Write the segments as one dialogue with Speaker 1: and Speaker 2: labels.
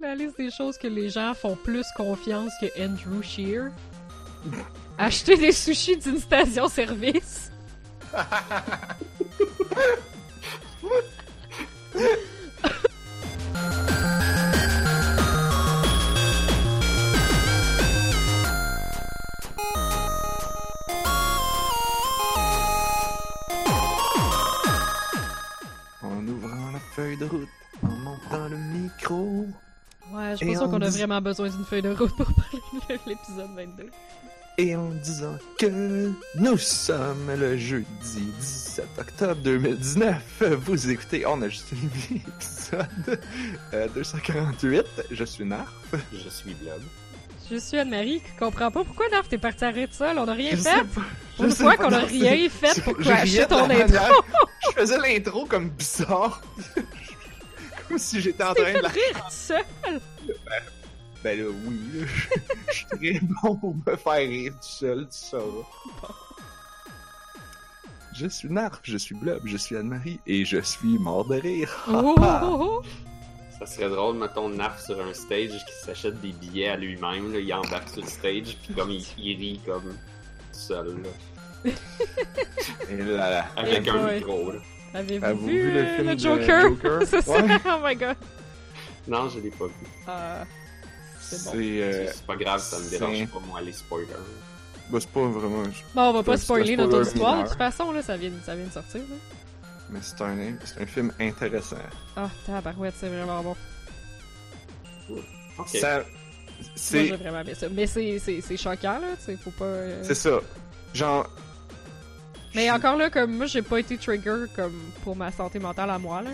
Speaker 1: la liste des choses que les gens font plus confiance que Andrew Shear. Acheter des sushis d'une station-service.
Speaker 2: En ouvrant la feuille de route, en montant le micro.
Speaker 1: Ouais, je
Speaker 2: Et
Speaker 1: pense
Speaker 2: on
Speaker 1: qu'on a
Speaker 2: dit-
Speaker 1: vraiment besoin d'une feuille de route pour parler de l'épisode 22.
Speaker 2: et en disant que nous sommes le jeudi 17 octobre 2019. Vous écoutez, on a juste mis l'épisode euh, 248. Je suis Narf.
Speaker 3: Je suis Blob.
Speaker 1: Je suis Anne-Marie qui comprend pas pourquoi, Narf, t'es parti arrêter seule, on a rien
Speaker 2: Je sais
Speaker 1: fait.
Speaker 2: pas-
Speaker 1: Pour
Speaker 2: je
Speaker 1: une
Speaker 2: sais
Speaker 1: fois
Speaker 2: pas,
Speaker 1: qu'on a
Speaker 2: Narf,
Speaker 1: rien
Speaker 2: je-
Speaker 1: fait pour
Speaker 2: je
Speaker 1: crasher
Speaker 2: riais de la
Speaker 1: ton intro.
Speaker 2: manière- Je faisais l'intro comme bizarre. comme si j'étais en
Speaker 1: T'es
Speaker 2: train
Speaker 1: fait
Speaker 2: de la...
Speaker 1: rire tout seul.
Speaker 2: Ben là, oui. là, Je suis très bon pour me faire rire tout seul, tu sauras. Je suis Narf, je suis Blob, je suis Anne-Marie et je suis mort de rire.
Speaker 1: Oh, oh, oh, oh.
Speaker 3: Ça serait drôle, mettons, Narf sur un stage qui s'achète des billets à lui-même, là, il embarque sur le stage, puis comme il, il rit comme tout seul, là,
Speaker 2: Et là, là.
Speaker 3: avec
Speaker 1: Eh
Speaker 3: un
Speaker 1: boy.
Speaker 3: micro. Là.
Speaker 1: Avez-vous
Speaker 2: Avez-vous
Speaker 1: vu,
Speaker 2: vu le
Speaker 1: euh,
Speaker 2: film
Speaker 1: le
Speaker 2: de
Speaker 1: Joker?
Speaker 2: Joker?
Speaker 1: C'est ça,
Speaker 2: Ouais.
Speaker 1: oh my god.
Speaker 3: Non, je l'ai pas
Speaker 2: Euh,
Speaker 3: vu.
Speaker 1: Ah, c'est bon.
Speaker 2: C'est euh,
Speaker 3: C'est pas grave, ça me dérange
Speaker 2: c'est-
Speaker 3: pas, moi, les spoilers.
Speaker 2: bah, c'est pas vraiment.
Speaker 1: Bon, on va pas
Speaker 2: C'est un
Speaker 1: spoiler notre
Speaker 2: spoiler
Speaker 1: histoire, de
Speaker 2: mineur.
Speaker 1: toute façon, là, ça vient, ça vient de sortir. Là.
Speaker 2: Mais c'est un, c'est un film intéressant.
Speaker 1: Ah, tabarouette, c'est vraiment bon.
Speaker 3: Ok.
Speaker 2: Ça,
Speaker 1: Moi,
Speaker 2: c'est,
Speaker 1: j'ai vraiment aimé ça. Mais c'est- c'est c'est choquant, là, tu sais, faut pas... euh,
Speaker 2: c'est ça. Genre.
Speaker 1: Mais encore là, comme moi, j'ai pas été trigger comme pour ma santé mentale à moi, là.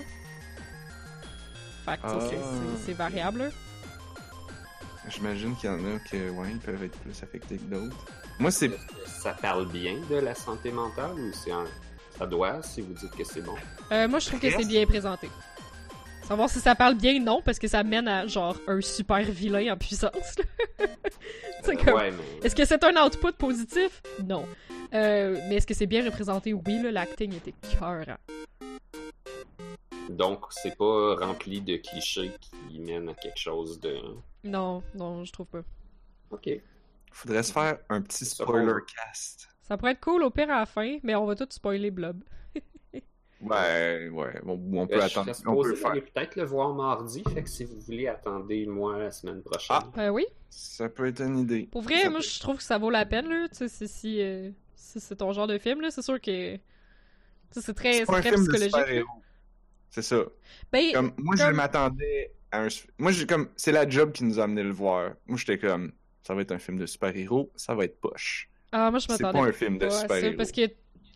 Speaker 1: Fait que, tu sais,
Speaker 2: Ah.
Speaker 1: c'est- c'est- c'est variable, là.
Speaker 2: J'imagine qu'il y en a que, ouais, ils peuvent être plus affectés que d'autres. Moi, c'est.
Speaker 3: Ça parle bien de la santé mentale ou c'est un... Ça doit, si vous dites que c'est bon.
Speaker 1: Euh, moi, je trouve que c'est
Speaker 2: Reste.
Speaker 1: bien présenté. Savoir si ça parle bien, non, parce que ça mène à, genre, un super vilain en puissance, là. c'est
Speaker 3: Euh,
Speaker 1: comme...
Speaker 3: ouais, mais
Speaker 1: Est-ce que c'est un output positif? Non. Euh, mais est-ce que c'est bien représenté? Oui, là, l'acting était cœur.
Speaker 3: donc c'est pas rempli de clichés qui mènent à quelque chose de.
Speaker 1: Non, non, je trouve pas.
Speaker 3: Ok.
Speaker 2: Faudrait se faire un petit
Speaker 3: C'est ça
Speaker 2: spoiler
Speaker 3: qu'on-
Speaker 2: cast.
Speaker 1: Ça pourrait être cool au pire à la fin, mais on va tout spoiler Blob.
Speaker 2: Ouais, Ben, ouais. On, on peut
Speaker 3: Euh,
Speaker 2: attendre.
Speaker 3: Je serais
Speaker 2: On peut
Speaker 3: supposé
Speaker 2: le faire.
Speaker 3: aller peut-être le voir mardi, fait que si vous voulez, attendez-moi la semaine prochaine.
Speaker 2: Ah.
Speaker 1: Ben oui.
Speaker 2: Ça peut être une idée.
Speaker 1: Pour vrai,
Speaker 2: Ça
Speaker 1: moi,
Speaker 2: peut-
Speaker 1: je trouve que ça vaut la peine, là. Tu sais, si, si, euh, si c'est ton genre de film, là, c'est sûr que. tu sais, c'est très, c'est
Speaker 2: C'est pas un
Speaker 1: très
Speaker 2: film de
Speaker 1: psychologique.
Speaker 2: super-héros. C'est ça.
Speaker 1: ben,
Speaker 2: Comme, moi, je
Speaker 1: Comme-
Speaker 2: m'attendais à un. Moi, j'ai comme. C'est la job qui nous a amené le voir. Moi, j'étais comme. Ça va être un film de super-héros, ça va être poche.
Speaker 1: ah, moi, je
Speaker 2: C'est pas
Speaker 1: m'attendais
Speaker 2: un film
Speaker 1: pas
Speaker 2: de
Speaker 1: à ça,
Speaker 2: super-héros.
Speaker 1: parce que.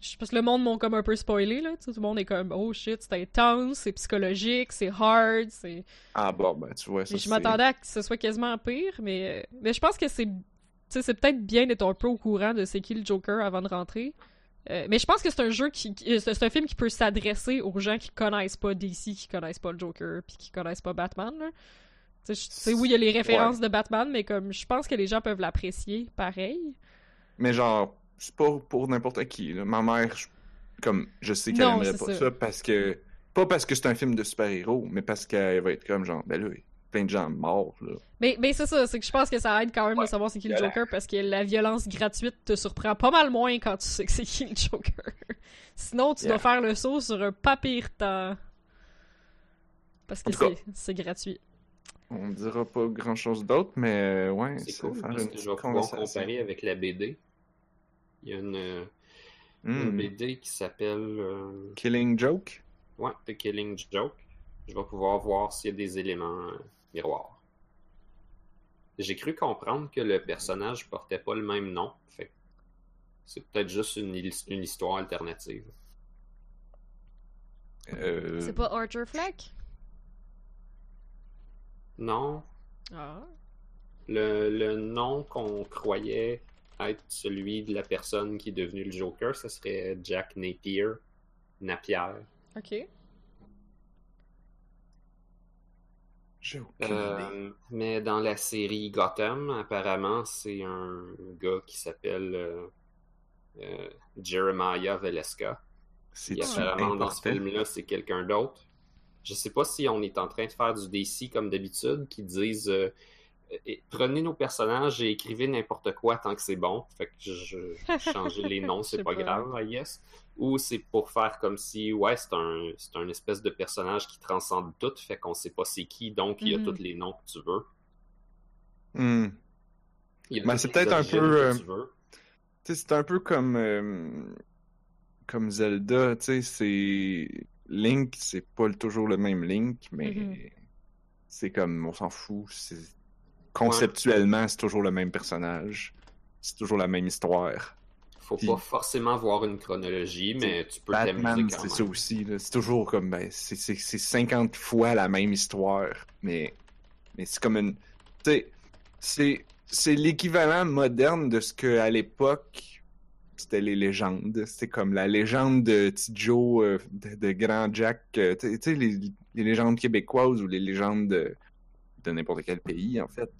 Speaker 1: je- Parce que le monde m'ont comme un peu spoilé, là. Tu sais, Tout le monde est comme, oh shit, c'est intense, c'est psychologique, c'est hard, c'est.
Speaker 2: Ah, bon, ben, tu vois, ça.
Speaker 1: Mais je
Speaker 2: c'est-
Speaker 1: m'attendais à que ce soit quasiment pire, mais, euh, mais je pense que c'est. Tu sais, c'est peut-être bien d'être un peu au courant de c'est qui le Joker avant de rentrer. Euh, mais je pense que c'est un jeu qui. qui- euh, C'est c'est un film qui peut s'adresser aux gens qui connaissent pas DC, qui connaissent pas le Joker, puis qui connaissent pas Batman, là. Tu sais, je- tu sais, oui, il y a les références de Batman, mais comme je pense que les gens peuvent l'apprécier pareil.
Speaker 2: Mais genre, c'est pas pour n'importe qui. là. Ma mère, je... comme, je sais qu'elle
Speaker 1: Non,
Speaker 2: aimerait
Speaker 1: c'est
Speaker 2: pas
Speaker 1: ça.
Speaker 2: ça. parce que. Pas parce que c'est un film de super-héros, mais parce qu'elle va être comme, genre, ben là, il y a plein de gens morts, là.
Speaker 1: Mais, mais c'est ça, c'est que je pense que ça aide quand même de savoir c'est qui le
Speaker 2: violent.
Speaker 1: Joker parce que la violence gratuite te surprend pas mal moins quand tu sais que c'est qui le Joker. Sinon, tu
Speaker 2: Yeah.
Speaker 1: dois faire le saut sur un papier temps. Parce
Speaker 2: En
Speaker 1: que
Speaker 2: tout
Speaker 1: c'est c'est gratuit.
Speaker 2: On dira pas grand-chose d'autre, mais euh, ouais,
Speaker 3: C'est cool,
Speaker 2: faire
Speaker 3: parce
Speaker 2: une
Speaker 3: que je vais
Speaker 2: petite
Speaker 3: pouvoir
Speaker 2: conversation.
Speaker 3: comparer avec la BD. Il y a une, euh, une
Speaker 2: Hmm.
Speaker 3: BD qui s'appelle euh,
Speaker 2: Killing Joke?
Speaker 3: ouais, The Killing Joke. Je vais pouvoir voir s'il y a des éléments euh, miroirs. J'ai cru comprendre que le personnage portait pas le même nom. Fait que c'est peut-être juste une, il- une histoire alternative.
Speaker 2: Euh,
Speaker 1: pas Archer Flack?
Speaker 3: Non,
Speaker 1: Ah.
Speaker 3: le, le nom qu'on croyait être celui de la personne qui est devenue le Joker, ce serait Jack Napier. Napier.
Speaker 1: Ok.
Speaker 2: J'ai aucune idée.
Speaker 3: Euh, mais dans la série Gotham, apparemment, c'est un gars qui s'appelle euh, euh, Jeremiah Veleska.
Speaker 2: C'est-tu
Speaker 3: Et apparemment, dans ce
Speaker 2: important?
Speaker 3: film-là, c'est quelqu'un d'autre. Je sais pas si on est en train de faire du DC comme d'habitude, qui disent euh, et- prenez nos personnages et écrivez n'importe quoi tant que c'est bon. Fait que je, je- changer les noms,
Speaker 1: Je sais
Speaker 3: c'est pas
Speaker 1: pas.
Speaker 3: grave, I guess. Ou c'est pour faire comme si, ouais, c'est un, c'est un espèce de personnage qui transcende tout, fait qu'on sait pas c'est qui, donc il y a
Speaker 1: Mhm.
Speaker 3: tous les noms que tu veux.
Speaker 2: Hmm.
Speaker 3: Il y a
Speaker 2: Ben,
Speaker 3: toutes
Speaker 2: c'est
Speaker 3: les
Speaker 2: peut-être un
Speaker 3: origines
Speaker 2: peu,
Speaker 3: que
Speaker 2: euh,
Speaker 3: tu veux.
Speaker 2: Tu sais, c'est un peu comme, euh, comme Zelda, tu sais, c'est... Link, c'est pas le- toujours le même Link, mais
Speaker 1: Mhm.
Speaker 2: c'est comme, on s'en fout, c'est... Conceptuellement, c'est toujours le même personnage, c'est toujours la même histoire.
Speaker 3: Faut
Speaker 2: Puis-
Speaker 3: pas forcément voir une chronologie, mais tu peux t'amuser
Speaker 2: Batman,
Speaker 3: quand
Speaker 2: c'est
Speaker 3: même.
Speaker 2: ça aussi, là. c'est toujours comme, ben, c'est- c'est c'est 50 fois la même histoire, mais, mais c'est comme une... Tu sais, c'est- c'est l'équivalent moderne de ce que à l'époque, c'était les légendes. C'était comme la légende de Petit Joe, euh, de, de Grand Jack, euh, tu sais- tu sais, les, les légendes québécoises ou les légendes de, de n'importe quel pays, en fait.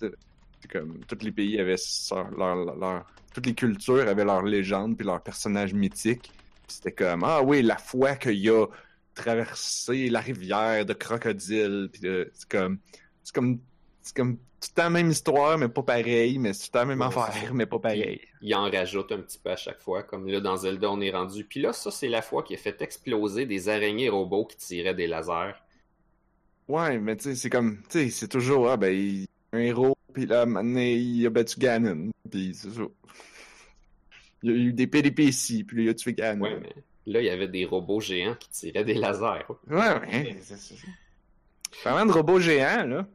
Speaker 2: C'est comme, tous les pays avaient leur, leur- leur- Toutes les cultures avaient leurs légendes puis leurs personnages mythiques. Puis c'était comme, ah oui, la fois qu'il a traversé la rivière de crocodile. Puis euh, c'est comme... C'est comme... C'est comme tout le temps la même histoire, mais pas pareil, mais c'est tout le temps la même
Speaker 3: Ouais, c'est
Speaker 2: affaire, mais pas pareil.
Speaker 3: il en rajoute un petit peu à chaque fois. Comme là, dans Zelda, on est rendu. Puis là, ça, c'est la fois qui a fait exploser des araignées robots qui tiraient des lasers.
Speaker 2: Ouais, mais tu sais, c'est comme, tu sais, c'est toujours, ah ben, il- un héros, puis là, maintenant, il a battu Ganon, puis c'est ça. Il y a eu des péripéties, puis là, il a tué Ganon.
Speaker 3: Ouais, mais là, il y avait des robots géants qui tiraient des lasers.
Speaker 2: Ouais, ouais, c'est ça. Parlant de robots géants, là,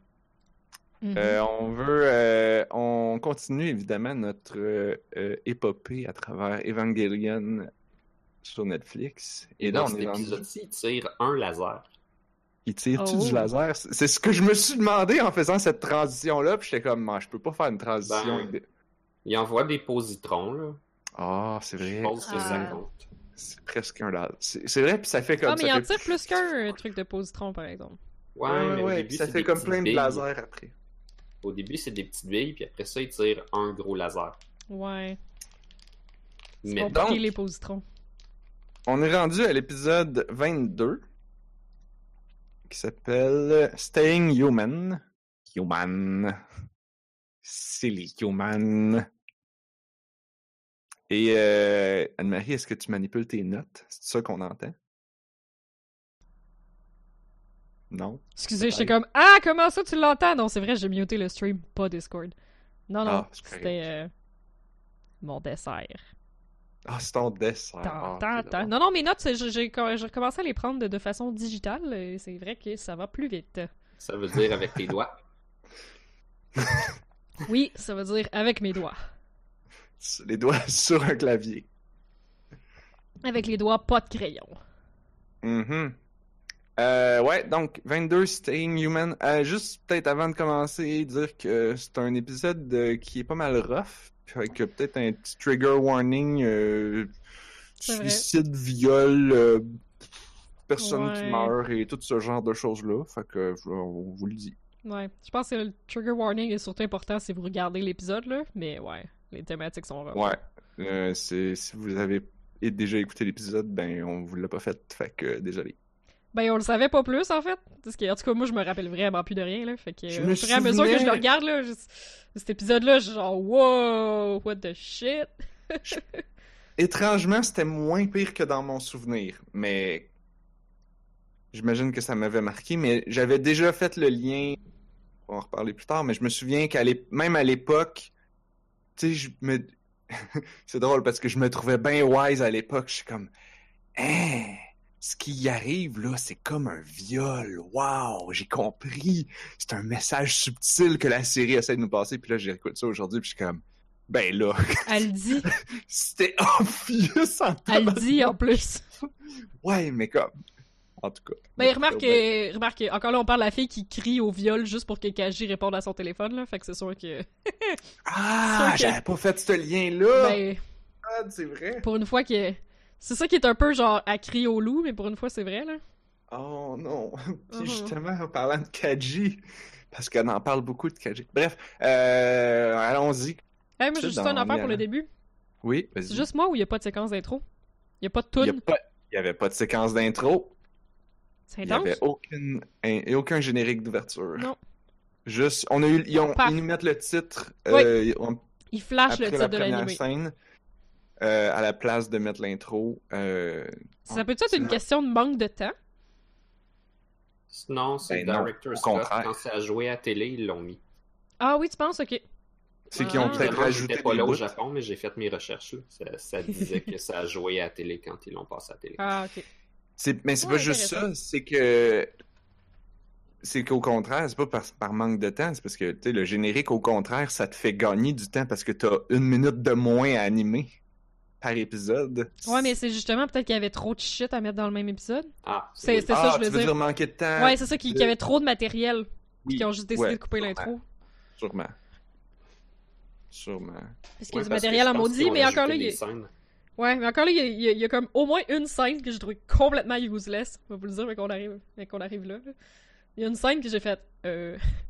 Speaker 1: Mhm.
Speaker 2: euh, on veut, euh, on continue évidemment notre euh, euh, épopée à travers Evangelion sur Netflix. Et là,
Speaker 3: Dans
Speaker 2: on
Speaker 3: cet
Speaker 2: est rendu-
Speaker 3: épisode-ci, il tire un laser.
Speaker 2: Il tire-tu
Speaker 1: Oh.
Speaker 2: du laser? C'est c'est ce que je me suis demandé en faisant cette transition-là, puis j'étais comme, Man, je peux pas faire une transition.
Speaker 3: Ben, Il envoie des positrons, là.
Speaker 2: Ah, c'est
Speaker 3: Je
Speaker 2: vrai.
Speaker 3: pense que ça
Speaker 1: Ah.
Speaker 3: compte.
Speaker 2: C'est presque un laser. C'est c'est vrai, puis ça fait comme
Speaker 1: Ah, mais il
Speaker 2: ça
Speaker 1: en
Speaker 2: fait-
Speaker 1: tire plus qu'un euh, truc de positron, par exemple.
Speaker 3: Ouais,
Speaker 2: Ouais,
Speaker 3: mais
Speaker 2: ouais,
Speaker 3: au
Speaker 2: ouais,
Speaker 3: début,
Speaker 2: puis ça
Speaker 3: c'est
Speaker 2: fait
Speaker 3: des
Speaker 2: comme
Speaker 3: petites
Speaker 2: plein de
Speaker 3: billes.
Speaker 2: lasers après.
Speaker 3: Au début, c'est des petites billes, puis après ça, il tire un gros laser.
Speaker 1: Ouais. C'est
Speaker 3: Mais
Speaker 1: compliqué,
Speaker 2: donc-
Speaker 1: les positrons.
Speaker 2: On est rendu à l'épisode 22 qui s'appelle Staying Human. Human. Silly Human. Et euh, Anne-Marie, est-ce que tu manipules tes notes? C'est ça qu'on entend? Non?
Speaker 1: Excusez, j'étais comme Ah, comment ça tu l'entends? Non, c'est vrai, j'ai muté le stream, pas Discord. Non, non,
Speaker 2: Ah, c'est correct.
Speaker 1: c'était euh, mon dessert.
Speaker 2: Ah, c'est ton dessin. Ah,
Speaker 1: Tant, tant, tant. Non, non, mes notes, c'est- j'ai j'ai com- j'ai recommencé à les prendre de, de façon digitale et c'est vrai que ça va plus vite.
Speaker 3: ça veut dire avec tes doigts.
Speaker 1: Oui, ça veut dire avec mes doigts.
Speaker 2: Les doigts sur un clavier.
Speaker 1: Avec les doigts, pas de crayon.
Speaker 2: Mhm. Euh, ouais, donc 22 Staying Human. Euh, juste peut-être avant de commencer, dire que c'est un épisode euh, qui est pas mal rough, puis que peut-être un petit trigger warning, euh,
Speaker 1: C'est vrai.
Speaker 2: suicide, viol, euh, personne qui
Speaker 1: Ouais.
Speaker 2: meurt et tout ce genre de choses-là. Fait que je- on vous le dit.
Speaker 1: Ouais, je pense que le trigger warning est surtout important si vous regardez l'épisode, là, mais ouais, les thématiques sont vraies.
Speaker 2: Ouais. Euh, c'est- si vous avez é- déjà écouté l'épisode, ben on vous l'a pas fait. Fait que euh, désolé.
Speaker 1: Ben, on le savait pas plus, en fait. Parce que, en tout cas, moi, je me rappelle vraiment plus de rien, là. Fait que,
Speaker 2: Je
Speaker 1: euh,
Speaker 2: me
Speaker 1: au fur et à mesure que je le
Speaker 2: souvenais.
Speaker 1: regarde, là, je- cet épisode-là, je suis genre, wow, what the shit.
Speaker 2: Étrangement, c'était moins pire que dans mon souvenir, mais j'imagine que ça m'avait marqué. Mais j'avais déjà fait le lien, on va en reparler plus tard, mais je me souviens qu'à l'ép- même à l'époque, tu sais, je me. C'est drôle parce que je me trouvais bien wise à l'époque. Je suis comme, hein, ce qui y arrive là, c'est comme un viol. Waouh, j'ai compris. C'est un message subtil que la série essaie de nous passer. Puis là, j'écoute ça aujourd'hui, puis je suis comme, ben là.
Speaker 1: Elle dit,
Speaker 2: C'était obvious en
Speaker 1: elle
Speaker 2: tabarnak.
Speaker 1: dit, en plus.
Speaker 2: Ouais, mais comme. En tout cas.
Speaker 1: Ben, remarque, euh, remarque, euh, encore là, on parle de la fille qui crie au viol juste pour que Kaji réponde à son téléphone, là. Fait que c'est sûr que,
Speaker 2: Ah,
Speaker 1: c'est sûr que-
Speaker 2: j'avais pas fait ce lien-là.
Speaker 1: ben,
Speaker 2: Ah, c'est vrai.
Speaker 1: pour une fois que, c'est ça qui est un peu genre, à crier au loup, mais pour une fois, c'est vrai, là.
Speaker 2: Oh non. Puis
Speaker 1: Mhm.
Speaker 2: justement, en parlant de Kaji, parce qu'on en parle beaucoup de Kaji. Bref, euh, allons-y.
Speaker 1: Hey, Eh, moi, j'ai
Speaker 2: C'est
Speaker 1: juste
Speaker 2: dans
Speaker 1: un affaire pour le
Speaker 2: Violent.
Speaker 1: début.
Speaker 2: Oui, vas-y.
Speaker 1: C'est juste moi où il y a pas de séquence d'intro. Il y a pas de
Speaker 2: Il y a
Speaker 1: tune.
Speaker 2: pas- il y avait pas de séquence d'intro.
Speaker 1: C'est
Speaker 2: Il n'y avait
Speaker 1: intense.
Speaker 2: aucune- un- aucun générique d'ouverture.
Speaker 1: Non.
Speaker 2: Juste, on a eu, ils, ont,
Speaker 1: Paf.
Speaker 2: ils nous mettent le titre
Speaker 1: Oui.
Speaker 2: euh, on-
Speaker 1: Il flash
Speaker 2: après
Speaker 1: le titre
Speaker 2: la
Speaker 1: de
Speaker 2: première
Speaker 1: l'anime.
Speaker 2: scène euh, à la place de mettre l'intro. euh,
Speaker 1: Ça peut être une
Speaker 2: Non.
Speaker 1: question de manque de temps?
Speaker 3: Sinon, c'est
Speaker 2: Ben non, au
Speaker 3: Director Scott.
Speaker 2: contraire.
Speaker 3: Quand c'est à jouer à télé, ils l'ont mis.
Speaker 1: Ah oui, tu penses? Ok.
Speaker 2: c'est qu'ils ont
Speaker 1: Ah.
Speaker 2: peut-être
Speaker 3: Évidemment,
Speaker 2: rajouté
Speaker 3: j'étais pas
Speaker 2: des
Speaker 3: là au
Speaker 2: bouts.
Speaker 3: Japon, mais j'ai fait mes recherches. là. Ça, ça disait que ça a joué à la télé quand ils l'ont passé à la télé.
Speaker 1: Ah, ok.
Speaker 2: C'est- Mais c'est
Speaker 1: Ouais,
Speaker 2: pas juste ça,
Speaker 1: intéressant.
Speaker 2: c'est que. C'est qu'au contraire, c'est pas par, par manque de temps, c'est parce que tu sais, le générique, au contraire, ça te fait gagner du temps parce que t'as une minute de moins à animer par épisode.
Speaker 1: Ouais, mais c'est justement peut-être qu'il y avait trop de shit à mettre dans le même épisode.
Speaker 3: Ah,
Speaker 1: C'est- c'est-
Speaker 3: oui.
Speaker 1: ça,
Speaker 2: Ah,
Speaker 1: je veux
Speaker 2: tu veux
Speaker 1: dire.
Speaker 2: dire manquer de temps?
Speaker 1: Ouais, c'est ça, qu'il qu'il y avait trop de matériel.
Speaker 2: Ah, Oui,
Speaker 1: Puis qu'ils ont juste décidé
Speaker 2: ouais,
Speaker 1: de couper l'intro.
Speaker 2: Sûrement. Sûrement.
Speaker 1: Parce qu'il y
Speaker 3: Ouais,
Speaker 1: a du
Speaker 3: parce que
Speaker 1: matériel
Speaker 3: je
Speaker 1: à
Speaker 3: pense qu'ils
Speaker 1: maudit,
Speaker 3: ont
Speaker 1: mais encore là,
Speaker 3: rajouté
Speaker 1: il y
Speaker 3: des
Speaker 1: a-
Speaker 3: scènes.
Speaker 1: Ouais, mais encore là, il y, a- il y a- il y a comme au moins une scène que j'ai trouvé complètement useless. On va vous le dire, mais qu'on arrive, mais qu'on arrive là. là. Il y a une scène que j'ai faite. Euh...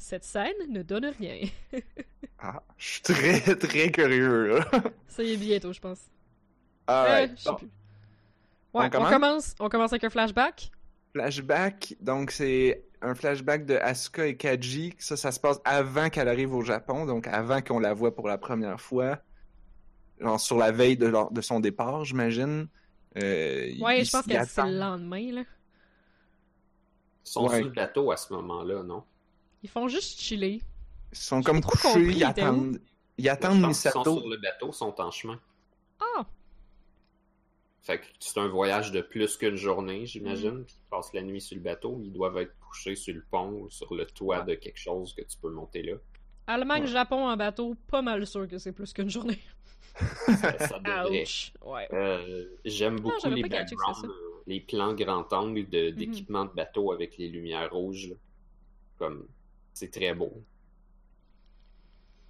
Speaker 1: Cette scène ne donne rien.
Speaker 2: Ah, je suis très, très curieux, là.
Speaker 1: Ça y est bientôt, je pense. Euh,
Speaker 2: Alright,
Speaker 1: je sais
Speaker 2: Ah bon.
Speaker 1: plus. Ouais, on
Speaker 2: on commence?
Speaker 1: commence? on commence. avec un flashback.
Speaker 2: Flashback, donc c'est un flashback de Asuka et Kaji. Ça, ça se passe avant qu'elle arrive au Japon, donc avant qu'on la voit pour la première fois. Genre sur la veille de, leur- de son départ, j'imagine. Euh,
Speaker 1: Ouais,
Speaker 2: ils-
Speaker 1: je pense
Speaker 2: ils
Speaker 1: que c'est
Speaker 2: attendent.
Speaker 1: le lendemain, là.
Speaker 3: Ils sont
Speaker 2: Ouais.
Speaker 3: sur le plateau à ce moment-là, non?
Speaker 1: Ils font juste chiller.
Speaker 2: Ils sont comme
Speaker 1: J'ai pas trop
Speaker 2: couchés,
Speaker 1: compris,
Speaker 2: ils
Speaker 1: ils étaient
Speaker 2: attendent. Ils
Speaker 3: Je
Speaker 2: attendent
Speaker 3: pense qu'ils sont
Speaker 2: Misato.
Speaker 3: sur le bateau, sont en chemin.
Speaker 1: Ah!
Speaker 3: Fait que c'est un voyage de plus qu'une journée,
Speaker 1: Mm.
Speaker 3: j'imagine. Puis ils passent la nuit sur le bateau. Ils doivent être couchés sur le pont ou sur le toit de quelque chose que tu peux monter là.
Speaker 1: Allemagne-Japon en bateau, pas mal sûr que c'est plus qu'une journée.
Speaker 3: Ça, ça devrait.
Speaker 1: Ouch! Ouais.
Speaker 3: Euh, J'aime beaucoup
Speaker 1: j'avais
Speaker 3: les
Speaker 1: pas catché que
Speaker 3: backgrounds,
Speaker 1: c'était Mhm.
Speaker 3: euh, les plans grand angle de- d'équipement de bateau avec les lumières rouges. là. Comme, c'est très beau.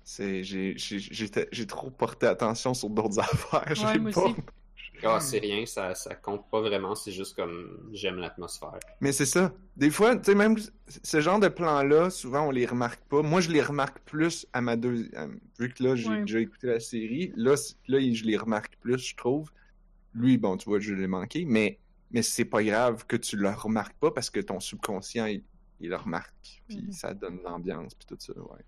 Speaker 2: C'est- j'ai- J'ai j'étais- j'ai trop porté attention sur d'autres affaires. j'ai
Speaker 1: Ouais, moi
Speaker 2: pas-
Speaker 1: aussi.
Speaker 2: Mhm.
Speaker 3: Ah, c'est rien, ça, ça compte pas vraiment, c'est juste comme j'aime l'atmosphère.
Speaker 2: Mais c'est ça. Des fois, tu sais, même ce genre de plans-là, souvent, on les remarque pas. Moi, je les remarque plus à ma deuxième. Vu que là, j'ai
Speaker 1: Ouais.
Speaker 2: déjà écouté la série, là, c- là, je les remarque plus, je trouve. Lui, bon, tu vois, je l'ai manqué, mais, mais c'est pas grave que tu le remarques pas parce que ton subconscient, il, il le remarque. Puis
Speaker 1: Mhm.
Speaker 2: ça donne l'ambiance, puis tout ça, ouais.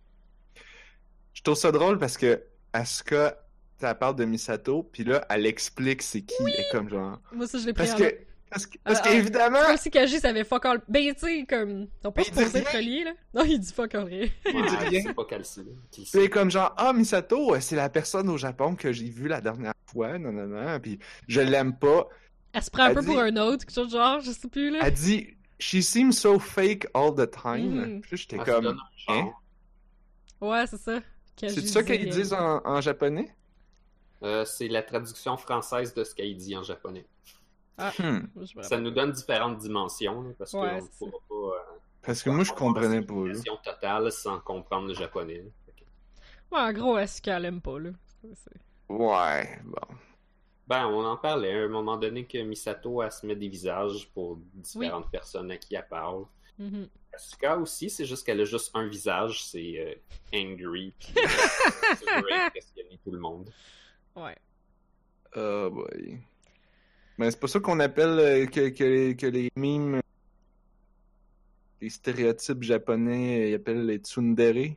Speaker 2: Je trouve ça drôle parce que Asuka, ça parle de Misato, puis là, elle explique c'est qui. Elle est comme genre.
Speaker 1: Moi, ça, je l'ai pris
Speaker 2: Parce
Speaker 1: en
Speaker 2: que. Parce que- parce
Speaker 1: Ah, ah.
Speaker 2: qu'évidemment,
Speaker 1: Comme si Kaji savait fuck all. Ben, tu sais, comme. Ils ont pas
Speaker 2: Ben, Il dit
Speaker 1: supposé être
Speaker 2: rien.
Speaker 1: reliés, là. Non, il dit fuck all rien.
Speaker 2: Il dit rien.
Speaker 3: c'est pas calciné. Qui
Speaker 2: C'est
Speaker 3: sait?
Speaker 2: comme genre, ah, Misato, c'est la personne au Japon que j'ai vue la dernière fois, non, non, non, puis je l'aime pas.
Speaker 1: Elle se prend un
Speaker 2: Elle
Speaker 1: peu
Speaker 2: dit-
Speaker 1: pour un autre, quelque chose de genre, je sais plus, là.
Speaker 2: Elle dit, she seems so fake all the time.
Speaker 1: Mhm.
Speaker 2: Puis là, j'étais
Speaker 3: Ah, ça donne
Speaker 2: comme,
Speaker 3: un genre.
Speaker 2: hein?
Speaker 1: Ouais, c'est ça.
Speaker 2: c'est ça qu'ils disent en, en japonais?
Speaker 3: Euh, c'est la traduction française de ce qu'elle dit en japonais.
Speaker 2: Hmm.
Speaker 3: Ça nous donne différentes dimensions, là, parce
Speaker 1: Ouais,
Speaker 3: qu'on
Speaker 1: c'est
Speaker 3: ne pourra pas
Speaker 2: Parce que moi, je comprenais pas.
Speaker 3: une
Speaker 2: là.
Speaker 3: version totale sans comprendre le japonais. là. Fait que-
Speaker 1: Ouais, en gros, est-ce qu'elle aime pas, là? C'est-
Speaker 2: Ouais, bon.
Speaker 3: Ben, on en parlait à un moment donné que Misato, elle se met des visages pour différentes personnes à qui elle parle.
Speaker 1: Mhm.
Speaker 3: Asuka aussi, c'est juste qu'elle a juste un visage, c'est euh, angry, puis euh, ça veut impressionner tout le monde.
Speaker 1: Ouais.
Speaker 2: Oh boy. Mais c'est pas ça qu'on appelle euh, que, que, que les mimes, les stéréotypes japonais, euh, ils appellent les tsundere.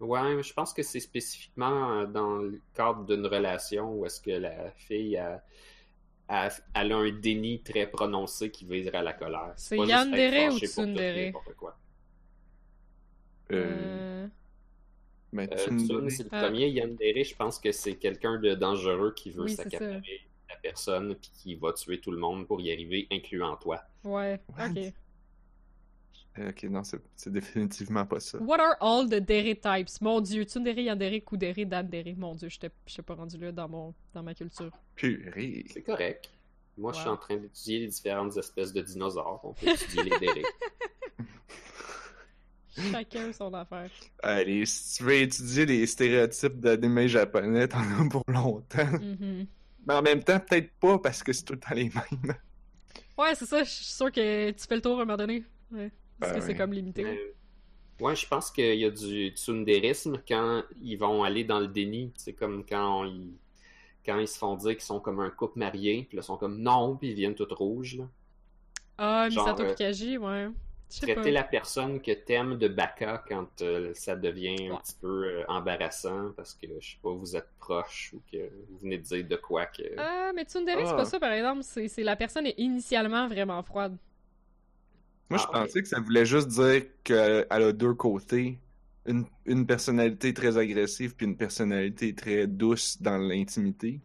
Speaker 3: Ouais, mais je pense que c'est spécifiquement euh, dans le cadre d'une relation où est-ce que la fille a, a- elle a un déni très prononcé qui veut dire à la colère.
Speaker 1: C'est
Speaker 3: pas juste être
Speaker 1: yandere ou
Speaker 3: fâchée pour tout et
Speaker 1: tsundere?
Speaker 3: n'importe quoi.
Speaker 2: Euh,
Speaker 1: Euh,
Speaker 2: mais
Speaker 3: Euh,
Speaker 2: tsundere.
Speaker 3: Tsun, c'est le
Speaker 1: Ah.
Speaker 3: premier. Yandere, je pense que c'est quelqu'un de dangereux qui veut
Speaker 1: Oui, c'est
Speaker 3: s'accaparer la personne puis qui va tuer tout le monde pour y arriver, incluant toi.
Speaker 1: Ouais.
Speaker 2: What?
Speaker 1: Ok.
Speaker 2: Euh, Ok, non, c'est c'est définitivement pas ça.
Speaker 1: What are all the dere types? Mon dieu, Tsundere, Yandere, Kudere, Dandere. Mon dieu, j'étais j'étais pas rendu là dans, mon... dans ma culture.
Speaker 2: Purée.
Speaker 3: C'est correct. Moi, je suis
Speaker 1: Wow.
Speaker 3: en train d'étudier les différentes espèces de dinosaures. On peut étudier les dérés.
Speaker 1: Chacun son affaire.
Speaker 2: Allez, si tu veux étudier les stéréotypes d'anime japonais, t'en as pour longtemps.
Speaker 1: Mhm.
Speaker 2: Mais en même temps, peut-être pas parce que c'est tout le temps les mêmes.
Speaker 1: Ouais, c'est ça, je suis sûre que tu fais le tour à un moment donné. Ouais. Parce
Speaker 2: Ben
Speaker 1: que c'est
Speaker 2: oui.
Speaker 1: comme limité.
Speaker 3: Euh, ouais, je pense qu'il y a du tsundérisme quand ils vont aller dans le déni. C'est comme quand ils, quand ils se font dire qu'ils sont comme un couple marié, puis là, ils sont comme non, puis ils viennent tout rouges. là.
Speaker 1: Ah,
Speaker 3: Genre,
Speaker 1: Misato
Speaker 3: euh,
Speaker 1: Pikaji, ouais. Je sais pas.
Speaker 3: Traiter la personne que t'aimes de baka quand euh, ça devient un
Speaker 1: Ouais.
Speaker 3: petit peu euh, embarrassant parce que, je sais pas, vous êtes proche ou que vous venez de dire de quoi que...
Speaker 1: Ah, mais Tsundere, c'est
Speaker 2: Ah.
Speaker 1: pas ça, par exemple. C'est c'est la personne est initialement vraiment froide.
Speaker 2: Moi, je
Speaker 3: Ah,
Speaker 2: pensais que ça voulait juste dire qu'elle a deux côtés. Une, une personnalité très agressive puis une personnalité très douce dans l'intimité.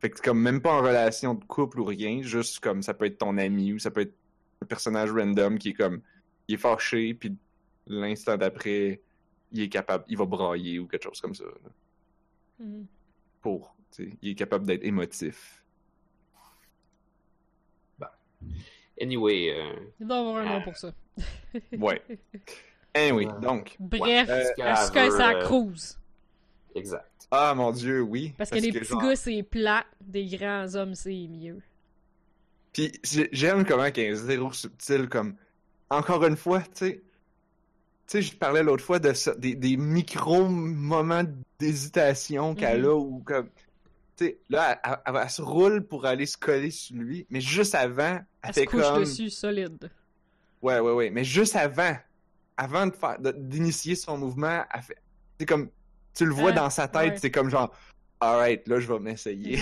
Speaker 2: Fait que c'est comme même pas en relation de couple ou rien, juste comme ça peut être ton ami ou ça peut être un personnage random qui est comme il est fâché puis l'instant d'après il est capable, il va brailler ou quelque chose comme ça. là,
Speaker 1: Mhm.
Speaker 2: Pour, tu sais, il est capable d'être émotif.
Speaker 3: Anyway, euh,
Speaker 1: Il doit avoir un nom
Speaker 3: Ah.
Speaker 1: pour ça.
Speaker 2: Ouais. Eh oui,
Speaker 3: Ouais.
Speaker 2: donc.
Speaker 1: Bref,
Speaker 2: Euh,
Speaker 1: Asuka et
Speaker 3: Asuka
Speaker 1: sa
Speaker 3: veut, euh,
Speaker 1: cruise.
Speaker 3: exact.
Speaker 2: Ah mon dieu, oui.
Speaker 1: Parce que les petits
Speaker 2: genre-
Speaker 1: gars, c'est plat. Des grands hommes, c'est mieux.
Speaker 2: Puis j'ai- j'aime comment qu'il y a un zéro subtil, comme encore une fois, tu sais. Tu sais, je parlais l'autre fois de ça- des, des micro-moments d'hésitation qu'elle
Speaker 1: Mm-hmm.
Speaker 2: a ou comme. Tu sais, là, elle, elle- elle se roule pour aller se coller sur lui, mais juste avant, elle
Speaker 1: Elle se
Speaker 2: fait
Speaker 1: couche
Speaker 2: comme.
Speaker 1: dessus, solide.
Speaker 2: Ouais, ouais, ouais. Mais juste avant, avant de faire, de- d'initier son mouvement, elle fait. C'est comme. Tu le vois
Speaker 1: Ah,
Speaker 2: dans sa tête,
Speaker 1: ouais. Mm-hmm.
Speaker 2: c'est comme genre. Alright, là, je vais m'essayer.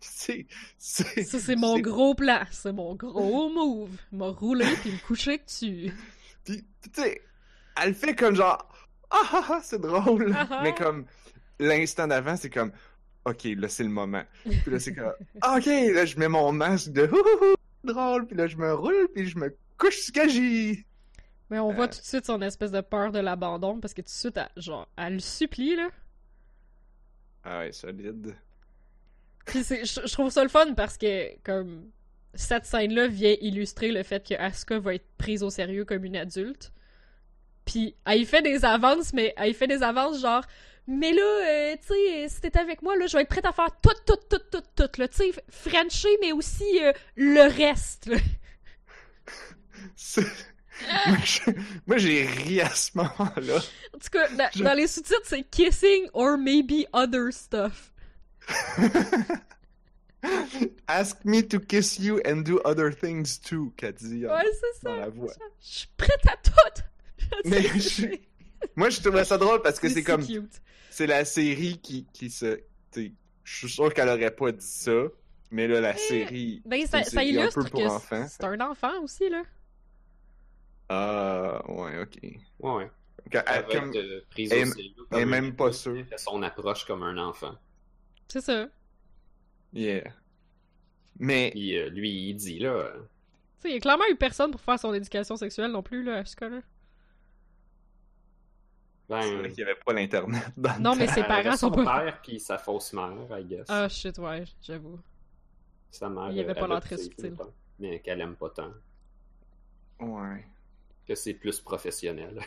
Speaker 2: c'est. c'est-
Speaker 1: Ça, c'est mon
Speaker 2: c'est-
Speaker 1: gros plan. C'est mon gros move. M'a roulé puis me coucher dessus.
Speaker 2: Puis, tu sais, elle fait comme genre, ah ah ah, c'est drôle.
Speaker 1: Ah, ah.
Speaker 2: Mais comme, l'instant d'avant, c'est comme, ok, là, c'est le moment. Puis là, c'est comme, ok, là, je mets mon masque de, ouh, ouh, ouh, drôle. Puis là, je me roule, puis je me couche ce que j'ai.
Speaker 1: Mais on
Speaker 2: Euh.
Speaker 1: voit tout de suite son espèce de peur de l'abandon parce que tout de suite, elle, genre, elle le supplie, là.
Speaker 2: Ah ouais, solide.
Speaker 1: Puis c'est- je, je trouve ça le fun parce que, comme, cette scène-là vient illustrer le fait que Asuka va être prise au sérieux comme une adulte. Puis elle y fait des avances, mais elle y fait des avances genre, mais là, euh, tu sais, si t'es avec moi, là, je vais être prête à faire tout, tout, tout, tout, tout, là, tu sais, Frencher, mais aussi euh, le reste, là.
Speaker 2: C'est- Moi, je- Moi, j'ai ri à ce moment-là.
Speaker 1: En tout cas, dans,
Speaker 2: Je-
Speaker 1: dans les sous-titres, c'est kissing or maybe other stuff.
Speaker 2: Ask me to kiss you and do other things too, qu'a dit euh,
Speaker 1: Ouais, c'est
Speaker 2: dans
Speaker 1: ça.
Speaker 2: la voix.
Speaker 1: Je suis prête à tout.
Speaker 2: Mais je- Moi, je trouvais ça drôle parce que
Speaker 1: si
Speaker 2: c'est comme,
Speaker 1: cute.
Speaker 2: C'est la série qui, qui se. t'sais, Je suis sûr qu'elle aurait pas dit ça, mais là, la
Speaker 1: Eh,
Speaker 2: série.
Speaker 1: Ben,
Speaker 2: c'est
Speaker 1: ça,
Speaker 2: une
Speaker 1: ça
Speaker 2: série un
Speaker 1: illustre
Speaker 2: peu pour
Speaker 1: que
Speaker 2: enfants.
Speaker 1: c'est un enfant aussi, là.
Speaker 2: Ah, ouais, ok.
Speaker 3: Ouais, ouais.
Speaker 2: Quand-
Speaker 3: Elle
Speaker 2: elle-
Speaker 3: va
Speaker 2: Euh, comme-
Speaker 3: être, euh, prise
Speaker 2: elle-
Speaker 3: au sérieux comme
Speaker 2: elle est
Speaker 3: un
Speaker 2: même
Speaker 3: adulte,
Speaker 2: pas sûre.
Speaker 3: elle fait son approche comme un enfant.
Speaker 1: C'est ça. Tu
Speaker 2: Yeah. Mais.
Speaker 3: Puis euh, lui, il dit là, euh,
Speaker 1: sais, il y a clairement eu personne pour faire son éducation sexuelle non plus, là, à ce cas-là.
Speaker 2: C'est
Speaker 3: ben,
Speaker 2: vrai qu'il n'y avait pas l'Internet dans le
Speaker 1: Non, mais
Speaker 2: temps.
Speaker 1: ses
Speaker 3: elle avait
Speaker 1: parents sont
Speaker 3: son
Speaker 1: pas...
Speaker 3: père puis sa fausse mère, I guess.
Speaker 1: Ah, shit, ouais, j'avoue.
Speaker 3: sa mère.
Speaker 1: il y avait
Speaker 3: euh,
Speaker 1: pas l'air
Speaker 3: adoptée,
Speaker 1: très subtil.
Speaker 3: finalement. Mais qu'elle aime pas tant.
Speaker 2: Ouais.
Speaker 3: Que c'est plus professionnel.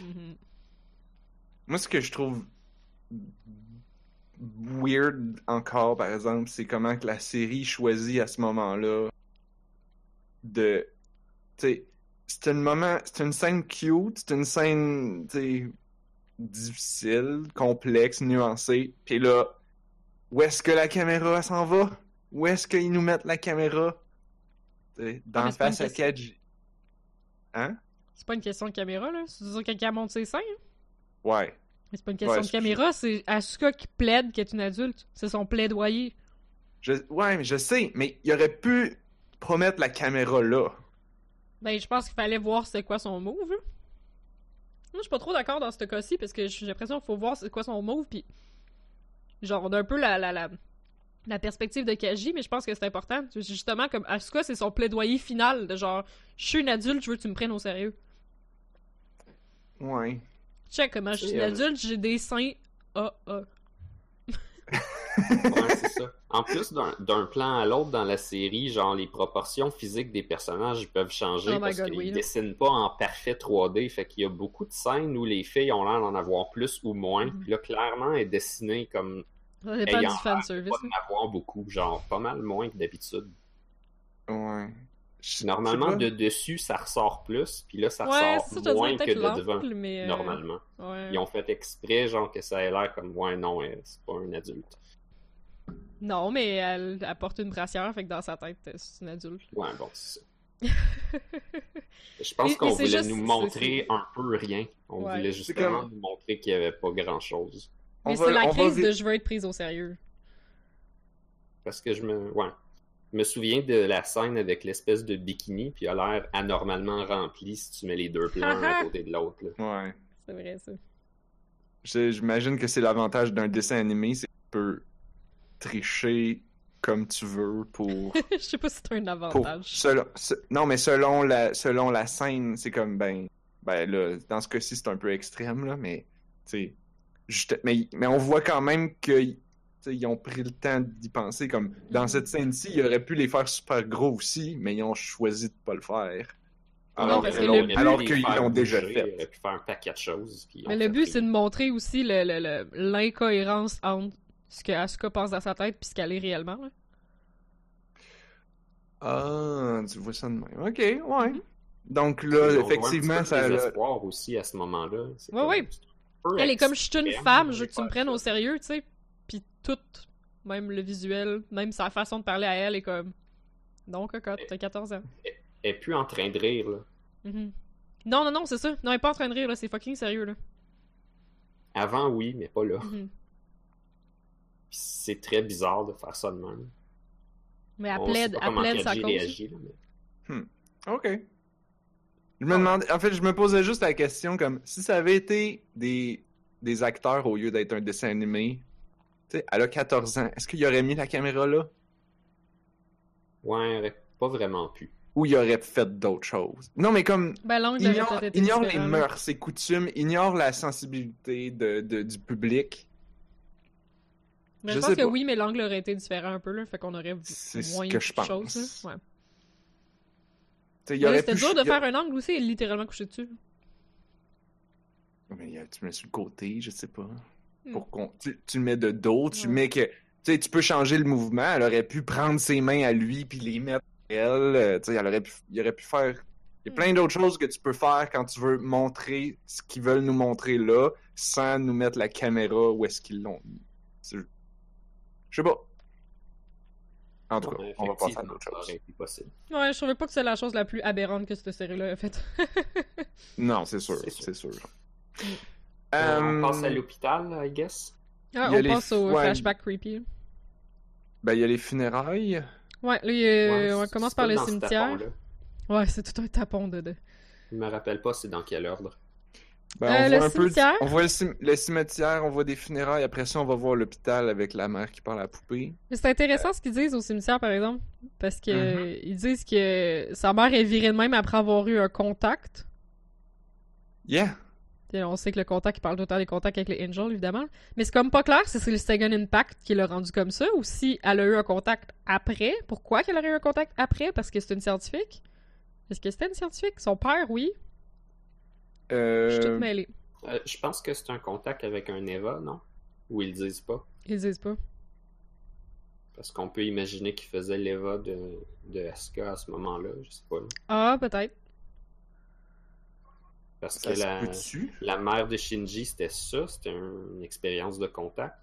Speaker 1: Mhm.
Speaker 2: Moi, ce que je trouve weird encore, par exemple, c'est comment que la série choisit à ce moment-là de. Tu sais, c'est un moment. C'est une scène cute, c'est une scène, tu sais, difficile, complexe, nuancée. Puis là, où est-ce que la caméra elle s'en va? Où est-ce qu'ils nous mettent la caméra? Tu sais,
Speaker 1: Ah,
Speaker 2: dans
Speaker 1: mais c'est pas une
Speaker 2: face à
Speaker 1: question.
Speaker 2: Cage. Hein?
Speaker 1: C'est pas une question de caméra, là. C'est sûr que quelqu'un monte ses seins. hein.
Speaker 2: Ouais.
Speaker 1: Mais c'est pas une question
Speaker 2: Ouais,
Speaker 1: de
Speaker 2: c'est-
Speaker 1: caméra, c'est Asuka qui plaide qu'elle est une adulte. C'est son plaidoyer.
Speaker 2: Je... Ouais, mais je sais, mais il aurait pu promettre la caméra là.
Speaker 1: Ben, je pense qu'il fallait voir c'est quoi son move. hein. Moi, je suis pas trop d'accord dans ce cas-ci parce que j'ai l'impression qu'il faut voir c'est quoi son move, puis genre, on a un peu la, la, la, la perspective de Kaji, mais je pense que c'est important. C'est Justement, comme Asuka, c'est son plaidoyer final de genre, je suis une adulte, je veux que tu me prennes au sérieux.
Speaker 2: Ouais.
Speaker 1: Check comment je suis
Speaker 3: Et
Speaker 1: une
Speaker 3: elle-
Speaker 1: adulte, j'ai des seins. Ah, ah.
Speaker 3: Ouais, c'est ça. En plus d'un- d'un plan à l'autre dans la série, genre les proportions physiques des personnages peuvent changer
Speaker 1: Oh my
Speaker 3: parce
Speaker 1: God,
Speaker 3: qu'ils
Speaker 1: oui, là.
Speaker 3: dessinent pas en parfait 3D. Fait qu'il y a beaucoup de scènes où les filles ont l'air d'en avoir plus ou moins.
Speaker 1: Mhm.
Speaker 3: Puis là, clairement, elles dessinée comme
Speaker 1: Ça dépend
Speaker 3: Ayant
Speaker 1: du fanservice.
Speaker 3: pas d'en avoir beaucoup, genre pas mal moins que d'habitude.
Speaker 2: Ouais. Je-
Speaker 3: Normalement,
Speaker 2: c'est pas-
Speaker 3: de dessus, ça ressort plus, puis là, ça
Speaker 1: là. Ouais,
Speaker 3: ressort
Speaker 1: ça, je te dirais
Speaker 3: moins que
Speaker 1: peut-être
Speaker 3: de devant,
Speaker 1: l'angle, mais. euh,
Speaker 3: normalement.
Speaker 1: ouais.
Speaker 3: Ils ont fait exprès, genre, que ça ait l'air comme, ouais, non, euh, c'est pas un adulte.
Speaker 1: Non, mais elle, elle porte une brassière, fait que dans sa tête, euh, c'est une adulte.
Speaker 3: Ouais, bon, c'est ça. Je pense
Speaker 1: Mais-
Speaker 3: qu'on
Speaker 1: mais c'est
Speaker 3: voulait
Speaker 1: juste-
Speaker 3: nous
Speaker 1: c'est-
Speaker 3: montrer un peu rien. On
Speaker 1: Ouais.
Speaker 3: voulait
Speaker 2: C'est
Speaker 3: justement
Speaker 2: comme-
Speaker 3: nous montrer qu'il n'y avait pas grand-chose.
Speaker 1: Mais
Speaker 2: On
Speaker 1: c'est
Speaker 2: va,
Speaker 1: la
Speaker 2: on va
Speaker 1: crise
Speaker 2: vi-
Speaker 1: de je veux être prise au sérieux.
Speaker 3: Parce que je me... Ouais. Je me souviens de la scène avec l'espèce de bikini, puis il a l'air anormalement rempli si tu mets les deux plans un à côté de l'autre. là.
Speaker 2: Ouais.
Speaker 1: C'est vrai, ça.
Speaker 2: Je- J'imagine que c'est l'avantage d'un dessin animé, c'est que tu peux tricher comme tu veux pour.
Speaker 1: Je sais pas si c'est un
Speaker 2: pour
Speaker 1: avantage.
Speaker 2: selon- se- non, mais selon la, selon la scène, c'est comme, ben. Ben là, dans ce cas-ci, c'est un peu extrême, là, mais. Tu sais. juste- Mais, mais on voit quand même que. tu sais, Ils ont pris le temps d'y penser. Comme dans cette scène-ci, ils auraient pu les faire super gros aussi, mais ils ont choisi de pas le faire.
Speaker 3: Ah,
Speaker 1: Non,
Speaker 2: Alors
Speaker 3: euh,
Speaker 1: parce
Speaker 2: que
Speaker 1: que
Speaker 2: l'on-
Speaker 1: le but-
Speaker 2: alors qu'ils l'ont déjà
Speaker 3: Il
Speaker 2: fait.
Speaker 3: aurait pu euh, faire un paquet de choses. puis ils
Speaker 1: Mais
Speaker 3: ont
Speaker 1: le
Speaker 3: fait
Speaker 1: but,
Speaker 3: des-
Speaker 1: c'est de montrer aussi le- le- le- l'incohérence entre ce que Asuka pense dans sa tête puis ce qu'elle est réellement. là.
Speaker 2: Ah, tu vois ça de même. Ok, ouais.
Speaker 1: Mhm.
Speaker 2: Donc
Speaker 3: On
Speaker 2: là,
Speaker 3: voit un
Speaker 2: effectivement,
Speaker 3: petit peu
Speaker 2: ça.
Speaker 3: de
Speaker 2: là-
Speaker 3: désespoir aussi à ce moment-là. C'est
Speaker 1: Ouais,
Speaker 3: comme-
Speaker 1: ouais.
Speaker 3: c'est un peu
Speaker 1: Elle est comme, je suis une femme, je veux que tu
Speaker 3: extrême,
Speaker 1: me prennes au sérieux, tu sais. Puis tout, même le visuel, même sa façon de parler à elle est comme... Non, cocotte, t'as 14 ans.
Speaker 3: Elle est plus en train de rire, là.
Speaker 1: Mhm. Non, non, non, c'est ça. Non, elle est pas en train de rire, là, c'est fucking sérieux, là.
Speaker 3: Avant, oui, mais pas là.
Speaker 2: Oh.
Speaker 1: Mhm.
Speaker 3: Puis c'est très bizarre de faire ça de même.
Speaker 1: Mais elle
Speaker 2: Oh,
Speaker 3: On
Speaker 1: plaide,
Speaker 3: sait pas
Speaker 1: elle
Speaker 3: comment
Speaker 1: plaide sa
Speaker 3: Kenji
Speaker 1: cause.
Speaker 3: réagit, là, mais-
Speaker 2: Ok. Je me demandais, en fait, je me posais juste la question comme si ça avait été des, des acteurs au lieu d'être un dessin animé. Tu sais, elle a 14 ans. Est-ce qu'il aurait mis la caméra là
Speaker 3: Ouais, elle aurait pas vraiment pu.
Speaker 2: ou il aurait fait d'autres choses Non, mais comme
Speaker 1: Ben, l'angle aurait
Speaker 2: ignore,
Speaker 1: peut-être été
Speaker 2: ignore les
Speaker 1: différent, là.
Speaker 2: mœurs, ses coutumes, ignore la sensibilité de, de- du public.
Speaker 1: Mais je,
Speaker 2: Je
Speaker 1: pense
Speaker 2: sais
Speaker 1: que
Speaker 2: pas.
Speaker 1: oui, mais l'angle aurait été différent un peu, là. Fait qu'on aurait vu
Speaker 2: C'est ce
Speaker 1: moins
Speaker 2: que je
Speaker 1: de
Speaker 2: pense.
Speaker 1: choses, là. Ouais.
Speaker 2: Tu sais, il
Speaker 1: Mais là,
Speaker 2: aurait
Speaker 1: C'était
Speaker 2: pu
Speaker 1: dur
Speaker 2: ch-
Speaker 1: de
Speaker 2: il a-
Speaker 1: faire un angle aussi et littéralement coucher dessus.
Speaker 2: Mais il a- tu le mets sur le côté, je sais pas.
Speaker 1: Hmm.
Speaker 2: Pour qu'on- tu, tu le mets de dos, tu
Speaker 1: Ouais.
Speaker 2: mets que. Tu sais, tu peux changer le mouvement. Elle aurait pu prendre ses mains à lui puis les mettre à elle. euh, Tu sais, elle aurait pu, il aurait pu faire. Il y a
Speaker 1: Hmm.
Speaker 2: plein d'autres choses que tu peux faire quand tu veux montrer ce qu'ils veulent nous montrer là, sans nous mettre la caméra où est-ce qu'ils l'ont mis. C'est- Je sais pas. En tout cas,
Speaker 3: Ouais,
Speaker 2: on va passer à
Speaker 3: effectivement,
Speaker 2: d'autres
Speaker 3: ça aurait
Speaker 2: choses.
Speaker 3: été possible.
Speaker 1: Ouais, je trouvais pas que c'est la chose la plus aberrante que cette série-là a faite.
Speaker 2: Non, c'est sûr,
Speaker 3: C'est sûr.
Speaker 2: c'est sûr.
Speaker 3: On
Speaker 2: Euh,
Speaker 3: passe à l'hôpital, I guess.
Speaker 1: Ah,
Speaker 2: Il y a
Speaker 1: on
Speaker 2: les
Speaker 1: passe au
Speaker 2: fois-
Speaker 1: flashback creepy.
Speaker 2: ben, il y a les funérailles.
Speaker 1: Ouais, là, il y a-
Speaker 3: Ouais,
Speaker 1: Euh, on
Speaker 3: c'est-
Speaker 1: commence
Speaker 3: c'est
Speaker 1: par
Speaker 3: pas
Speaker 1: le
Speaker 3: dans ce
Speaker 1: cimetière.
Speaker 3: tapon-là.
Speaker 1: Ouais, c'est tout un tapon de. de-
Speaker 3: Je me rappelle pas c'est dans quel ordre.
Speaker 2: Ben,
Speaker 1: Euh,
Speaker 2: on
Speaker 1: le
Speaker 2: voit un peu-
Speaker 1: cimetière?
Speaker 2: on voit le, cim- le cimetière, on voit des funérailles. Après ça, on va voir l'hôpital avec la mère qui parle à la poupée.
Speaker 1: Mais c'est intéressant ce qu'ils disent au cimetière, par exemple. Parce que
Speaker 2: Mm-hmm.
Speaker 1: euh, ils disent que sa mère est virée de même après avoir eu un contact.
Speaker 2: Yeah!
Speaker 1: Et on sait que le contact, il parle tout le temps des contacts avec les Angels, évidemment. Mais c'est comme pas clair si c'est le Second Impact qui l'a rendu comme ça ou si elle a eu un contact après. Pourquoi qu'elle aurait eu un contact après? Parce que c'est une scientifique? Est-ce que c'était une scientifique? Son père, oui.
Speaker 2: Euh,
Speaker 1: Je suis toute mêlée.
Speaker 3: Euh, je pense que c'est un contact avec un Eva, non? Ou ils le disent pas.
Speaker 1: Ils disent pas.
Speaker 3: Parce qu'on peut imaginer qu'il faisait l'Eva de, de Asuka à ce moment-là, je sais pas. là.
Speaker 1: Ah, peut-être.
Speaker 3: Parce
Speaker 2: ça
Speaker 3: que
Speaker 2: se
Speaker 3: la,
Speaker 2: peut-tu?
Speaker 3: la mère de Shinji, c'était ça, c'était un- une expérience de contact.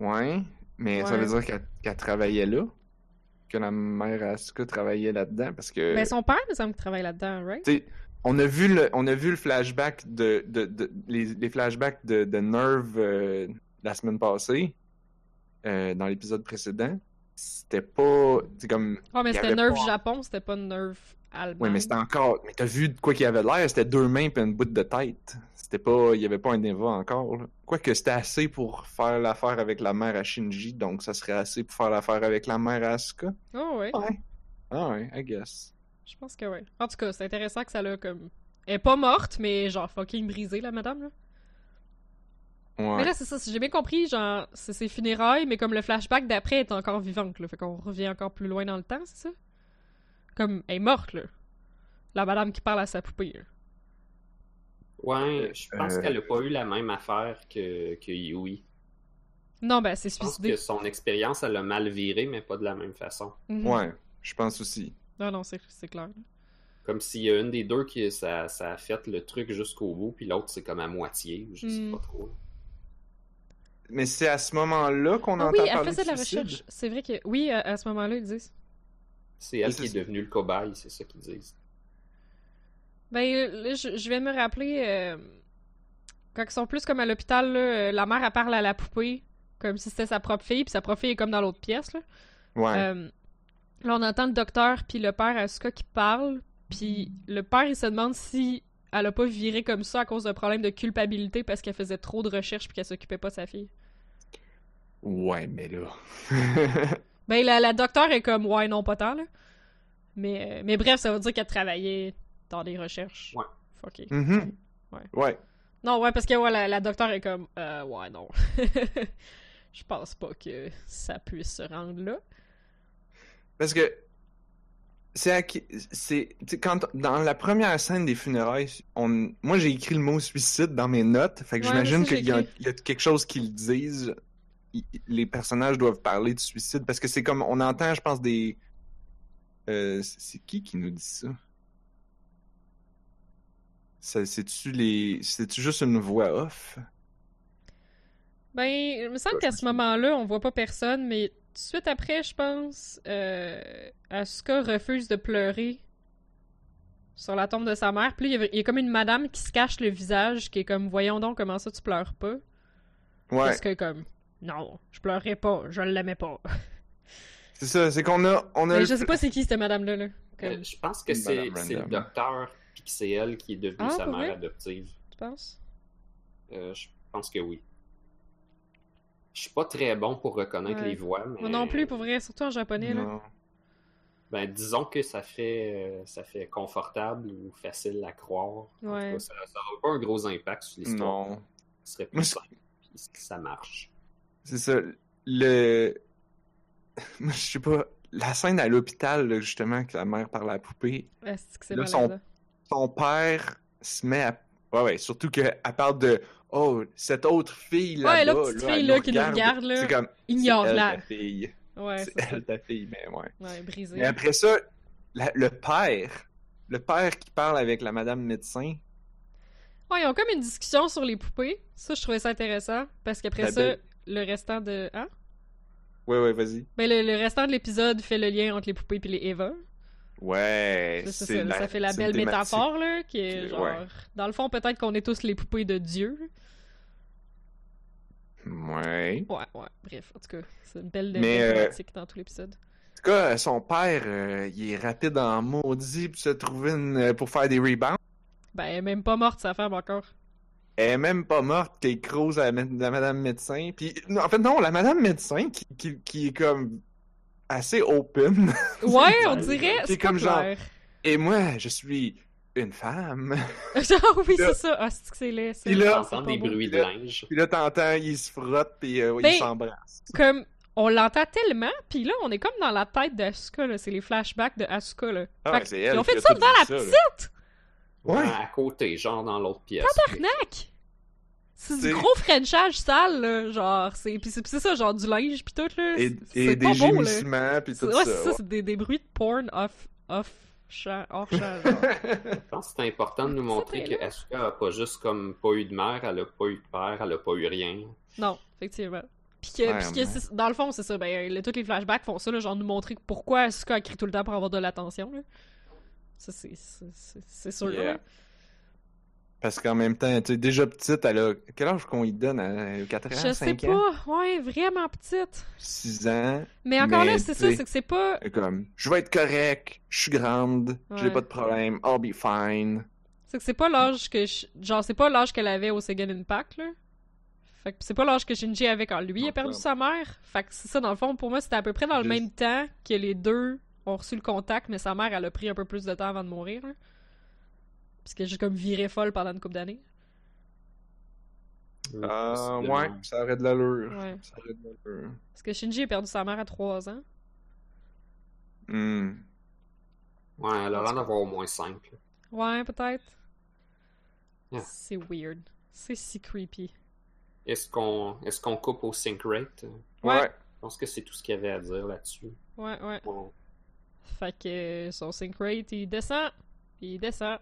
Speaker 2: Ouais, mais ça
Speaker 1: Ouais.
Speaker 2: veut dire qu'elle qu'elle travaillait là. Que la mère à Asuka travaillait là-dedans. Parce que.
Speaker 1: Ben, son père, il me semble qu'il travaille là-dedans, right?
Speaker 2: tu sais, On a, vu le, on a vu le flashback de, de, de- les, les flashbacks de, de Nerve euh, la semaine passée, euh, dans l'épisode précédent. C'était pas. C'est comme
Speaker 1: Ah, mais
Speaker 2: il y
Speaker 1: c'était
Speaker 2: avait
Speaker 1: Nerve
Speaker 2: pas-
Speaker 1: Japon, c'était pas Nerve Allemand.
Speaker 2: Oui, mais c'était encore. Mais t'as vu de quoi qu'il avait de l'air? C'était deux mains puis une bout de tête. C'était pas. Il y avait pas un Neva encore. là. Quoique c'était assez pour faire l'affaire avec la mère à Shinji, donc ça serait assez pour faire l'affaire avec la mère à Asuka.
Speaker 1: Oh, ouais.
Speaker 2: Ouais. Ah ouais, I guess.
Speaker 1: Je pense que ouais. En tout cas, c'est intéressant que ça l'a comme. Elle est pas morte, mais genre fucking brisée, la madame, là. Mais
Speaker 2: Ouais.
Speaker 1: là, c'est ça, si j'ai bien compris, genre, c'est ses funérailles, mais comme le flashback d'après est encore vivante, là. Fait qu'on revient encore plus loin dans le temps, c'est ça? Comme, elle est morte, là. La madame qui parle à sa poupée, là.
Speaker 3: Ouais, je pense
Speaker 2: Euh,
Speaker 3: qu'elle a pas eu la même affaire que, que Yui.
Speaker 1: Non, ben, c'est
Speaker 3: Je pense que
Speaker 1: suicidée.
Speaker 3: son expérience, elle a mal viré, mais pas de la même façon.
Speaker 1: Mhm.
Speaker 2: Ouais, je pense aussi.
Speaker 1: Non, non, c'est c'est clair. là.
Speaker 3: Comme s'il y a une des deux qui ça, ça a fait le truc jusqu'au bout, puis l'autre c'est comme à moitié, ou je sais
Speaker 1: Hmm.
Speaker 3: pas trop.
Speaker 2: Mais c'est à ce moment-là qu'on
Speaker 1: Ah
Speaker 2: entend
Speaker 1: oui, elle
Speaker 2: parler
Speaker 1: faisait de la
Speaker 2: suicide.
Speaker 1: recherche. C'est vrai que, oui, à, à ce moment-là, ils disent.
Speaker 3: C'est elle
Speaker 2: Oui,
Speaker 3: qui est
Speaker 2: c'est ça.
Speaker 3: devenue le cobaye, c'est ça qu'ils disent.
Speaker 1: Ben, là, je, je vais me rappeler, euh, quand ils sont plus comme à l'hôpital, là, euh, la mère, elle parle à la poupée, comme si c'était sa propre fille, puis sa propre fille est comme dans l'autre pièce, là.
Speaker 2: Ouais.
Speaker 1: Euh, là, on entend le docteur puis le père Asuka qui parlent, puis le père, il se demande si elle a pas viré comme ça à cause d'un problème de culpabilité parce qu'elle faisait trop de recherches puis qu'elle s'occupait pas de sa fille.
Speaker 2: Ouais, mais là.
Speaker 1: Ben, la, la docteur est comme, ouais, non, pas tant, là. Mais, euh, mais bref, ça veut dire qu'elle travaillait dans des recherches.
Speaker 3: Ouais.
Speaker 1: Fucké.
Speaker 2: Mhm.
Speaker 1: Ouais.
Speaker 2: Ouais.
Speaker 1: Non, ouais, parce que ouais, la, la docteur est comme, euh, ouais, non. Je pense pas que ça puisse se rendre là.
Speaker 2: Parce que. C'est à qui. C'est. tu sais, quand. Dans la première scène des funérailles, on... moi j'ai écrit le mot suicide dans mes notes. Fait que
Speaker 1: Ouais,
Speaker 2: j'imagine
Speaker 1: moi aussi,
Speaker 2: qu'il
Speaker 1: j'ai
Speaker 2: y, a-
Speaker 1: écrit.
Speaker 2: il y a quelque chose qu'ils disent. I- Les personnages doivent parler de suicide. Parce que c'est comme. On entend, je pense, des. Euh, c'est qui qui nous dit ça? Ça- C'est-tu les. C'est-tu juste une voix off?
Speaker 1: Ben, il me semble
Speaker 2: Ouais,
Speaker 1: qu'à
Speaker 2: je
Speaker 1: ce
Speaker 2: me souviens.
Speaker 1: moment-là, on voit pas personne, mais tout de suite après, je pense, euh, Asuka refuse de pleurer sur la tombe de sa mère. Puis là, il y a- il y, a comme une madame qui se cache le visage, qui est comme, voyons donc, comment ça tu pleures pas?
Speaker 2: Ouais.
Speaker 1: Parce que comme, non, je pleurerai pas, je l'aimais pas.
Speaker 2: C'est ça, c'est qu'on a, on a
Speaker 1: Mais
Speaker 2: le-
Speaker 1: Ben, je sais pas c'est qui cette madame-là, là. Comme,
Speaker 3: Euh, je pense que
Speaker 2: Une
Speaker 3: c'est
Speaker 2: madame
Speaker 3: c'est le
Speaker 2: random.
Speaker 3: docteur, puis que c'est elle qui est devenue
Speaker 1: Ah,
Speaker 3: sa
Speaker 1: pour
Speaker 3: mère
Speaker 1: vrai?
Speaker 3: adoptive.
Speaker 1: tu penses?
Speaker 3: Euh, je pense que oui. Je suis pas très bon pour reconnaître
Speaker 1: Ouais.
Speaker 3: les voix, mais.
Speaker 1: Moi non plus, pour vrai, surtout en japonais, là.
Speaker 2: Non.
Speaker 3: Ben, disons que ça fait, euh, ça fait confortable ou facile à croire. En
Speaker 1: Ouais.
Speaker 3: tout cas, ça n'aura pas un gros impact sur l'histoire.
Speaker 2: Non.
Speaker 3: Ce serait
Speaker 2: Moi,
Speaker 3: plus
Speaker 2: je-
Speaker 3: simple puis ça marche.
Speaker 2: C'est ça. Le. Moi, Je sais pas. La scène à l'hôpital, là, justement, que la mère parle à la poupée,
Speaker 1: Ah, c'est que c'est
Speaker 2: Là,
Speaker 1: malade,
Speaker 2: son-
Speaker 1: là.
Speaker 2: son père se met à. Ouais, ouais, surtout qu'elle parle de. Oh, cette autre fille là.
Speaker 1: Ouais, l'autre petite fille, là, qui nous regarde, là.
Speaker 2: C'est comme. C'est
Speaker 1: Ignore-la.
Speaker 2: elle, ta fille.
Speaker 1: Ouais,
Speaker 2: c'est
Speaker 1: c'est ça.
Speaker 2: elle, ta fille, mais ouais.
Speaker 1: Ouais, brisé.
Speaker 2: Mais après ça, la- le père. Le père qui parle avec la madame médecin.
Speaker 1: Ouais, ils ont comme une discussion sur les poupées. Ça, je trouvais ça intéressant. Parce qu'après
Speaker 2: La
Speaker 1: ça,
Speaker 2: belle-
Speaker 1: le restant de. Hein?
Speaker 2: Ouais, ouais, vas-y.
Speaker 1: Ben, le, le restant de l'épisode fait le lien entre les poupées et les Eva.
Speaker 2: Ouais.
Speaker 1: Ça, ça,
Speaker 2: c'est
Speaker 1: ça, ça fait la
Speaker 2: c'est une
Speaker 1: belle
Speaker 2: thématique.
Speaker 1: métaphore, là. Qui est
Speaker 2: Puis,
Speaker 1: genre.
Speaker 2: ouais.
Speaker 1: Dans le fond, peut-être qu'on est tous les poupées de Dieu.
Speaker 2: Ouais.
Speaker 1: Ouais, ouais, bref. En tout cas, c'est une belle,
Speaker 2: Mais,
Speaker 1: belle
Speaker 2: euh,
Speaker 1: thématique dans tout l'épisode.
Speaker 2: En tout cas, son père, euh, il est rapide en maudit pour se trouver une, euh, pour faire des rebounds.
Speaker 1: Ben, elle est même pas morte, sa femme, encore.
Speaker 2: Elle est même pas morte, t'es crouse à la, ma- la madame médecin. Puis, non, en fait, non, la madame médecin qui, qui, qui est comme assez open.
Speaker 1: Ouais, on
Speaker 3: bizarre.
Speaker 1: dirait.
Speaker 2: C'est
Speaker 1: C'est comme
Speaker 2: comme genre-
Speaker 1: clair.
Speaker 2: Et moi, je suis une femme.
Speaker 1: genre. oui,
Speaker 2: Là-
Speaker 1: c'est ça. Ah, c'est que c'est laid. ça.
Speaker 2: Puis là-
Speaker 1: Ah, c'est
Speaker 3: T'entends
Speaker 1: pas
Speaker 3: des
Speaker 1: beau.
Speaker 2: Euh,
Speaker 3: bruits de linge.
Speaker 2: Puis là, t'entends, il se frotte, puis euh,
Speaker 1: Ben-
Speaker 2: il s'embrasse.
Speaker 1: comme on l'entend tellement, puis là on est comme dans la tête d'Asuka là, c'est les flashbacks de Asuka là.
Speaker 2: Ah
Speaker 1: Fait
Speaker 2: ouais,
Speaker 1: que-
Speaker 2: c'est elle
Speaker 1: ils ont
Speaker 2: qui
Speaker 1: fait
Speaker 2: a
Speaker 1: ça
Speaker 2: tout
Speaker 1: devant
Speaker 2: dit
Speaker 1: la
Speaker 2: ça, là.
Speaker 1: petite
Speaker 2: Ouais.
Speaker 3: À côté, genre dans l'autre pièce.
Speaker 1: Arnaque! C'est du
Speaker 2: C'est-
Speaker 1: gros frenchage sale là, genre c'est puis c'est puis c'est ça genre du linge puis tout là.
Speaker 2: Et,
Speaker 1: C'est-
Speaker 2: et
Speaker 1: c'est
Speaker 2: des
Speaker 1: pas beau là.
Speaker 2: gémissements, puis
Speaker 1: C'est-
Speaker 2: tout
Speaker 1: ouais,
Speaker 2: ça.
Speaker 1: c'est ça,
Speaker 2: ouais.
Speaker 1: c'est des, des bruits de porn off off champ, hors champ, genre.
Speaker 3: Je pense que c'est important de nous montrer
Speaker 1: t'es
Speaker 3: que
Speaker 1: là.
Speaker 3: Asuka n'a pas juste comme pas eu de mère, elle a pas eu de père, elle a pas eu rien.
Speaker 1: Non, effectivement. Puis que,
Speaker 2: Ouais,
Speaker 1: puis que
Speaker 2: mais-
Speaker 1: c'est- dans le fond, c'est ça. Ben, le- tous les flashbacks font ça, là, genre nous montrer pourquoi Asuka crie tout le temps pour avoir de l'attention. là. Ça, c'est- c'est c'est- c'est sûr.
Speaker 2: Yeah.
Speaker 1: là.
Speaker 2: Parce qu'en même temps, tu sais, déjà petite, elle a. Quel âge qu'on lui donne? Elle a 4 ans,
Speaker 1: Je
Speaker 2: 5
Speaker 1: sais
Speaker 2: ans,
Speaker 1: pas, ouais, vraiment petite.
Speaker 2: 6 ans.
Speaker 1: Mais encore
Speaker 2: Mais,
Speaker 1: là, c'est
Speaker 2: tu
Speaker 1: ça,
Speaker 2: sais-
Speaker 1: c'est que c'est pas.
Speaker 2: Et comme je vais être correct, je suis grande, j'ai
Speaker 1: Ouais.
Speaker 2: pas de problème, I'll be fine.
Speaker 1: C'est que c'est pas l'âge que. je- Genre, c'est pas l'âge qu'elle avait au Second Impact, là. Fait que c'est pas l'âge que Shinji avait quand lui a
Speaker 2: Non,
Speaker 1: perdu
Speaker 2: ça-
Speaker 1: sa mère. Fait que c'est ça, dans le fond, pour moi, c'était à peu près dans le
Speaker 2: Je-
Speaker 1: même temps que les deux ont reçu le contact, mais sa mère, elle a pris un peu plus de temps avant de mourir, là. Parce qu'elle a juste comme viré folle pendant une couple d'années.
Speaker 2: Ah
Speaker 3: Possiblement.
Speaker 2: ouais, ça aurait de l'allure.
Speaker 1: Ouais.
Speaker 2: Ça aurait de l'allure.
Speaker 1: Parce que Shinji a perdu sa mère à 3 ans.
Speaker 2: Hmm.
Speaker 3: Ouais, elle a l'air d'avoir au moins 5.
Speaker 1: Ouais, peut-être.
Speaker 3: Ouais.
Speaker 1: C'est weird. C'est si creepy.
Speaker 3: Est-ce qu'on est qu'on coupe au sync rate?
Speaker 1: Ouais.
Speaker 2: Ouais.
Speaker 3: Je pense que c'est tout ce qu'il y avait à dire là-dessus.
Speaker 1: Ouais, ouais.
Speaker 3: On-
Speaker 1: Fait que euh, son sync rate, il descend. Il descend.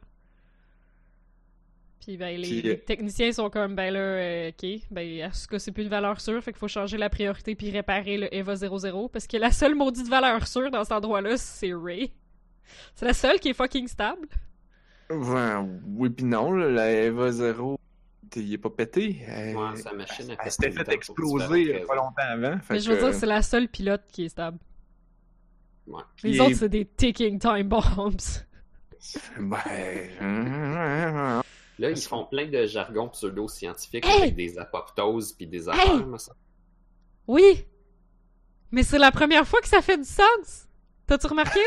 Speaker 1: Puis ben, les,
Speaker 2: Puis,
Speaker 1: les
Speaker 2: euh,
Speaker 1: techniciens sont comme, ben là, euh, ok, ben à ce cas, c'est plus une valeur sûre, fait qu'il faut changer la priorité puis réparer le EVA 00, parce que la seule maudite valeur sûre dans cet endroit-là, c'est Ray. C'est la seule qui est fucking stable.
Speaker 2: Ben, oui pis non, là, la Eva 0, il est pas pété. Elle,
Speaker 3: Ouais, sa machine a
Speaker 2: Euh, elle s'était
Speaker 3: tout le
Speaker 2: fait
Speaker 3: temps pour
Speaker 2: exploser
Speaker 3: différentes
Speaker 2: euh, pas longtemps avant. fait
Speaker 1: Mais je veux
Speaker 2: que-
Speaker 1: dire, c'est la seule pilote qui est stable.
Speaker 3: raisons. Ouais.
Speaker 1: Les
Speaker 2: Puis-
Speaker 1: autres, c'est des ticking time bombs.
Speaker 2: Ben...
Speaker 3: Là, ils font plein de jargon pseudo-scientifique
Speaker 1: Hey!
Speaker 3: avec des apoptoses puis des affaires, me semble.
Speaker 1: Oui! Mais c'est la première fois que ça fait du sens! T'as-tu remarqué?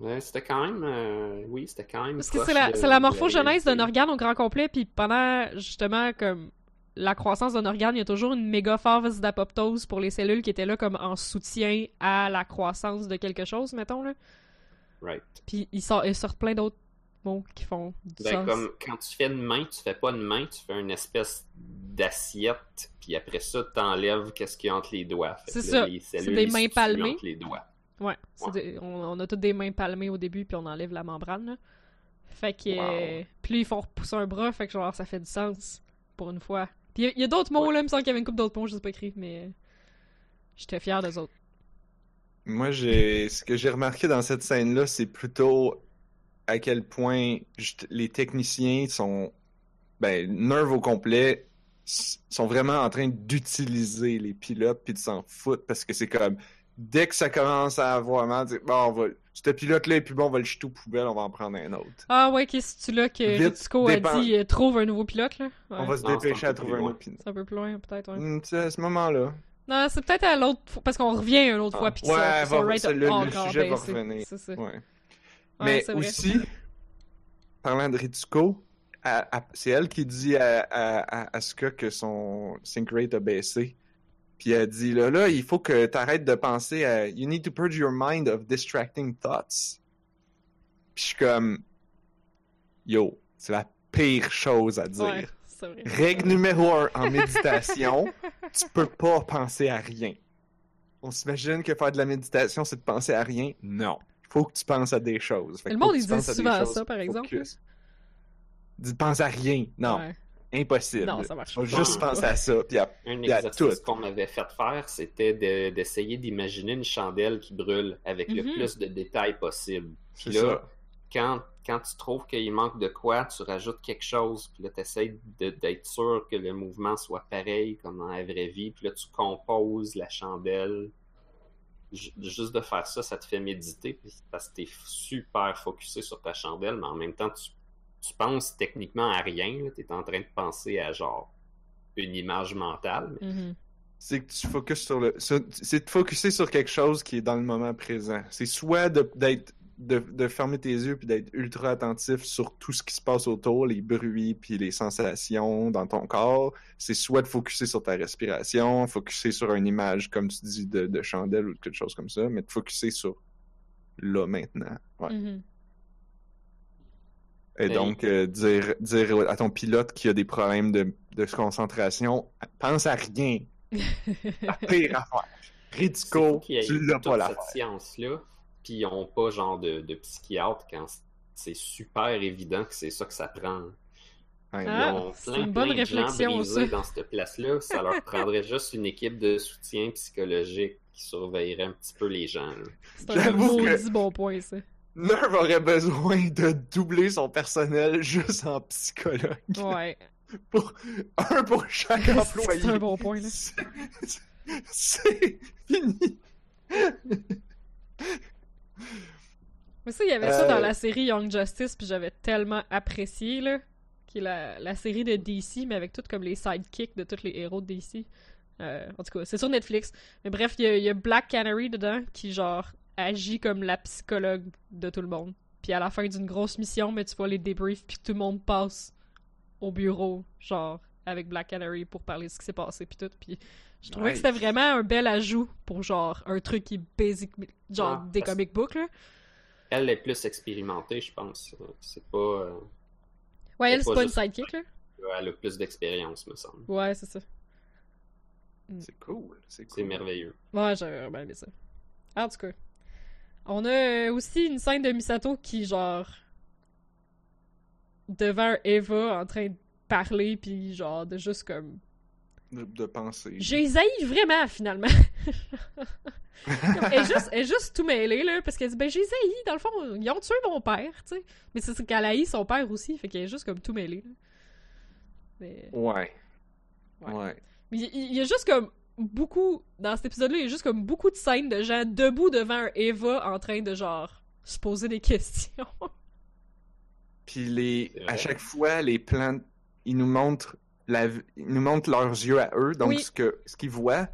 Speaker 3: Ouais, c'était quand même. euh, oui, c'était quand même.
Speaker 1: Parce que
Speaker 3: proche
Speaker 1: c'est la,
Speaker 3: de-
Speaker 1: c'est la
Speaker 3: de la
Speaker 1: morphogenèse
Speaker 3: réalité.
Speaker 1: d'un organe au grand complet, puis pendant justement comme la croissance d'un organe, il y a toujours une méga phase d'apoptose pour les cellules qui étaient là comme en soutien à la croissance de quelque chose, mettons là.
Speaker 3: Right.
Speaker 1: Puis ils sortent, ils sortent plein d'autres mots qui font du
Speaker 3: Ben,
Speaker 1: sens.
Speaker 3: comme quand tu fais une main, tu fais pas une main, tu fais une espèce d'assiette, puis après ça, t'enlèves qu'est-ce qu'il y a entre les doigts. Fait que
Speaker 1: C'est
Speaker 3: là,
Speaker 1: ça.
Speaker 3: les
Speaker 1: C'est
Speaker 3: cellules,
Speaker 1: des
Speaker 3: ils se
Speaker 1: mains
Speaker 3: tuent
Speaker 1: palmées.
Speaker 3: Entre les doigts.
Speaker 1: Ouais, c'est des- on, on a toutes des mains palmées au début, puis on enlève la membrane. Là. Fait que.
Speaker 3: Wow.
Speaker 1: euh, puis là, ils font repousser un bras, fait que genre, ça fait du sens pour une fois. Puis il y a- il y a, d'autres mots,
Speaker 3: Ouais.
Speaker 1: là, il me semble qu'il y avait une couple d'autres mots, je sais pas écrire, mais. euh, J'étais fière d'eux autres.
Speaker 2: Moi, j'ai ce que j'ai remarqué dans cette scène-là, c'est plutôt à quel point juste- les techniciens sont ben nerfs au complet, s- sont vraiment en train d'utiliser les pilotes puis de s'en foutre parce que c'est comme dès que ça commence à avoir mal, tu dis, bon, on va ce pilote-là est plus bon, on va le jeter aux poubelles, on va en prendre un autre.
Speaker 1: Ah ouais, qu'est-ce que tu là que
Speaker 2: Vite,
Speaker 1: Ritsuko a
Speaker 2: dépend-
Speaker 1: dit euh, trouve un nouveau pilote là Ouais.
Speaker 2: On va se
Speaker 3: Non, Ah, c'est un
Speaker 2: dépêcher
Speaker 3: peu
Speaker 2: à
Speaker 3: plus
Speaker 2: trouver un
Speaker 3: loin.
Speaker 2: autre pilote.
Speaker 1: C'est un peu plus loin peut-être. ouais.
Speaker 2: Hum, C'est à ce moment-là.
Speaker 1: Non, c'est peut-être à l'autre fois parce qu'on revient une autre
Speaker 2: Ah.
Speaker 1: fois puis que
Speaker 2: Ouais,
Speaker 1: son-
Speaker 2: va-
Speaker 1: son rate a
Speaker 2: le- le
Speaker 1: encore
Speaker 2: sujet va
Speaker 1: baissé.
Speaker 2: revenir.
Speaker 1: C'est ça.
Speaker 2: Ouais.
Speaker 1: Ouais,
Speaker 2: Mais
Speaker 1: c'est vrai.
Speaker 2: aussi, parlant de Ritsuko, à- à- c'est elle qui dit à, à, à Asuka que son sync rate a baissé. Puis elle dit là, là, il faut que tu arrêtes de penser à You need to purge your mind of distracting thoughts. Puis je suis comme Yo, c'est la pire chose à dire.
Speaker 1: Ouais, c'est vrai.
Speaker 2: Règle numéro un en méditation, tu peux pas penser à rien. On s'imagine que faire de la méditation, c'est de penser à rien. Non. Il faut que tu penses à des choses. Fait que
Speaker 1: Le
Speaker 2: faut
Speaker 1: monde,
Speaker 2: que
Speaker 1: ils
Speaker 2: tu penses
Speaker 1: disent
Speaker 2: à des
Speaker 1: souvent
Speaker 2: choses,
Speaker 1: ça, par exemple,
Speaker 2: focus. Dis, pense à rien. Non,
Speaker 1: Ouais.
Speaker 2: impossible.
Speaker 1: Non, ça marche
Speaker 2: Faut
Speaker 1: pas.
Speaker 2: juste penser à ça. Puis à-
Speaker 3: Un
Speaker 2: Il y a
Speaker 3: exercice
Speaker 2: tout.
Speaker 3: qu'on m'avait fait faire, c'était de- d'essayer d'imaginer une chandelle qui brûle avec
Speaker 1: Mhm.
Speaker 3: le plus de détails possible.
Speaker 2: c'est
Speaker 3: là,
Speaker 2: ça.
Speaker 3: Quand, quand tu trouves qu'il manque de quoi, tu rajoutes quelque chose, puis là, tu essaies d'être sûr que le mouvement soit pareil comme dans la vraie vie, puis là, tu composes la chandelle. Ju- Juste de faire ça, ça te fait méditer, puis parce que tu es super focusé sur ta chandelle, mais en même temps, tu, tu penses techniquement à rien. Tu es en train de penser à genre une image mentale, mais
Speaker 1: Mhm.
Speaker 2: C'est que tu focuses sur le. sur- C'est de focuser sur quelque chose qui est dans le moment présent. C'est soit de- d'être. De, de fermer tes yeux puis d'être ultra attentif sur tout ce qui se passe autour, les bruits puis les sensations dans ton corps. C'est soit de focuser sur ta respiration, focuser sur une image, comme tu dis, de, de chandelle ou de quelque chose comme ça, mais de focuser sur là maintenant. Ouais.
Speaker 1: Mhm.
Speaker 2: Et
Speaker 3: Ben,
Speaker 2: donc, euh, dire, dire à ton pilote qui a des problèmes de, de concentration, pense à rien. La pire affaire.
Speaker 3: C'est fou
Speaker 2: Ridicule,
Speaker 3: qu'il y ait
Speaker 2: tu l'as
Speaker 3: toute
Speaker 2: pas la
Speaker 3: cette science-là, puis ils ont pas genre de, de psychiatre quand c'est super évident que c'est ça que ça prend.
Speaker 2: Ouais,
Speaker 3: Ils
Speaker 1: Ah,
Speaker 3: ont
Speaker 1: c'est une bonne
Speaker 3: de gens
Speaker 1: réflexion,
Speaker 3: brisés
Speaker 1: ça.
Speaker 3: dans cette place-là, ça leur prendrait juste une équipe de soutien psychologique qui surveillerait un petit peu les gens. là.
Speaker 1: C'est un
Speaker 2: J'avoue que-
Speaker 1: maudit bon point, ça.
Speaker 2: Nerve aurait besoin de doubler son personnel juste en psychologue.
Speaker 1: Ouais.
Speaker 2: Pour... Un pour chaque employé.
Speaker 1: C'est un bon point, là.
Speaker 2: C'est- C'est fini.
Speaker 1: Mais ça, il y avait ça
Speaker 2: Euh,
Speaker 1: dans la série Young Justice, puis j'avais tellement apprécié, là, qui est la, la série de DC, mais avec toutes comme les sidekicks de tous les héros de DC. Euh, en tout cas, c'est sur Netflix. Mais bref, il y, a- il y a Black Canary dedans qui, genre, agit comme la psychologue de tout le monde. Puis à la fin d'une grosse mission, mais tu vois les débriefs, puis tout le monde passe au bureau, genre, avec Black Canary pour parler de ce qui s'est passé, puis tout. Puis je trouvais que
Speaker 2: Nice.
Speaker 1: c'était vraiment un bel ajout pour, genre, un truc qui est basic, genre,
Speaker 3: Ah,
Speaker 1: des
Speaker 3: parce-
Speaker 1: comic books, là.
Speaker 3: Elle est plus expérimentée, je pense. C'est pas. euh,
Speaker 1: Ouais, elle,
Speaker 3: C'est
Speaker 1: c'est
Speaker 3: pas
Speaker 1: pas une
Speaker 3: juste-
Speaker 1: sidekick, là.
Speaker 3: elle a plus d'expérience, me semble.
Speaker 1: Ouais, c'est ça.
Speaker 2: C'est cool. C'est
Speaker 3: C'est
Speaker 2: cool.
Speaker 3: merveilleux.
Speaker 1: Ouais, j'avais vraiment aimé ça. En tout cas, on a euh, aussi une scène de Misato qui, genre, devant Eva en train de parler, puis genre, de juste comme.
Speaker 2: de, de penser.
Speaker 1: J'ai haï vraiment, finalement. elle, est juste, elle est juste tout mêlée, là, parce qu'elle dit, ben, j'ai haï, dans le fond, ils ont tué mon père, tu sais. Mais c'est c'est qu'elle haït son père aussi, fait qu'elle est juste comme tout mêlée, là. Mais,
Speaker 2: Ouais.
Speaker 1: Ouais.
Speaker 2: Ouais.
Speaker 1: mais il, il- il y a juste comme beaucoup, dans cet épisode-là, il y a juste comme beaucoup de scènes de gens debout devant un Eva en train de, genre, se poser des questions.
Speaker 2: Puis les,
Speaker 3: C'est vrai.
Speaker 2: à chaque fois, les plans, ils nous montrent la, v- ils nous montrent leurs yeux à eux, donc
Speaker 1: Oui.
Speaker 2: ce que, ce qu'ils voient.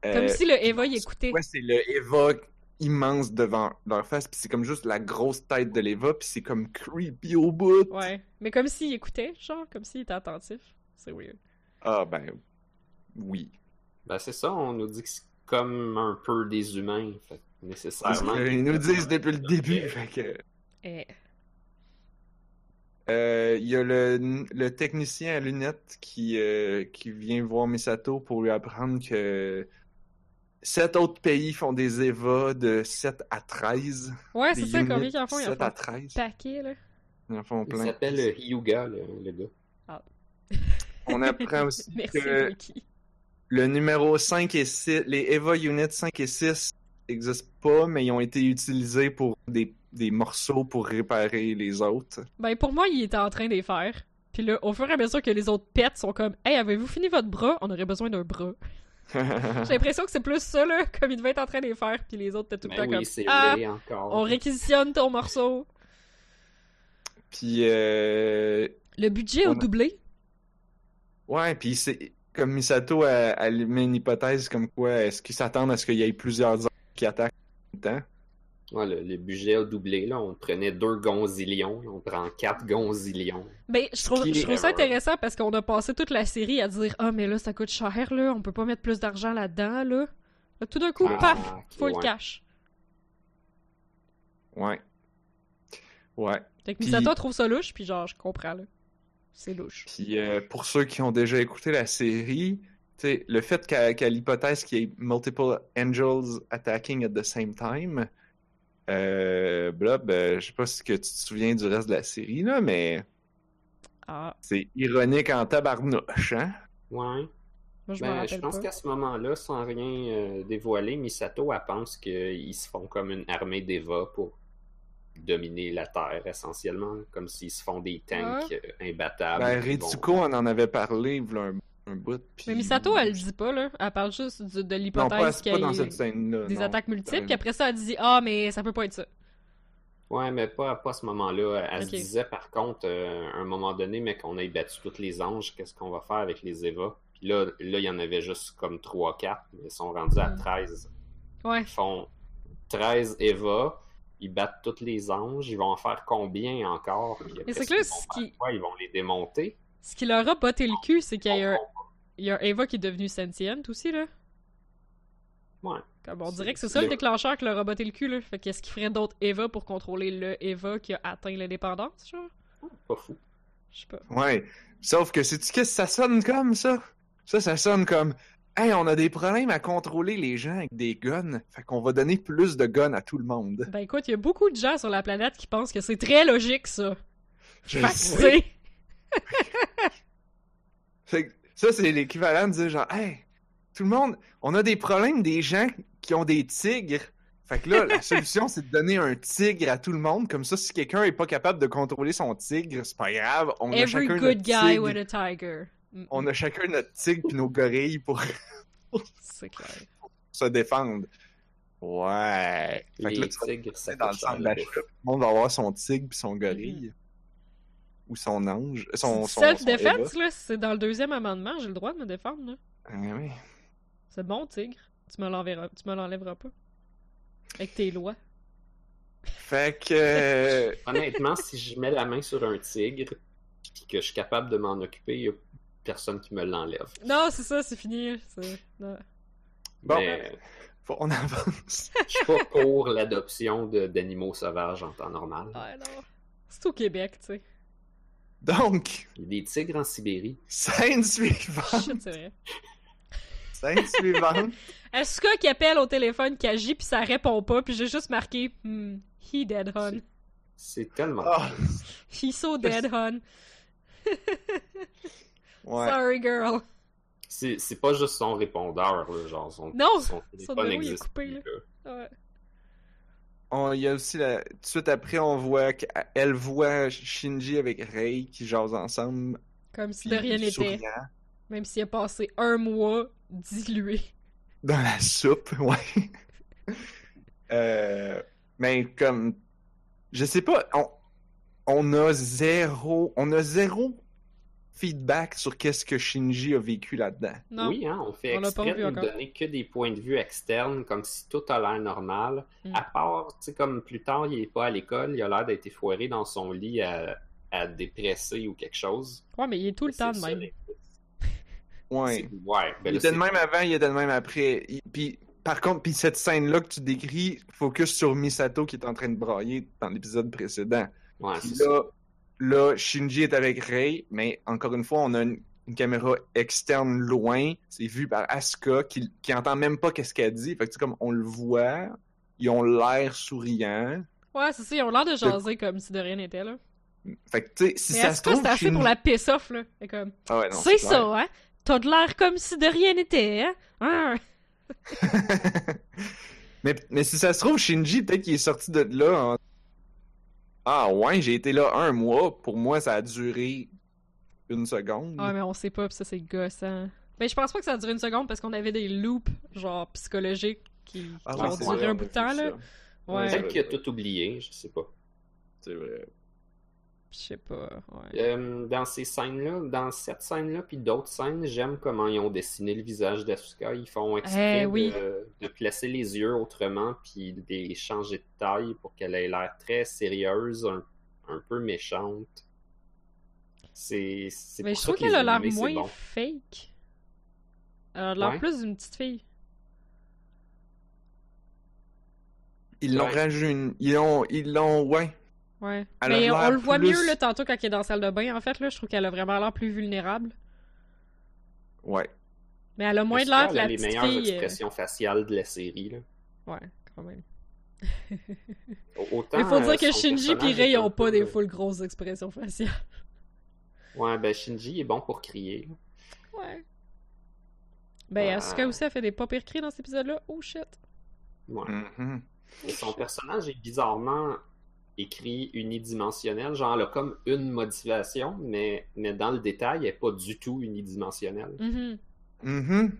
Speaker 1: comme
Speaker 2: euh,
Speaker 1: si le Eva y écoutait.
Speaker 2: Ouais, c'est le Eva immense devant leur face, puis c'est comme juste la grosse tête de l'Eva, puis c'est comme creepy au bout.
Speaker 1: Ouais. Mais comme s'il écoutait, genre, comme s'il était attentif. C'est weird.
Speaker 2: Ah ben, oui.
Speaker 3: Ben, c'est ça, on nous dit que c'est comme un peu des humains, fait que
Speaker 2: Parce
Speaker 3: nécessairement.
Speaker 2: qu'ils nous disent depuis le début, fait que...
Speaker 1: Eh.
Speaker 2: Euh, Il y a le, le technicien à lunettes qui, euh, qui vient voir Misato pour lui apprendre que sept autres pays font des EVA de 7 à 13.
Speaker 1: Ouais,
Speaker 2: Des
Speaker 1: c'est ça,
Speaker 2: units
Speaker 1: combien qu'ils en font? Ils en
Speaker 2: 7
Speaker 1: font
Speaker 2: à
Speaker 1: un
Speaker 2: 13.
Speaker 1: paquet, là.
Speaker 2: Ils en font
Speaker 3: Il
Speaker 2: plein.
Speaker 3: s'appelle euh, Hyuga, le, le gars.
Speaker 2: On apprend aussi
Speaker 1: Merci,
Speaker 2: que
Speaker 1: Ricky.
Speaker 2: le numéro 5 et 6, les EVA Units 5 et 6 n'existent pas, mais ils ont été utilisés pour des, des morceaux pour réparer les autres.
Speaker 1: Ben, pour moi, il était en train de les faire. Puis là, au fur et à mesure que les autres pètent, sont comme « Hey, avez-vous fini votre bras? On aurait besoin d'un bras. » J'ai l'impression que c'est plus ça, là, comme il devait être en train de les faire, puis les autres étaient tout le
Speaker 3: Ben
Speaker 1: temps
Speaker 3: oui,
Speaker 1: comme
Speaker 3: c'est
Speaker 1: « Ah,
Speaker 3: Ray encore.
Speaker 1: on réquisitionne ton morceau.
Speaker 2: Puis euh, »
Speaker 1: Le budget a
Speaker 2: On a-
Speaker 1: doublé.
Speaker 2: Ouais, puis c'est comme Misato elle, elle met une hypothèse comme quoi est-ce qu'ils s'attendent à ce qu'il y ait plusieurs hommes qui attaquent en même temps.
Speaker 3: Ouais, le, le budget a doublé, là. On prenait deux gonzillions, là, on prend quatre gonzillions.
Speaker 1: Ben, je trouve,
Speaker 2: Qui-
Speaker 1: je trouve ça intéressant parce qu'on a passé toute la série à dire « Ah, mais là, ça coûte cher, là. On peut pas mettre plus d'argent là-dedans, là. » Là, Tout d'un coup,
Speaker 3: Ah,
Speaker 1: paf!
Speaker 3: ok,
Speaker 1: Full
Speaker 3: ouais.
Speaker 1: cash.
Speaker 2: Ouais. Ouais.
Speaker 1: Fait que
Speaker 2: Puis-
Speaker 1: Misato trouve ça louche, puis genre, je comprends, là. C'est louche.
Speaker 2: Puis euh, pour ceux qui ont déjà écouté la série, tu sais, le fait qu'à qu'à l'hypothèse qu'il y ait multiple angels attacking at the same time, euh, Blob, euh, je sais pas si que tu te souviens du reste de la série, là, mais
Speaker 1: Ah,
Speaker 2: c'est ironique en tabarnouche, hein?
Speaker 3: Ouais.
Speaker 1: moi, je me
Speaker 3: Ben, je
Speaker 1: rappelle
Speaker 3: pense
Speaker 1: pas.
Speaker 3: qu'à ce moment-là, sans rien euh, dévoiler, Misato, elle pense qu'ils se font comme une armée d'Eva pour dominer la Terre, essentiellement. Comme s'ils se font des tanks euh, imbattables.
Speaker 2: Ben,
Speaker 3: qui vont-
Speaker 2: Retsuko, on en avait parlé, il un, un bout. puis-
Speaker 1: Mais Misato, elle le dit pas, là. Elle parle juste du- de
Speaker 2: Non, pas,
Speaker 1: l'hypothèse
Speaker 2: c'est
Speaker 1: qu'il y
Speaker 2: pas
Speaker 1: a
Speaker 2: dans cette scène-là.
Speaker 1: des
Speaker 2: non. Euh,
Speaker 1: attaques multiples,
Speaker 2: même.
Speaker 1: puis après ça, elle dit Ah, mais ça peut pas être ça.
Speaker 3: Ouais, mais pas, pas à ce moment-là. Elle
Speaker 1: Ok.
Speaker 3: se disait, par contre, euh, à un moment donné, mais qu'on ait battu tous les anges, qu'est-ce qu'on va faire avec les Eva? Puis là, là, il y en avait juste comme 3-4, mais ils sont rendus à
Speaker 1: Mm.
Speaker 3: 13.
Speaker 1: Ouais.
Speaker 3: Ils font 13 Eva, ils battent tous les anges, ils vont en faire combien encore? Puis
Speaker 1: Mais
Speaker 3: après
Speaker 1: c'est
Speaker 3: ça,
Speaker 1: que là,
Speaker 3: ils vont
Speaker 1: ce
Speaker 3: faire
Speaker 1: qui,
Speaker 3: quoi? Ils vont les démonter?
Speaker 1: ce qui leur a botté le cul, c'est qu'il y a un,
Speaker 3: On-
Speaker 1: il y a un Eva qui est devenu sentiente aussi, là.
Speaker 3: Ouais.
Speaker 1: Comme on
Speaker 3: C'est-
Speaker 1: dirait que c'est ça le
Speaker 2: le-
Speaker 1: déclencheur qui leur a botté le cul, là. Fait qu'est-ce qu'il ferait d'autres Eva pour contrôler le Eva qui a atteint l'indépendance, genre
Speaker 3: Pas fou.
Speaker 1: Je sais pas.
Speaker 2: Ouais. Sauf que c'est-tu qu'est-ce que ça sonne comme, ça? Ça, ça sonne comme... Hey, on a des problèmes à contrôler les gens avec des guns. Fait qu'on va donner plus de guns à tout le monde.
Speaker 1: Ben écoute, il y a beaucoup de gens sur la planète qui pensent que c'est très logique, ça.
Speaker 2: Je
Speaker 1: Fait que
Speaker 2: sais.
Speaker 1: c'est.
Speaker 2: Fait que ça, c'est l'équivalent de dire genre, hey, tout le monde, on a des problèmes des gens qui ont des tigres. Fait que là, la solution, c'est de donner un tigre à tout le monde. Comme ça, si quelqu'un est pas capable de contrôler son tigre, c'est pas grave. On a
Speaker 1: Every
Speaker 2: chacun
Speaker 1: good
Speaker 2: notre
Speaker 1: guy
Speaker 2: tigre.
Speaker 1: with a tiger. Mm,
Speaker 2: On a chacun notre tigre puis nos gorilles pour
Speaker 1: C'est clair.
Speaker 2: se défendre. Ouais. Fait que là,
Speaker 3: les
Speaker 2: tu vas
Speaker 3: tigres,
Speaker 2: passer
Speaker 3: ça
Speaker 2: dans le
Speaker 3: coûte cher,
Speaker 2: centre d'achat.
Speaker 3: là.
Speaker 2: Tout le monde va avoir son tigre puis son gorille. Ou son ange. Euh, Son, son,
Speaker 1: Self-defense, là, c'est dans le deuxième amendement, j'ai le droit de me défendre, là.
Speaker 2: son Eva. Ah oui.
Speaker 1: C'est bon, tigre. Tu me l'enverras, tu me l'enlèveras pas. Avec tes lois.
Speaker 2: Fait que. euh,
Speaker 3: Honnêtement, si je mets la main sur un tigre puis que je suis capable de m'en occuper, il n'y a personne qui me l'enlève.
Speaker 1: Non, c'est ça, c'est fini. c'est- non.
Speaker 2: Bon.
Speaker 3: Mais
Speaker 2: faut- on avance.
Speaker 3: je suis pas pour l'adoption de- d'animaux sauvages en temps normal.
Speaker 2: Ah,
Speaker 1: Ouais, non. C'est au Québec, tu sais.
Speaker 2: Donc,
Speaker 3: Il y a des tigres en Sibérie.
Speaker 2: scène suivante.
Speaker 1: Shit, c'est vrai.
Speaker 2: Scène suivante.
Speaker 1: Est-ce que qui appelle au téléphone Kaji puis ça répond pas puis j'ai juste marqué hmm, he dead hon.
Speaker 3: C'est tellement.
Speaker 2: Ah.
Speaker 3: triste.
Speaker 1: She's so dead, hon.
Speaker 2: Ouais.
Speaker 1: Sorry, girl.
Speaker 3: C'est c'est pas juste son répondeur, là, genre son,
Speaker 1: Non,
Speaker 3: son
Speaker 1: numéro,
Speaker 3: téléphone
Speaker 1: il est
Speaker 3: n'existe
Speaker 1: coupé,
Speaker 3: plus,
Speaker 1: là.
Speaker 3: là.
Speaker 1: Ouais.
Speaker 2: On- Il y a aussi la... Tout de suite après, on voit qu'elle voit Shinji avec Rei qui jasent ensemble.
Speaker 1: Comme si
Speaker 2: Puis
Speaker 1: de rien n'était.
Speaker 2: souriant
Speaker 1: Même s'il a passé un mois dilué.
Speaker 2: Dans la soupe, ouais. Euh, Mais comme. Je sais pas, on, on a zéro. On a zéro feedback sur qu'est-ce que Shinji a vécu là-dedans.
Speaker 1: Non.
Speaker 3: Oui, hein, on fait
Speaker 1: On l'a pas
Speaker 3: exprès
Speaker 1: revu
Speaker 3: de nous
Speaker 1: encore.
Speaker 3: donner que des points de vue externes, comme si tout a l'air normal.
Speaker 1: Mm.
Speaker 3: À part, tu sais, comme plus tard, il est pas à l'école, il a l'air d'être foiré dans son lit à, à dépresser ou quelque chose.
Speaker 1: Ouais, mais il est tout le
Speaker 3: C'est
Speaker 1: temps de
Speaker 3: ça,
Speaker 1: même.
Speaker 3: les-
Speaker 2: Ouais.
Speaker 3: c'est- Ouais,
Speaker 2: il
Speaker 3: ben là,
Speaker 2: était
Speaker 3: c'est-
Speaker 2: de même avant, il était de même après. Il- Puis, par contre, puis cette scène-là que tu décris focus sur Misato qui est en train de brailler dans l'épisode précédent.
Speaker 3: Ouais,
Speaker 2: Puis
Speaker 3: c'est ça.
Speaker 2: là, là, Shinji est avec Rei, mais encore une fois, on a une, une caméra externe loin. C'est vu par Asuka qui, qui entend même pas qu'est-ce qu'elle dit. Fait que tu sais, comme on le voit, ils ont l'air souriants.
Speaker 1: Ouais, c'est ça, ils ont l'air de jaser comme si de rien n'était, là.
Speaker 2: Fait que tu sais, si
Speaker 1: Mais
Speaker 2: ça
Speaker 1: est-ce
Speaker 2: se
Speaker 1: que
Speaker 2: trouve,
Speaker 1: c'était assez
Speaker 2: Shinji-
Speaker 1: pour la piss-off, là? Et comme,
Speaker 2: Ah ouais, non,
Speaker 1: c'est
Speaker 2: clair.
Speaker 1: ça, hein? T'as de l'air comme si de rien n'était, hein? Hein?
Speaker 2: mais, mais si ça se trouve, Shinji, peut-être qu'il est sorti de là en... Ah ouais, j'ai été là un mois. Pour moi, ça a duré une seconde.
Speaker 1: Ah, mais on sait pas, pis ça, c'est gossant. Ben, je pense pas que ça a duré une seconde parce qu'on avait des loops, genre, psychologiques qui,
Speaker 2: Ah
Speaker 1: qui
Speaker 2: ouais,
Speaker 1: ont
Speaker 2: c'est
Speaker 1: duré
Speaker 2: vrai,
Speaker 1: un
Speaker 2: on
Speaker 1: bout
Speaker 2: a
Speaker 1: de temps,
Speaker 2: vu
Speaker 1: là.
Speaker 2: ça.
Speaker 1: Ouais,
Speaker 2: Ouais.
Speaker 3: Peut-être qu'il a tout oublié, je sais pas.
Speaker 2: C'est vrai.
Speaker 1: je sais pas, ouais.
Speaker 3: Euh, dans ces scènes-là, dans cette scène-là, puis d'autres scènes, j'aime comment ils ont dessiné le visage d'Asuka. Ils font exprès
Speaker 1: Eh oui.
Speaker 3: de, de placer les yeux autrement, puis de les changer de taille pour qu'elle ait l'air très sérieuse, un, un peu méchante. C'est c'est
Speaker 1: Mais je
Speaker 3: pour ça
Speaker 1: trouve
Speaker 3: que les
Speaker 1: qu'elle a l'air
Speaker 3: animés, c'est
Speaker 1: moins
Speaker 3: bon.
Speaker 1: fake. Elle a l'air
Speaker 3: Ouais.
Speaker 1: plus d'une petite fille.
Speaker 2: Ils l'ont
Speaker 3: Ouais.
Speaker 2: rajeuni. Ils l'ont. Ils l'ont. Ouais.
Speaker 1: Ouais.
Speaker 2: Elle a
Speaker 1: Mais
Speaker 2: l'air
Speaker 1: on le voit
Speaker 2: plus-
Speaker 1: mieux, là, tantôt, quand elle est dans la salle de bain, en fait, là. Je trouve qu'elle a vraiment l'air plus vulnérable.
Speaker 2: Ouais.
Speaker 1: Mais elle a moins de
Speaker 3: Asuka,
Speaker 1: l'air que
Speaker 3: elle a
Speaker 1: la
Speaker 3: les
Speaker 1: petite
Speaker 3: meilleures
Speaker 1: fille. euh,
Speaker 3: expressions faciales de la série. Là.
Speaker 1: Ouais, quand même.
Speaker 3: Au- Autant,
Speaker 1: Il faut dire
Speaker 3: euh,
Speaker 1: que
Speaker 3: son
Speaker 1: Shinji et
Speaker 3: personnage
Speaker 1: Rei
Speaker 3: est un
Speaker 1: ont pas
Speaker 3: peu-
Speaker 1: des full grosses expressions faciales.
Speaker 3: Ouais, ben Shinji est bon pour crier. là.
Speaker 1: Ouais. Ben,
Speaker 3: Ouais.
Speaker 1: Asuka aussi a fait des pas pires cris dans cet épisode-là. Oh shit.
Speaker 3: Ouais.
Speaker 2: Mhm.
Speaker 3: Et son personnage est bizarrement écrit unidimensionnel. Genre, elle a comme une motivation, mais, mais dans le détail, elle n'est pas du tout unidimensionnelle.
Speaker 1: Mhm.
Speaker 2: Mhm.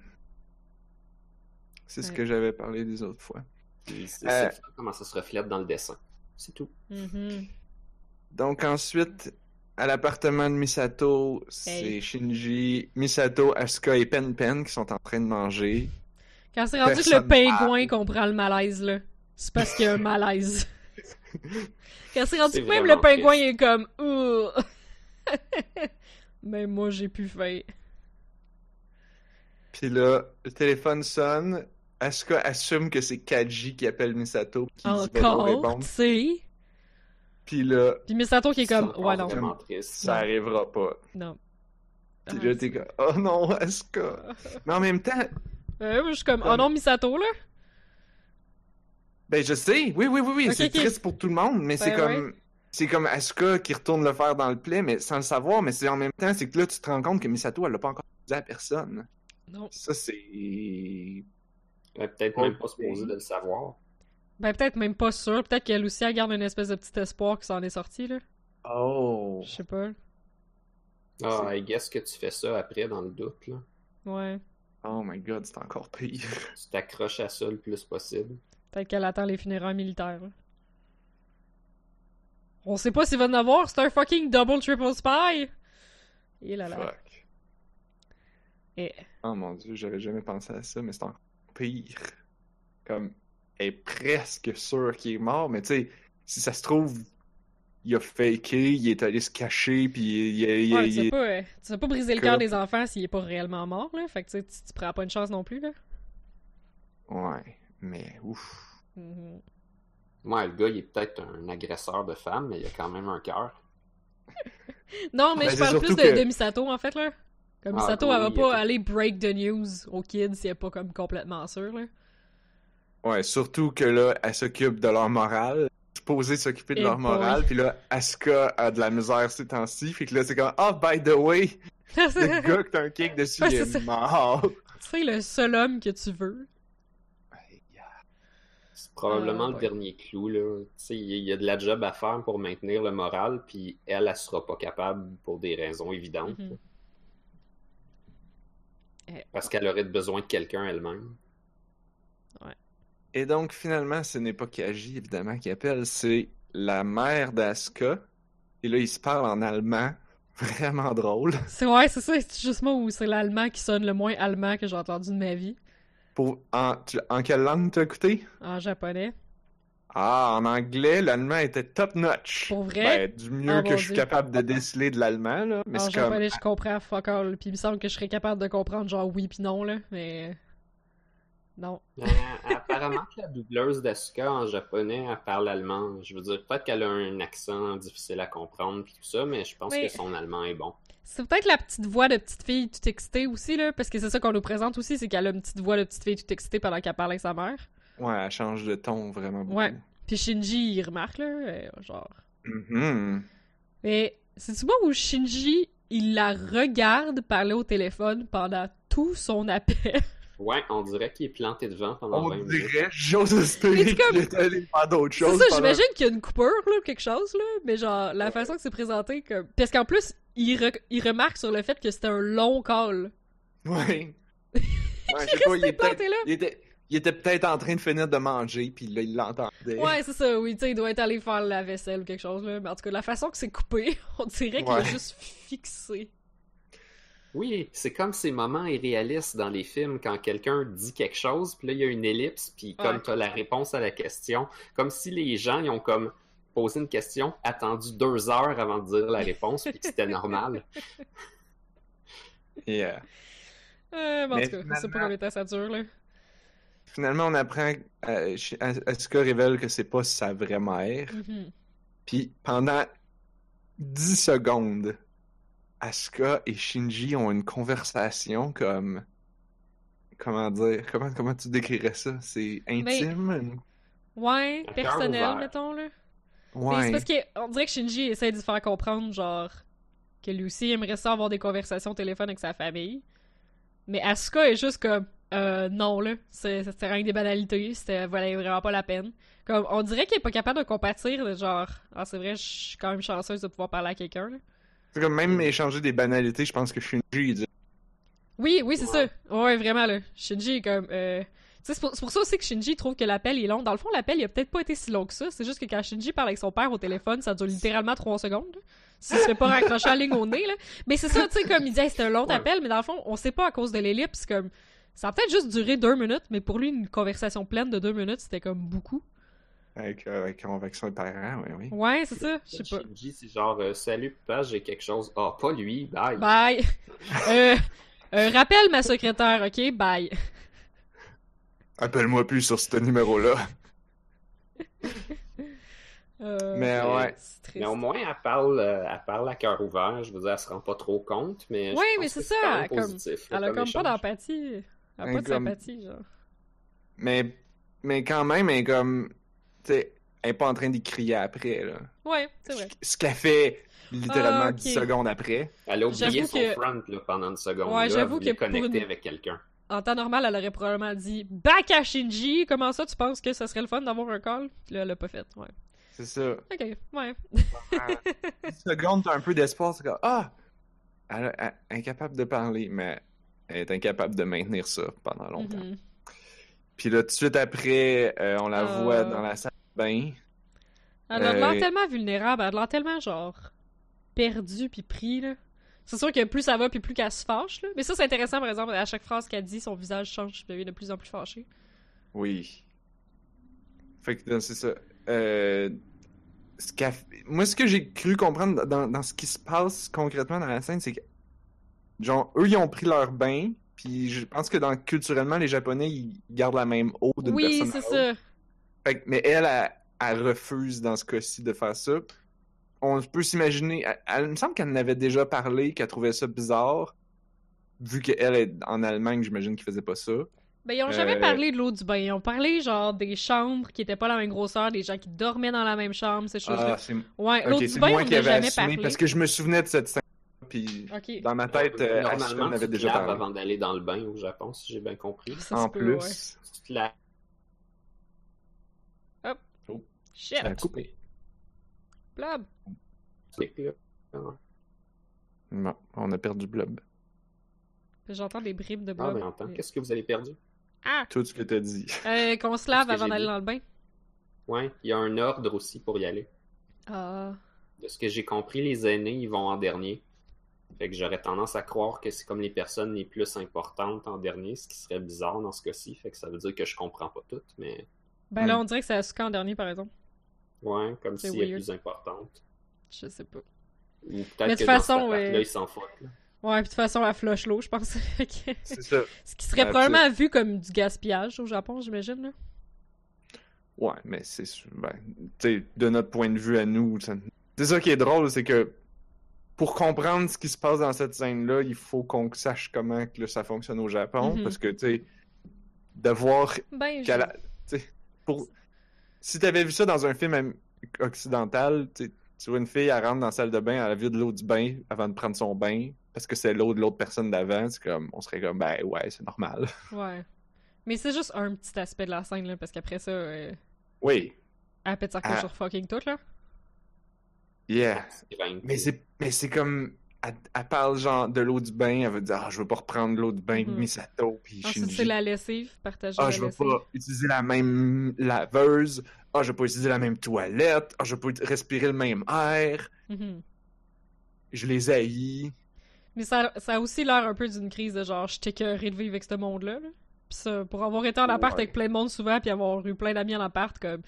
Speaker 2: C'est ce
Speaker 1: Ouais.
Speaker 2: que j'avais parlé des autres fois.
Speaker 3: Puis C'est
Speaker 2: Euh.
Speaker 3: c'est le fun comment ça se reflète dans le dessin. C'est tout.
Speaker 1: Mhm.
Speaker 2: Donc ensuite, à l'appartement de Misato, c'est
Speaker 1: Hey.
Speaker 2: Shinji, Misato, Asuka et Pen Pen qui sont en train de manger.
Speaker 1: Quand c'est rendu que le
Speaker 2: Personne
Speaker 1: pingouin comprend le malaise, là, c'est parce qu'il y a un malaise. Quand c'est rendu
Speaker 3: C'est
Speaker 1: que même
Speaker 3: vraiment
Speaker 1: le pingouin
Speaker 3: triste.
Speaker 1: est comme. Ouh. Mais moi, j'ai plus faim.
Speaker 2: Puis là, le téléphone sonne. Asuka assume que c'est Kaji qui appelle Misato. Qui
Speaker 1: Oh,
Speaker 2: dit, Va donc
Speaker 1: Encore,
Speaker 2: répondre.
Speaker 1: tu sais.
Speaker 2: Puis là,
Speaker 1: Puis Misato qui est comme.
Speaker 3: encore
Speaker 1: Ouais, non.
Speaker 3: vraiment triste.
Speaker 2: ça
Speaker 1: Non.
Speaker 2: arrivera pas.
Speaker 1: Non.
Speaker 2: Puis
Speaker 1: Ah,
Speaker 2: là, t'es comme, oh non, Asuka. Mais en même temps,
Speaker 1: Euh, moi, je suis comme. Oh non, Misato, là.
Speaker 2: Ben, je sais, oui, oui, oui, oui,
Speaker 1: Ok,
Speaker 2: c'est
Speaker 1: ok.
Speaker 2: triste pour tout le monde, mais c'est
Speaker 1: Ben
Speaker 2: comme. C'est comme Asuka qui retourne le faire dans le plaid, mais sans le savoir, mais c'est en même temps, c'est que là, tu te rends compte que Misato, elle l'a pas encore dit à personne.
Speaker 1: Non.
Speaker 2: Ça, c'est.
Speaker 3: Elle est peut-être même pas supposée de le savoir.
Speaker 1: Ben, peut-être même pas sûr. Peut-être qu'elle aussi, elle garde une espèce de petit espoir que ça en est sorti, là.
Speaker 2: Oh.
Speaker 1: Je sais pas.
Speaker 3: Ah, I guess que tu fais ça après dans le doute. Là.
Speaker 1: Ouais.
Speaker 2: Oh my god, c'est encore pire.
Speaker 3: Tu t'accroches à ça le plus possible.
Speaker 1: Peut-être qu'elle attend les funérailles militaires. là. On sait pas s'il va en avoir. C'est un fucking double triple spy. Et là là.
Speaker 2: Fuck.
Speaker 1: Eh.
Speaker 2: Oh mon dieu, j'avais jamais pensé à ça, mais c'est encore pire. Comme, elle est presque sûre qu'il est mort, mais tu sais, si ça se trouve, il a faké, il est allé se cacher, puis il, il- il-
Speaker 1: Ouais, tu
Speaker 2: il-
Speaker 1: sais pas, euh, tu vas pas briser le
Speaker 2: Que-
Speaker 1: cœur des enfants s'il est pas réellement mort là. Fait que tu, sais, tu, tu prends pas une chance non plus là.
Speaker 2: Ouais, mais ouf. Mm-hmm.
Speaker 1: Mhm.
Speaker 3: Moi, le gars, il est peut-être un agresseur de femmes, mais il a quand même un cœur.
Speaker 1: Non mais
Speaker 2: Ben,
Speaker 1: je
Speaker 2: c'est
Speaker 1: parle plus
Speaker 2: surtout
Speaker 1: de,
Speaker 2: que-
Speaker 1: de Misato en fait là. Comme
Speaker 3: Ah,
Speaker 1: Misato
Speaker 3: oui,
Speaker 1: elle va
Speaker 3: ok.
Speaker 1: pas aller break the news aux kids si elle est pas comme complètement sûre là.
Speaker 2: Ouais, surtout que là, elle s'occupe de leur morale. supposés s'occuper de
Speaker 1: Eh
Speaker 2: leur
Speaker 1: boy.
Speaker 2: morale, puis là, Asuka a de la misère ces temps-ci, fait que là, c'est comme, oh, by the way, le
Speaker 1: tu
Speaker 2: gars que t'as un kick dessus,
Speaker 1: Ouais,
Speaker 2: il
Speaker 1: c'est ça.
Speaker 2: est mort.
Speaker 1: sais, le seul homme que tu veux.
Speaker 3: C'est probablement
Speaker 1: Ah,
Speaker 3: le
Speaker 1: ouais.
Speaker 3: dernier clou, là. Tu sais, il y a- il y a de la job à faire pour maintenir le moral, puis elle, elle sera pas capable pour des raisons évidentes.
Speaker 1: Mhm.
Speaker 3: Parce qu'elle aurait besoin de quelqu'un elle-même.
Speaker 2: Et donc, finalement, ce n'est pas Kaji, évidemment, qui appelle, c'est la mère d'Asuka. Et là, ils se parlent en allemand. Vraiment drôle.
Speaker 1: C'est ouais, c'est ça, c'est juste moi où c'est l'allemand qui sonne le moins allemand que j'ai entendu de ma vie,
Speaker 2: Pour... En... tu- en quelle langue t'as écouté?
Speaker 1: en japonais.
Speaker 2: Ah, en anglais, l'allemand était top-notch.
Speaker 1: Pour vrai?
Speaker 2: Ben, du mieux
Speaker 1: Ah,
Speaker 2: que
Speaker 1: mon
Speaker 2: je suis
Speaker 1: Dieu. Ah,
Speaker 2: capable de déceler de l'allemand, là. Mais
Speaker 1: en
Speaker 2: c'est comme...
Speaker 1: japonais, je comprends fuck all, puis il me semble que je serais capable de comprendre genre oui puis non, là, mais... Non.
Speaker 3: Euh, apparemment que la doubleuse d'Asuka en japonais, elle parle allemand. Je veux dire, peut-être qu'elle a un accent difficile à comprendre puis tout ça, mais je pense
Speaker 1: Oui.
Speaker 3: que son allemand est bon.
Speaker 1: C'est peut-être la petite voix de petite fille tout excitée aussi, là, parce que c'est ça qu'on nous présente aussi, c'est qu'elle a une petite voix de petite fille tout excitée pendant qu'elle parle avec sa mère.
Speaker 2: Ouais, elle change de ton vraiment beaucoup.
Speaker 1: Ouais. Puis Shinji, il remarque, là, euh, genre...
Speaker 2: Mhm.
Speaker 1: Mais c'est-tu moi où Shinji, il la regarde parler au téléphone pendant tout son appel?
Speaker 3: Ouais, on dirait qu'il est planté devant pendant
Speaker 2: On
Speaker 3: 20 minutes.
Speaker 2: dirait, j'ose
Speaker 1: Mais
Speaker 2: espérer
Speaker 1: c'est comme-
Speaker 2: qu'il est allé faire d'autres
Speaker 1: C'est
Speaker 2: choses.
Speaker 1: ça,
Speaker 2: pendant-
Speaker 1: j'imagine qu'il y a une coupure, là, ou quelque chose, là. Mais genre, la façon que c'est présenté, comme... Parce qu'en plus, il, re- il remarque sur le fait que c'était un long call.
Speaker 2: Ouais. Ouais, je sais
Speaker 1: Reste
Speaker 2: pas, il est peut-être-
Speaker 1: planté là.
Speaker 2: Il était, il était peut-être en train de finir de manger, puis là, il l'entendait.
Speaker 1: Ouais, c'est ça, oui, tu sais, il doit être allé faire la vaisselle ou quelque chose, là. Mais en tout cas, la façon que c'est coupé, on dirait qu'il est
Speaker 2: Ouais.
Speaker 1: juste fixé.
Speaker 3: Oui, c'est comme ces moments irréalistes dans les films quand quelqu'un dit quelque chose, puis là il y a une ellipse, puis
Speaker 1: Ouais.
Speaker 3: comme tu as la réponse à la question, comme si les gens ils ont comme posé une question, attendu deux heures avant de dire la réponse, puis que c'était normal.
Speaker 2: Yeah.
Speaker 1: Euh, mais en
Speaker 2: Mais
Speaker 1: tout cas, c'est
Speaker 2: finalement-
Speaker 1: pas combien de temps ça dure, là.
Speaker 2: Finalement, on apprend. euh, Sh- As- Asuka révèle que c'est pas sa vraie mère.
Speaker 1: Mhm.
Speaker 2: Puis pendant 10 secondes, Asuka et Shinji ont une conversation comme. Comment dire Comment, comment tu décrirais ça C'est
Speaker 1: Ben,
Speaker 2: intime
Speaker 1: Ouais,
Speaker 3: cœur
Speaker 1: personnel,
Speaker 3: ouvert.
Speaker 1: mettons, là.
Speaker 2: une-
Speaker 1: Mais
Speaker 2: Ouais.
Speaker 1: c'est parce qu'on dirait que Shinji essaie de lui faire comprendre, genre, que lui aussi aimerait ça avoir des conversations au téléphone avec sa famille. Mais Asuka est juste comme, euh, non, là, c'est- c'était rien que des banalités, c'était valait vraiment pas la peine. Comme, on dirait qu'il est pas capable de compatir, de genre, ah, c'est vrai, je suis quand même chanceuse de pouvoir parler à quelqu'un, là.
Speaker 2: C'est comme même échanger des banalités, je pense que Shinji, il dit
Speaker 1: Oui, oui, c'est
Speaker 3: Ouais.
Speaker 1: ça. Ouais, vraiment, là. Shinji est comme. euh, tu sais, C'est pour, c'est pour ça aussi que Shinji trouve que l'appel est long. Dans le fond, l'appel, il a peut-être pas été si long que ça. C'est juste que quand Shinji parle avec son père au téléphone, ça dure littéralement trois secondes. là. Si se fait pas raccrocher la ligne au nez, là. Mais c'est ça, tu sais, comme il dit, Hey, c'était un long
Speaker 3: Ouais.
Speaker 1: appel, mais dans le fond, on sait pas à cause de l'ellipse, comme. Ça a peut-être juste duré deux minutes, mais pour lui, une conversation pleine de deux minutes, c'était comme beaucoup.
Speaker 2: avec, euh, avec, avec ses parents, oui, oui.
Speaker 1: Ouais, c'est ça, je sais pas.
Speaker 3: Shinji, c'est genre euh, Salut papa, j'ai quelque chose. Ah, pas lui, bye.
Speaker 1: Bye! Euh, euh, rappelle ma secrétaire, ok? Bye!
Speaker 2: Appelle-moi plus sur ce numéro-là.
Speaker 1: Euh,
Speaker 2: Mais
Speaker 3: ok.
Speaker 2: ouais.
Speaker 1: c'est triste.
Speaker 3: Mais au moins, elle parle, euh, elle parle à cœur ouvert. Je veux dire, elle se rend pas trop compte, mais. je
Speaker 1: Ouais,
Speaker 3: pense
Speaker 1: mais
Speaker 3: que
Speaker 1: c'est
Speaker 3: quand
Speaker 1: ça,
Speaker 3: même
Speaker 1: comme-
Speaker 3: positif, là,
Speaker 1: Elle a comme pas
Speaker 3: échange.
Speaker 1: d'empathie. Elle a pas de
Speaker 2: Comme-
Speaker 1: sympathie, genre.
Speaker 2: Mais, mais quand même, elle est comme. Tu sais, elle est pas en train d'y crier après, là.
Speaker 1: Ouais, c'est vrai.
Speaker 2: Ce qu'elle fait littéralement
Speaker 1: Ah, ok.
Speaker 2: 10 secondes après.
Speaker 3: Elle a oublié
Speaker 1: J'avoue
Speaker 3: son
Speaker 1: que-
Speaker 3: front là, pendant une seconde.
Speaker 1: Ouais,
Speaker 3: là,
Speaker 1: j'avoue
Speaker 3: elle voulait
Speaker 1: que pour
Speaker 3: connecter
Speaker 1: une-
Speaker 3: avec quelqu'un.
Speaker 1: En temps normal, elle aurait probablement dit Back à Shinji, comment ça tu penses que ça serait le fun d'avoir un call? Puis là, elle l'a pas fait, ouais.
Speaker 2: C'est ça.
Speaker 1: Ok, ouais. Ah.
Speaker 2: 10 secondes, t'as un peu d'espoir. C'est comme. Ah! Elle est elle- incapable de parler, mais elle est incapable de maintenir ça pendant longtemps.
Speaker 1: Mhm.
Speaker 2: Puis là, tout de suite après, euh, on la
Speaker 1: Euh.
Speaker 2: voit dans la salle de bain.
Speaker 1: Elle a de l'air
Speaker 2: Euh,
Speaker 1: tellement vulnérable, elle a de l'air tellement, genre, perdue puis pris, là. C'est sûr que plus ça va, puis plus qu'elle se fâche, là. Mais ça, c'est intéressant, par exemple, à chaque phrase qu'elle dit, son visage change, puis devient de plus en plus fâché.
Speaker 2: Oui. Fait que donc, c'est ça. Euh, ce qu'a- Moi, ce que j'ai cru comprendre dans, dans ce qui se passe concrètement dans la scène, c'est que, genre, eux, ils ont pris leur bain, puis je pense que dans, culturellement, les Japonais, ils gardent la même eau d'une
Speaker 1: Oui,
Speaker 2: personne à
Speaker 1: c'est
Speaker 2: l'autre.
Speaker 1: ça.
Speaker 2: Fait que- mais elle, elle, elle refuse dans ce cas-ci de faire ça. On peut s'imaginer. Elle, elle- il me semble qu'elle en avait déjà parlé, qu'elle trouvait ça bizarre. Vu qu'elle est en Allemagne, j'imagine qu'ils faisaient pas ça.
Speaker 1: Ben, ils ont jamais
Speaker 3: Euh,
Speaker 1: parlé de l'eau du bain. Ils ont parlé, genre, des chambres qui étaient pas la même grosseur, des gens qui dormaient dans la même chambre, ces choses-là.
Speaker 2: Ah, c'est
Speaker 1: ouais, l'eau
Speaker 2: ok,
Speaker 1: du
Speaker 2: c'est
Speaker 1: bain, on
Speaker 2: moi
Speaker 1: n'a
Speaker 2: qui avais
Speaker 1: jamais
Speaker 2: assumé
Speaker 1: parlé.
Speaker 2: parce que je me souvenais de cette scène puis
Speaker 1: Ok.
Speaker 2: dans ma tête, euh, Ashton
Speaker 3: Normalement,
Speaker 2: avait
Speaker 3: tu te
Speaker 2: déjà
Speaker 3: laves
Speaker 2: parlé.
Speaker 3: avant d'aller dans le bain au Japon, si j'ai bien compris.
Speaker 1: Ça se
Speaker 2: En
Speaker 1: peut, ouais.
Speaker 2: plus,
Speaker 3: Tu te laves.
Speaker 1: Shit.
Speaker 2: ça a coupé.
Speaker 1: Blob.
Speaker 3: là.
Speaker 2: Bon, on a perdu Blob.
Speaker 1: J'entends des bribes de
Speaker 3: Ah,
Speaker 1: blob.
Speaker 2: ben,
Speaker 3: mais en temps, qu'est-ce que vous avez perdu?
Speaker 1: Ah!
Speaker 2: Tout ce que t'as dit.
Speaker 1: Euh, qu'on se lave
Speaker 3: que
Speaker 1: avant
Speaker 3: j'ai
Speaker 1: d'aller
Speaker 3: dit.
Speaker 1: dans le bain.
Speaker 3: Ouais, il y a un ordre aussi pour y aller.
Speaker 1: Ah.
Speaker 3: De ce que j'ai compris, les aînés, ils vont en dernier. Fait que j'aurais tendance à croire que c'est comme les personnes les plus importantes en dernier, ce qui serait bizarre dans ce cas-ci. Fait que ça veut dire que je comprends pas toutes, mais
Speaker 1: Ben
Speaker 2: Hmm.
Speaker 1: là, on dirait que c'est Asuka en dernier, par exemple.
Speaker 3: ouais, comme
Speaker 1: C'est
Speaker 3: si elle est
Speaker 1: weird.
Speaker 3: plus importante.
Speaker 1: Je sais pas.
Speaker 3: Ou
Speaker 1: Mais de
Speaker 3: peut-être que
Speaker 1: toute
Speaker 3: dans
Speaker 1: façon,
Speaker 3: cette là
Speaker 1: ouais.
Speaker 3: ils s'en foutent. là.
Speaker 1: Ouais, puis de toute façon, elle flush l'eau, je pense. Fait que-
Speaker 2: C'est ça.
Speaker 1: Ce qui serait
Speaker 2: Ah,
Speaker 1: probablement vu comme du gaspillage au Japon, j'imagine. là.
Speaker 2: Ouais, mais c'est sûr- ben, tu sais, de notre point de vue à nous, ça- c'est ça qui est drôle, c'est que pour comprendre ce qui se passe dans cette scène-là, il faut qu'on sache comment que, là, ça fonctionne au Japon,
Speaker 1: Mhm.
Speaker 2: parce que tu sais, de voir
Speaker 1: Ben,
Speaker 2: qu'à la- tu sais, pour si t'avais vu ça dans un film am- occidental, tu sais, tu vois une fille, elle rentre dans la salle de bain, elle a vu de l'eau du bain avant de prendre son bain, parce que c'est l'eau de l'autre personne d'avant, c'est comme, on serait comme, ben ouais, c'est normal.
Speaker 1: je- Ouais. Mais c'est juste un petit aspect de la scène, là, parce qu'après ça, euh,
Speaker 2: Oui,
Speaker 1: elle pète sa couche
Speaker 2: Ah.
Speaker 1: sur fucking tout, là.
Speaker 2: yeah.
Speaker 3: Ils grimpent.
Speaker 2: Ah. Mais c'est, mais c'est comme. Elle, elle parle genre de l'eau du bain, elle veut dire Ah, je veux pas reprendre l'eau du bain de
Speaker 1: Mhm.
Speaker 2: Misato, puis
Speaker 1: Ensuite, c'est
Speaker 2: Shinji.
Speaker 1: la lessive, partager
Speaker 2: Ah,
Speaker 1: la
Speaker 2: je veux
Speaker 1: lessive.
Speaker 2: pas utiliser la même laveuse. Ah, je veux pas utiliser la même toilette. Ah, je veux pas respirer le même air.
Speaker 1: Mhm.
Speaker 2: Je les haïs.
Speaker 1: Mais ça, ça a aussi l'air un peu d'une crise de genre, je t'écœuré de vivre avec ce monde-là. là. Puis ça, pour avoir été en appart
Speaker 2: Ouais.
Speaker 1: avec plein de monde souvent, puis avoir eu plein d'amis en appart, comme.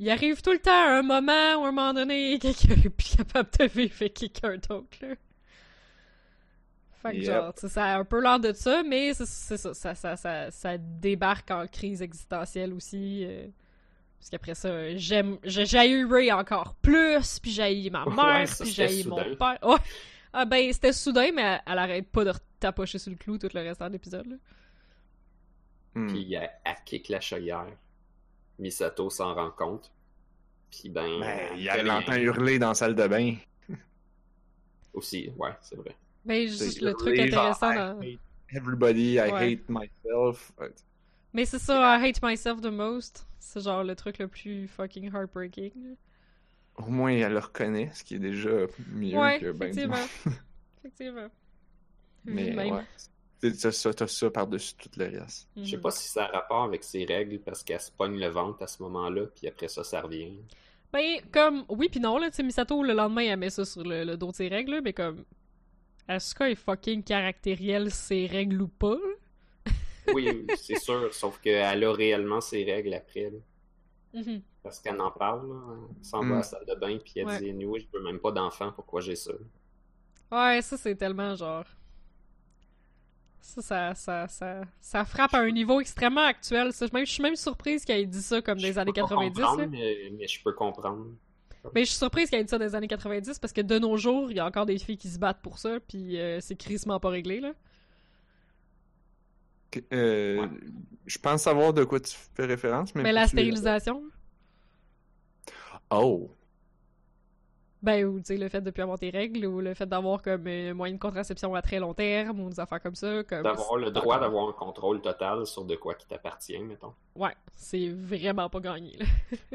Speaker 1: Il arrive tout le temps un moment ou un moment donné, quelqu'un est plus capable de vivre avec quelqu'un d'autre, là. Fait que
Speaker 2: Yep.
Speaker 1: genre, tu sais, ça a un peu l'air de ça, mais c'est c'est ça ça, ça, ça, ça débarque en crise existentielle aussi. euh, parce qu'après ça, j'aime, je jaillirai encore plus, puis j'ai ma
Speaker 3: Ouais,
Speaker 1: mère,
Speaker 3: ça,
Speaker 1: puis
Speaker 3: c'était
Speaker 1: j'ai mon
Speaker 3: soudain.
Speaker 1: père. Ouais. Ah ben, c'était soudain, mais elle, elle arrête pas de tapocher sur le clou tout le restant de l'épisode. là.
Speaker 2: Hmm.
Speaker 3: Puis elle, elle kick la chaudière. Misato s'en rend compte. Puis ben.
Speaker 2: Ben, il
Speaker 3: fait rien.
Speaker 2: l'entend hurler dans la salle de bain.
Speaker 3: Aussi, ouais, c'est vrai.
Speaker 1: Ben, juste
Speaker 2: C'est
Speaker 1: le truc
Speaker 2: hurler, genre,
Speaker 1: intéressant
Speaker 2: I
Speaker 1: dans...
Speaker 2: hate Everybody, I
Speaker 1: Ouais.
Speaker 2: hate myself. Ouais.
Speaker 1: Mais c'est ça, I hate myself the most. C'est genre le truc le plus fucking heartbreaking. là.
Speaker 2: Au moins, elle le reconnaît, ce qui est déjà mieux
Speaker 1: ouais,
Speaker 2: que ben.
Speaker 1: effectivement. effectivement. Vu de
Speaker 2: Mais
Speaker 1: même.
Speaker 2: ouais. T'sais, T'as ça, t'as ça par-dessus tout le reste.
Speaker 1: Mhm.
Speaker 3: Je sais pas si ça a rapport avec ses règles parce qu'elle se pogne le ventre à ce moment-là, puis après ça, ça revient.
Speaker 1: Ben, comme, oui puis non, là, tu sais, Misato, le lendemain, elle met ça sur le, le dos de ses règles, là, mais comme, Asuka est fucking caractériel, ses règles ou pas, là.
Speaker 3: Oui, oui, c'est sûr, sauf qu'elle a réellement ses règles après. là.
Speaker 1: Mhm.
Speaker 3: Parce qu'elle en parle, là. elle s'en va à
Speaker 2: Mm.
Speaker 3: la salle de bain, puis elle
Speaker 1: Ouais.
Speaker 3: dit Anyway, je veux même pas d'enfant, pourquoi j'ai ça
Speaker 1: Ouais, ça, c'est tellement genre... Ça, ça, ça, ça, ça frappe à un niveau extrêmement actuel, ça. Je même- je suis même surprise qu'elle ait dit ça, comme,
Speaker 3: Je
Speaker 1: des
Speaker 3: peux
Speaker 1: années
Speaker 3: pas
Speaker 1: 90,
Speaker 3: comprendre,
Speaker 1: là.
Speaker 3: Mais, mais je peux comprendre.
Speaker 1: Mais je suis surprise qu'elle ait dit ça des années 90 parce que de nos jours, il y a encore des filles qui se battent pour ça, puis euh, c'est crissement pas réglé, là.
Speaker 2: Que- euh,
Speaker 3: Ouais.
Speaker 2: Je pense savoir de quoi tu fais référence, mais. euh,
Speaker 1: Mais la
Speaker 2: peux-tu-
Speaker 1: stérilisation,
Speaker 2: Oh!
Speaker 1: ben, ou tu sais, le fait de plus avoir tes règles, ou le fait d'avoir comme un moyen de contraception à très long terme, ou des affaires comme ça, comme.
Speaker 3: D'avoir le droit d'avoir un contrôle total sur de quoi qui t'appartient, mettons.
Speaker 1: Ouais, c'est vraiment pas gagné, là.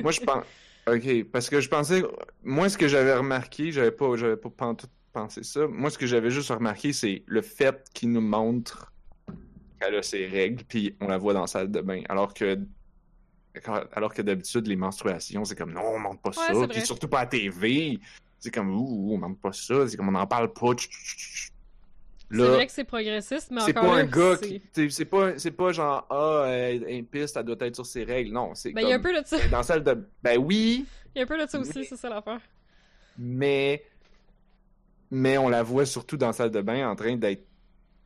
Speaker 2: Moi, je pense. Ok, parce que je pensais. Moi, ce que j'avais remarqué, j'avais pas, j'avais pas pantoute pensé ça. Moi, ce que j'avais juste remarqué, c'est le fait qu'il nous montre qu'elle a ses règles, puis on la voit dans la salle de bain. Alors que. Alors que d'habitude, les menstruations, c'est comme non, on montre pas
Speaker 1: c'est
Speaker 2: ça,
Speaker 1: vrai.
Speaker 2: puis surtout pas à TV. C'est comme ouh, on montre pas ça, c'est comme on en parle pas. tch, tch, tch, tch.
Speaker 1: C'est
Speaker 2: Là,
Speaker 1: vrai que c'est progressiste, mais
Speaker 2: c'est
Speaker 1: encore
Speaker 2: pas
Speaker 1: là,
Speaker 2: un gars
Speaker 1: c'est-
Speaker 2: qui. t'sais, C'est pas, c'est pas genre ah, elle est piste, elle doit être sur ses règles. Non, c'est.
Speaker 1: Ben, il y a un
Speaker 2: comme-
Speaker 1: peu de ça.
Speaker 2: Dans la salle de. Ben oui,
Speaker 1: Il y a un peu de ça aussi,
Speaker 2: Mais-
Speaker 1: c'est ça l'affaire.
Speaker 2: mais mais on la voit surtout dans la salle de bain en train d'être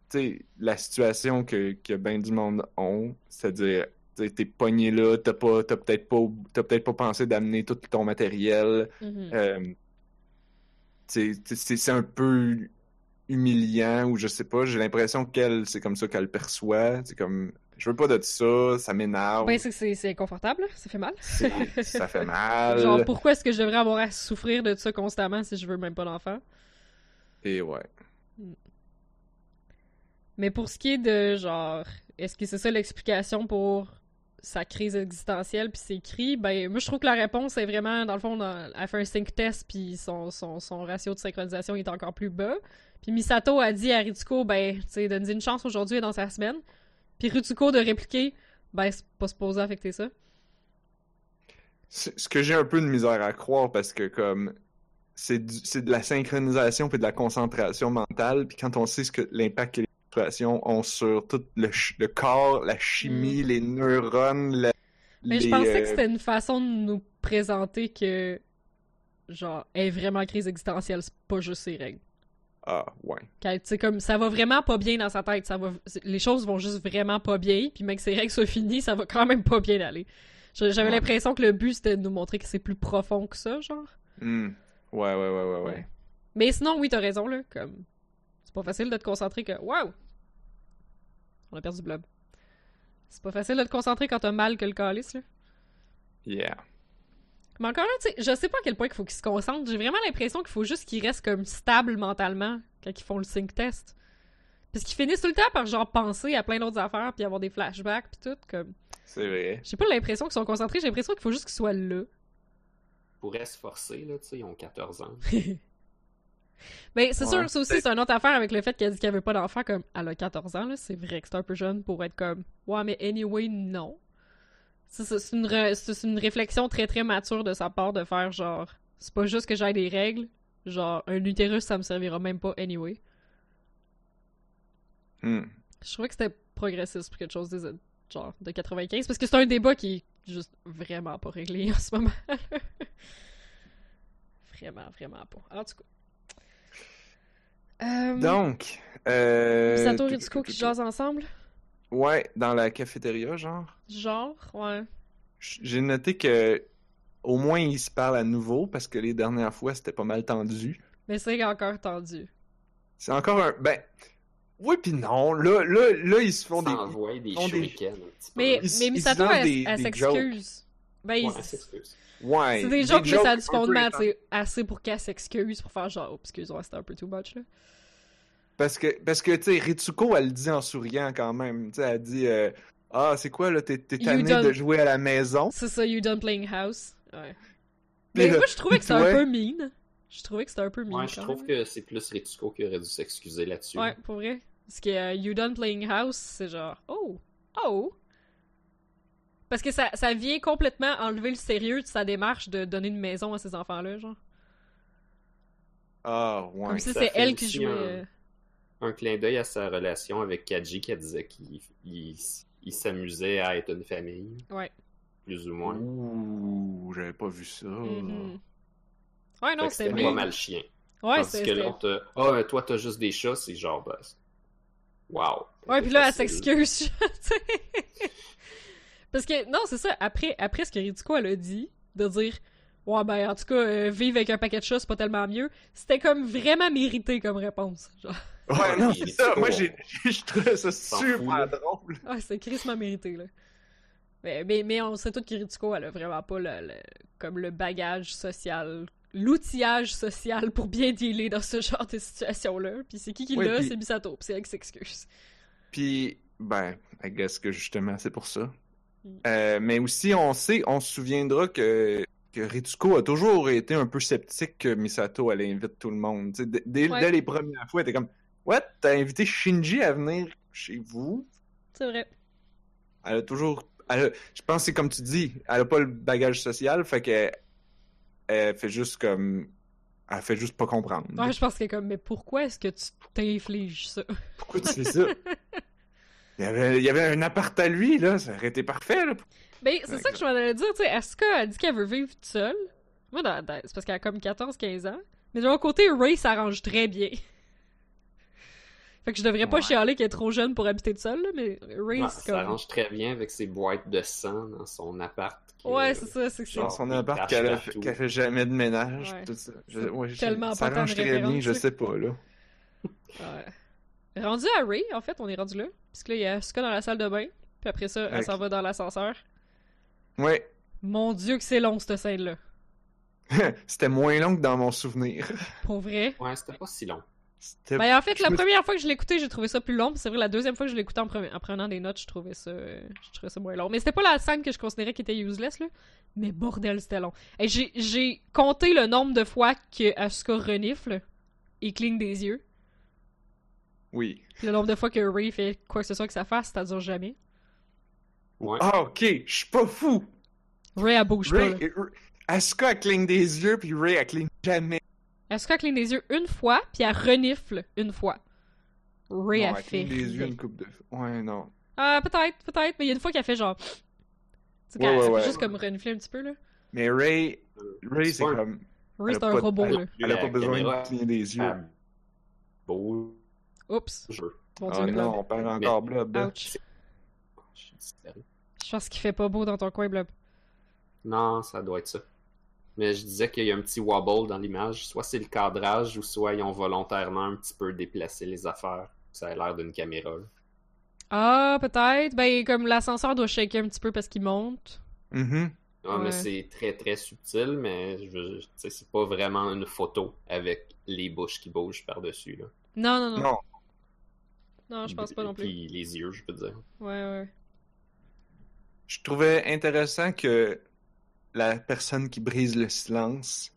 Speaker 2: tu sais la situation que, que ben du monde ont c'est-à-dire tu sais, t'es pogné là t'as pas t'as peut-être pas t'as peut-être pas pensé d'amener tout ton matériel
Speaker 1: Mhm.
Speaker 2: euh, tu sais, tu sais, c'est c'est un peu humiliant ou je sais pas j'ai l'impression qu'elle c'est comme ça qu'elle le perçoit c'est comme Je veux pas de ça, ça m'énerve,
Speaker 1: Ben, c'est- c'est c'est inconfortable, là. ça fait mal.
Speaker 2: c'est- ça fait mal.
Speaker 1: Genre, pourquoi est-ce que je devrais avoir à souffrir de ça constamment si je veux même pas d'enfant?
Speaker 2: Et ouais.
Speaker 1: Mais pour ce qui est de genre, est-ce que c'est ça l'explication pour sa crise existentielle puis ses cris? Ben, moi je trouve que la réponse est vraiment, dans le fond, dans- elle fait un sync test puis son, son, son ratio de synchronisation est encore plus bas. Puis Misato a dit à Ritsuko, ben, tu sais, donne-lui une chance aujourd'hui et dans sa semaine. Puis Ritsuko de répliquer, ben, c'est pas supposé affecter ça.
Speaker 2: Ce ce que j'ai un peu de misère à croire parce que comme c'est du- c'est de la synchronisation puis de la concentration mentale puis quand on sait ce que l'impact que les concentrations ont sur tout le, ch- le corps, la chimie, les neurones, la-
Speaker 1: Mm. Mais je
Speaker 2: les,
Speaker 1: pensais
Speaker 2: euh,
Speaker 1: que c'était une façon de nous présenter que, genre, elle est vraiment en crise existentielle, c'est pas juste ses règles.
Speaker 2: ah ouais.
Speaker 1: Qu'elle, tu sais, comme, ça va vraiment pas bien dans sa tête. Ça va, c'est- les choses vont juste vraiment pas bien. Puis même que ces règles soient finies, ça va quand même pas bien aller. Je- J'avais
Speaker 2: Ouais.
Speaker 1: l'impression que le but, c'était de nous montrer que c'est plus profond que ça, genre.
Speaker 2: Hmm. Ouais, ouais, ouais, ouais, ouais.
Speaker 1: Ouais. Mais sinon, oui, t'as raison, là. Comme, c'est pas facile de te concentrer que... Waouh! On a perdu Blob. C'est pas facile de te concentrer quand t'as mal que le calice, là.
Speaker 2: Yeah.
Speaker 1: Mais encore là, tu sais, je sais pas à quel point qu'il faut qu'ils se concentrent. J'ai vraiment l'impression qu'il faut juste qu'ils restent comme stables mentalement quand ils font le sync test. Parce qu'ils finissent tout le temps par genre penser à plein d'autres affaires puis avoir des flashbacks puis tout. Comme...
Speaker 2: C'est vrai.
Speaker 1: J'ai pas l'impression qu'ils sont concentrés, j'ai l'impression qu'il faut juste qu'ils soient là.
Speaker 3: pourrait se forcer, là, tu sais, ils ont 14 ans.
Speaker 1: Mais Ben, c'est
Speaker 2: Ouais.
Speaker 1: sûr, ça aussi, c'est une autre affaire avec le fait qu'elle dit qu'elle veut pas d'enfant. Comme elle a 14 ans, là, c'est vrai que c'est un peu jeune pour être comme Ouais, mais anyway, non. Ça, ça, C'est une, re- c'est- c'est une réflexion très très mature de sa part de faire genre C'est pas juste que j'ai des règles, genre un utérus ça me servira même pas anyway.
Speaker 2: Hmm.
Speaker 1: Je trouvais que c'était progressiste pour quelque chose des, genre de 95 parce que c'est un débat qui est juste vraiment pas réglé en ce moment. vraiment, vraiment pas. En tout cas. Euh,
Speaker 2: Donc, euh...
Speaker 1: Misato
Speaker 2: tout-
Speaker 1: et Ritsuko qui
Speaker 2: tout- tout-
Speaker 1: jasent ensemble.
Speaker 2: Ouais, dans la cafétéria, genre.
Speaker 1: Genre, ouais.
Speaker 2: J- J'ai noté que au moins ils se parlent à nouveau parce que les dernières fois c'était pas mal tendu.
Speaker 1: Mais c'est encore tendu.
Speaker 2: C'est encore un ben oui puis non là là là ils se font des
Speaker 3: S'envoient des,
Speaker 2: font des-
Speaker 3: shurikens un petit peu.
Speaker 1: Mais,
Speaker 2: Ils s-
Speaker 1: mais
Speaker 2: ils
Speaker 1: Misato,
Speaker 2: se lancent
Speaker 1: elle,
Speaker 2: des-
Speaker 1: elle
Speaker 2: des
Speaker 1: s'excuse. Ben, ils-
Speaker 3: Ouais, s'excuse.
Speaker 2: ouais
Speaker 1: c'est des jokes, mais ça a du
Speaker 2: un peu
Speaker 1: fondement,
Speaker 2: intenses.
Speaker 1: tu sais, assez pour qu'elle s'excuse pour faire genre, oh, excuse-moi, c'était un peu too much, là.
Speaker 2: Parce que parce que tu sais Ritsuko elle le dit en souriant quand même, tu sais elle dit euh, ah c'est quoi là t'es t'es
Speaker 1: You
Speaker 2: tanné
Speaker 1: don't-
Speaker 2: de jouer à la maison.
Speaker 1: C'est ça, you done playing house. Ouais.
Speaker 2: Puis,
Speaker 1: Mais
Speaker 2: euh,
Speaker 1: moi, je trouvais que c'était
Speaker 2: ouais.
Speaker 1: un peu mean. Je trouvais que c'était un peu mean.
Speaker 3: Ouais, je
Speaker 1: quand
Speaker 3: trouve
Speaker 1: même.
Speaker 3: que c'est plus Ritsuko qui aurait dû s'excuser là-dessus.
Speaker 1: Ouais, pour vrai. Parce que euh, You Done Playing House, c'est genre, oh, oh. Parce que ça, ça vient complètement enlever le sérieux de sa démarche de donner une maison à ces enfants-là, genre.
Speaker 2: Ah
Speaker 1: Comme
Speaker 2: ouais.
Speaker 1: si
Speaker 3: ça
Speaker 1: c'est
Speaker 3: fait
Speaker 1: elle qui
Speaker 3: aussi
Speaker 1: jouait.
Speaker 3: un-
Speaker 1: euh,
Speaker 3: Un clin d'œil à sa relation avec Kaji qui disait qu'il il, il s'amusait à être une famille,
Speaker 1: Ouais.
Speaker 3: plus ou moins.
Speaker 2: Ouh, j'avais pas vu ça.
Speaker 1: mhm. Ouais, non,
Speaker 3: Hmm. Fait
Speaker 1: c'est
Speaker 3: que c'était
Speaker 1: vrai.
Speaker 3: pas mal chien.
Speaker 1: Ouais,
Speaker 3: Tandis
Speaker 1: c'est.
Speaker 3: que
Speaker 1: c'était-
Speaker 3: l'autre, euh, ah, euh, toi, t'as juste des chats, c'est genre, bah, c'est- wow.
Speaker 1: Ouais, puis là, elle
Speaker 3: Facile.
Speaker 1: s'excuse. tu sais. Parce que, non, c'est ça, après, après ce que Ritsuko, elle a dit, de dire, ouais, ben, en tout cas, euh, vivre avec un paquet de chats, c'est pas tellement mieux, c'était comme vraiment mérité comme réponse. Genre,
Speaker 2: Ouais, non, c'est ça.
Speaker 3: Ritsuko,
Speaker 2: Moi, j'ai, je trouvais ça
Speaker 3: s'en fout, là.
Speaker 2: super drôle.
Speaker 1: ah, c'est crissement mérité, là. Mais, mais, mais on sait tous que Ritsuko, elle a vraiment pas le, le- comme le bagage social, l'outillage social pour bien dealer dans ce genre de situation-là. Puis c'est qui qui
Speaker 2: Ouais,
Speaker 1: l'a,
Speaker 2: puis-
Speaker 1: c'est Misato, puis c'est elle qui s'excuse.
Speaker 2: Puis, ben, I guess que justement, c'est pour ça.
Speaker 1: Mm.
Speaker 2: Euh, mais aussi, on sait, on se souviendra que, que Ritsuko a toujours été un peu sceptique que Misato allait inviter tout le monde. Tu sais, dès- dès,
Speaker 1: Ouais.
Speaker 2: dès les premières fois, elle était comme What? T'as invité Shinji à venir chez vous?
Speaker 1: C'est vrai.
Speaker 2: Elle a toujours. elle a- je pense que c'est comme tu dis, elle a pas le bagage social, fait qu'elle elle fait juste comme. Elle fait juste pas comprendre.
Speaker 1: Ouais, je pense que comme, mais pourquoi est-ce que tu t'infliges ça?
Speaker 2: Pourquoi tu fais ça? Il y, avait, il y avait un appart à lui, là, ça aurait été parfait, là.
Speaker 1: Ben, c'est ça
Speaker 2: D'accord.
Speaker 1: que je m'en allais dire, tu sais. Asuka a dit qu'elle veut vivre toute seule. Moi, dans- dans- c'est parce qu'elle a comme 14-15 ans. Mais de mon côté, Ray s'arrange très bien. fait que je devrais pas
Speaker 2: Ouais.
Speaker 1: chialer qu'elle est trop jeune pour habiter toute seule, là, mais Ray,
Speaker 3: Ouais,
Speaker 1: c'est
Speaker 3: ça
Speaker 1: comme.
Speaker 3: arrange très bien avec ses boîtes de sang dans son appart. qui,
Speaker 1: Ouais,
Speaker 3: euh,
Speaker 1: c'est ça, c'est que c'est.
Speaker 2: Dans
Speaker 3: Genre,
Speaker 2: son
Speaker 3: il
Speaker 2: appart
Speaker 3: tâche
Speaker 2: qu'elle a,
Speaker 3: partout.
Speaker 2: qu'elle fait jamais de ménage,
Speaker 1: Ouais.
Speaker 2: tout ça. Je,
Speaker 1: C'est
Speaker 2: ouais, je-
Speaker 1: tellement
Speaker 2: ça
Speaker 1: pas tant
Speaker 2: arrange
Speaker 1: de
Speaker 2: très bien,
Speaker 1: référence,
Speaker 2: je
Speaker 1: ça.
Speaker 2: sais pas, là.
Speaker 1: ouais. Rendu à Ray, en fait, on est rendu là. Parce que là, il y a Asuka dans la salle de bain. Puis Puis après ça, elle
Speaker 2: Ok.
Speaker 1: s'en va dans l'ascenseur.
Speaker 2: Ouais.
Speaker 1: Mon dieu que c'est long, cette scène-là.
Speaker 2: C'était moins long que dans mon souvenir.
Speaker 1: Pour vrai.
Speaker 3: Ouais, c'était pas si long.
Speaker 2: C'était
Speaker 1: Ben, en fait,
Speaker 2: Euh, je
Speaker 1: la
Speaker 2: me-
Speaker 1: première fois que je l'écoutais, j'ai trouvé ça plus long. puis C'est vrai, la deuxième fois que je l'écoutais en, premi- en prenant des notes, je trouvais ça, euh, je trouvais ça moins long. Mais c'était pas la scène que je considérais qui était useless, là. Mais bordel, c'était long. Et j'ai, j'ai compté le nombre de fois que Asuka renifle et cligne des yeux.
Speaker 2: Oui.
Speaker 1: puis Le nombre de fois que Ray fait quoi que ce soit que ça fasse, ça dure jamais.
Speaker 3: Ouais.
Speaker 2: Ah, ok, je suis pas fou.
Speaker 1: Ray, elle bouge pas.
Speaker 2: Ray,
Speaker 1: là.
Speaker 2: euh, Asuka, elle cligne des yeux, puis Ray, elle cligne jamais.
Speaker 1: Asuka cligne des yeux une fois, puis elle renifle une fois. Ray,
Speaker 2: Non,
Speaker 1: a
Speaker 2: elle
Speaker 1: fait.
Speaker 2: cligne des yeux
Speaker 1: rien.
Speaker 2: une coupe de Ouais, non.
Speaker 1: Ah, peut-être, peut-être, mais il y a une fois qu'elle fait genre. Tu sais, quand
Speaker 2: Ouais,
Speaker 1: elle
Speaker 2: ouais,
Speaker 1: fait
Speaker 2: ouais.
Speaker 1: juste comme renifler un petit peu, là.
Speaker 2: Mais Ray, Ray, Euh, c'est
Speaker 3: Ouais.
Speaker 2: comme.
Speaker 1: Ray,
Speaker 2: Elle
Speaker 1: c'est
Speaker 2: a
Speaker 1: un
Speaker 2: pas de-
Speaker 1: robot, là.
Speaker 2: elle, elle a
Speaker 3: La
Speaker 2: pas besoin
Speaker 3: caméra.
Speaker 2: de cligner des yeux.
Speaker 3: Ah, beau
Speaker 1: Oups.
Speaker 3: jeu.
Speaker 1: Mon
Speaker 2: oh
Speaker 1: dieu,
Speaker 2: non,
Speaker 1: Blob.
Speaker 2: on parle encore Blob. là.
Speaker 1: Ouch.
Speaker 3: Je suis disparu.
Speaker 1: Je pense qu'il fait pas beau dans ton coin, Blob.
Speaker 3: Non, ça doit être ça. Mais je disais qu'il y a un petit wobble dans l'image. Soit c'est le cadrage, ou soit ils ont volontairement un petit peu déplacé les affaires. Ça a l'air d'une caméra. là.
Speaker 1: Ah, peut-être. Ben, comme l'ascenseur doit shaker un petit peu parce qu'il monte.
Speaker 2: Mhm.
Speaker 3: Non,
Speaker 1: Ouais.
Speaker 3: Ah, mais c'est très très subtil, mais je veux- tu sais, c'est pas vraiment une photo avec les bouches qui bougent par-dessus. là.
Speaker 1: Non, non, non. Non,
Speaker 2: Non,
Speaker 1: je pense pas non plus.
Speaker 3: Puis les yeux, je peux dire.
Speaker 1: Ouais, ouais.
Speaker 2: je trouvais intéressant que la personne qui brise le silence,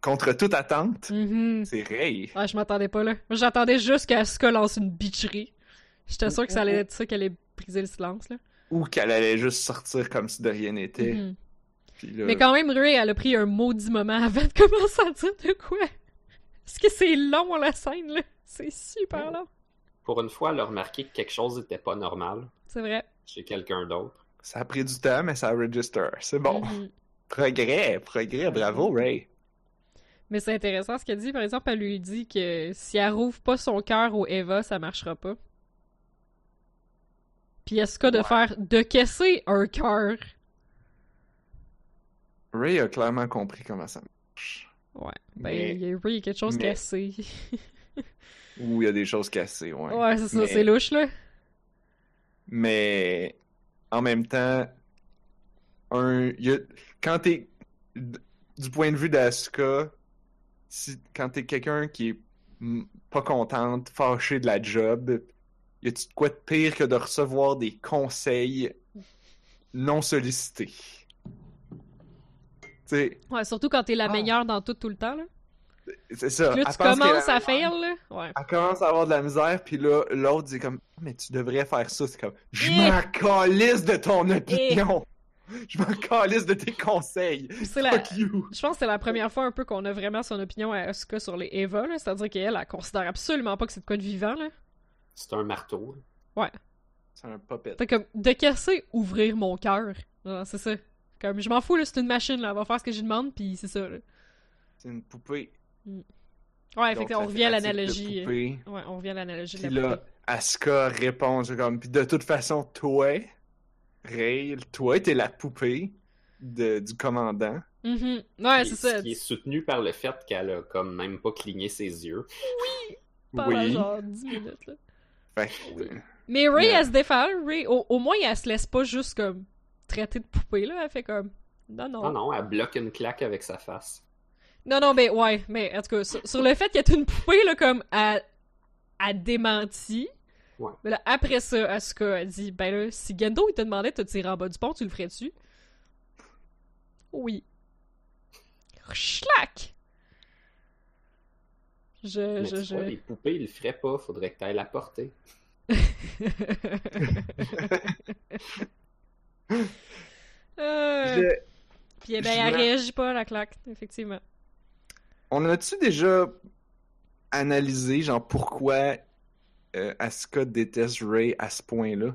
Speaker 2: contre toute attente,
Speaker 1: Mhm.
Speaker 2: c'est Ray.
Speaker 1: Ouais, je m'attendais pas, là. Moi, J'attendais juste qu'Asuka lance une bitcherie. J'étais sûre que ça allait être ça qu'elle allait briser le silence, là.
Speaker 2: Ou qu'elle allait juste sortir comme si de rien n'était.
Speaker 1: Mhm.
Speaker 2: Puis là-
Speaker 1: Mais quand même, Ray, elle a pris un maudit moment avant de commencer à dire de quoi. Parce que c'est long, la scène, là. C'est super long.
Speaker 3: Pour une fois, elle a remarqué que quelque chose n'était pas normal
Speaker 1: C'est vrai.
Speaker 3: chez quelqu'un d'autre.
Speaker 2: Ça a pris du temps, mais ça register. C'est bon.
Speaker 1: Mhm.
Speaker 2: Progrès, progrès, bravo, Ray.
Speaker 1: Mais c'est intéressant ce qu'elle dit. Par exemple, elle lui dit que si elle rouvre pas son cœur au Eva, ça marchera pas. Puis Asuka de
Speaker 3: Ouais.
Speaker 1: faire de caisser un cœur.
Speaker 2: Ray a clairement compris comment ça marche.
Speaker 1: Ouais, Ben,
Speaker 2: Mais-
Speaker 1: il y a oui, il y a quelque chose
Speaker 2: mais-
Speaker 1: cassé.
Speaker 2: Ou il y a des choses cassées, ouais.
Speaker 1: ouais, c'est ça,
Speaker 2: Mais-
Speaker 1: c'est louche, là.
Speaker 2: Mais en même temps, un, il y a- quand t'es d- du point de vue d'Asuka, si, quand t'es quelqu'un qui est mm, pas contente, fâché de la job, y a-tu de quoi de pire que de recevoir des conseils non sollicités? T'sais,
Speaker 1: Ouais, surtout quand t'es la
Speaker 2: Ah.
Speaker 1: meilleure dans tout, tout le temps, là.
Speaker 2: c'est ça.
Speaker 1: Puis là,
Speaker 2: Elle
Speaker 1: tu
Speaker 2: pense qu'elle-
Speaker 1: commences à faire, là. Ouais.
Speaker 2: Elle commence à avoir de la misère, puis là, l'autre dit comme Ah, Mais tu devrais faire ça. C'est comme Je
Speaker 1: Eh.
Speaker 2: m'en calisse de ton opinion. Je m'en calisse de tes conseils.
Speaker 1: Puis c'est la...
Speaker 2: Fuck you.
Speaker 1: Je pense que c'est la première fois un peu qu'on a vraiment son opinion à Asuka sur les Eva, là. C'est-à-dire qu'elle, elle considère absolument pas que c'est de quoi de vivant, là.
Speaker 3: C'est un marteau. là.
Speaker 2: C'est un puppet.
Speaker 1: T'es comme, de casser, ouvrir mon cœur. Genre, C'est ça. Comme, je m'en fous, là, c'est une machine, là, elle va faire ce que je lui demande, puis c'est ça, là.
Speaker 2: C'est une poupée.
Speaker 1: Ouais,
Speaker 2: Donc,
Speaker 1: fait
Speaker 2: ça
Speaker 1: on revient à
Speaker 2: pratique de
Speaker 1: l'analogie. euh,
Speaker 2: poupée.
Speaker 1: Ouais, on revient à l'analogie de
Speaker 2: Puis
Speaker 1: la
Speaker 2: là,
Speaker 1: poupée.
Speaker 2: Asuka répond c'est comme Puis de toute façon, toi, Ray, toi, t'es la poupée de- du commandant.
Speaker 1: Mhm. Ouais,
Speaker 3: Qui-
Speaker 1: c'est ça.
Speaker 3: Ce qui est soutenu par le fait qu'elle a comme même pas cligné ses yeux.
Speaker 1: Pendant genre 10 minutes, là.
Speaker 2: Fait que, euh,
Speaker 1: Mais Ray,
Speaker 2: Mais-
Speaker 1: elle se défend. Ray, au, au moins, elle se laisse pas juste, comme, traiter de poupée, là. Elle fait comme, non, non.
Speaker 3: Non, non, elle bloque une claque avec sa face.
Speaker 1: Non, non, mais ouais, mais en tout cas, sur, sur le fait qu'il y a une poupée, là, comme, à, à démenti.
Speaker 3: Ouais.
Speaker 1: Mais là, après ça, Asuka a dit, ben là, si Gendo, il te demandait de te tirer en bas du pont, tu le ferais-tu? Oui. Schlack! Je,
Speaker 3: Mais
Speaker 1: je,
Speaker 3: tu
Speaker 1: je...
Speaker 3: vois, les poupées, ils le feraient pas. Faudrait que t'ailles la porter.
Speaker 1: Euh,
Speaker 2: je-
Speaker 1: Puis eh ben,
Speaker 2: je
Speaker 1: elle
Speaker 2: me-
Speaker 1: réagit pas à la claque, effectivement.
Speaker 2: On a-tu déjà analysé, genre, pourquoi euh, Asuka déteste Ray à ce point-là?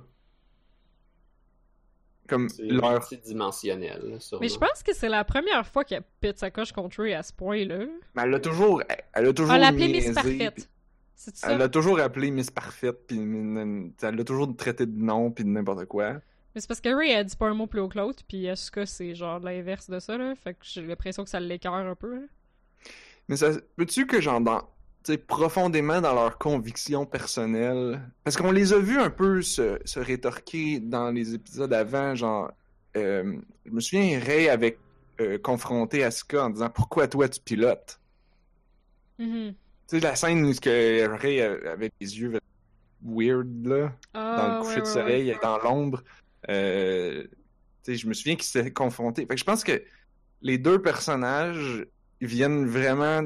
Speaker 2: Comme
Speaker 3: C'est
Speaker 2: leur...
Speaker 3: multidimensionnel, là, sûrement.
Speaker 1: Mais je pense que c'est la première fois qu'elle pète sa coche contre Ray à ce point-là.
Speaker 2: Mais elle a toujours... Elle a toujours
Speaker 1: On l'appelait
Speaker 2: niaisé,
Speaker 1: Miss
Speaker 2: puis
Speaker 1: Parfaite. C'est ça?
Speaker 2: Elle l'a toujours appelée Miss Parfaite, puis elle l'a toujours traité de nom, puis de n'importe quoi.
Speaker 1: Mais c'est parce que Ray, elle dit pas un mot plus haut que l'autre, puis Asuka, c'est genre l'inverse de ça, là. Fait que j'ai l'impression que ça l'écœure un peu, là.
Speaker 2: Mais ça... Peux-tu que genre dans tu sais, profondément dans leurs convictions personnelles. Parce qu'on les a vus un peu se, se rétorquer dans les épisodes avant, genre, euh, je me souviens, Ray avait euh, confronté Asuka en disant « Pourquoi toi, tu pilotes? »
Speaker 1: Mhm.
Speaker 2: Tu sais, la scène où ce que Ray euh, avait les yeux weird, là, dans
Speaker 1: Ah,
Speaker 2: le coucher
Speaker 1: ouais,
Speaker 2: de
Speaker 1: ouais,
Speaker 2: soleil, dans l'ombre. Euh, tu sais, je me souviens qu'ils s'étaient confrontés. Fait que je pense que les deux personnages ils viennent vraiment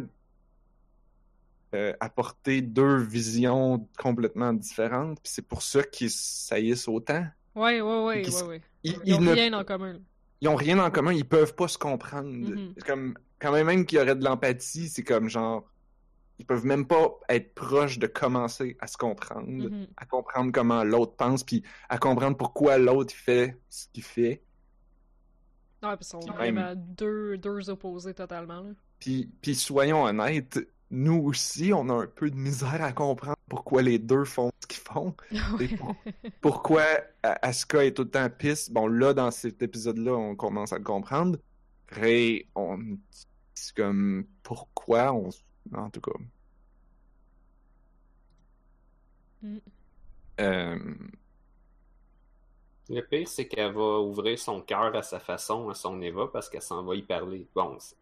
Speaker 2: euh, apporter deux visions complètement différentes. Puis c'est pour ça qu'ils saillissent autant.
Speaker 1: Ouais, ouais, ouais,
Speaker 2: Qui
Speaker 1: ouais,
Speaker 2: s-
Speaker 1: ouais.
Speaker 2: Ils,
Speaker 1: Ils
Speaker 2: ils
Speaker 1: ont
Speaker 2: ne-
Speaker 1: rien en commun.
Speaker 2: ils ont rien en commun, ils peuvent pas se comprendre.
Speaker 1: Mhm.
Speaker 2: C'est Comme quand même, même qu'il y aurait de l'empathie, c'est comme genre ils peuvent même pas être proches de commencer à se comprendre,
Speaker 1: Mhm.
Speaker 2: à comprendre comment l'autre pense, puis à comprendre pourquoi l'autre fait ce qu'il fait.
Speaker 1: Ah, Ouais, puis ils sont
Speaker 2: Même.
Speaker 1: vraiment deux, deux opposés totalement. là.
Speaker 2: Puis, puis soyons honnêtes, nous aussi, on a un peu de misère à comprendre pourquoi les deux font ce qu'ils font.
Speaker 1: Ouais.
Speaker 2: C'est pour- Pourquoi A- Asuka est tout le temps pisse. Bon, là, dans cet épisode-là, on commence à le comprendre. Ray, on... c'est comme... Pourquoi on... s- En tout cas...
Speaker 1: Mm.
Speaker 2: Euh,
Speaker 3: Le pire, c'est qu'elle va ouvrir son cœur à sa façon, à son Eva, parce qu'elle s'en va y parler. Bon, c'est-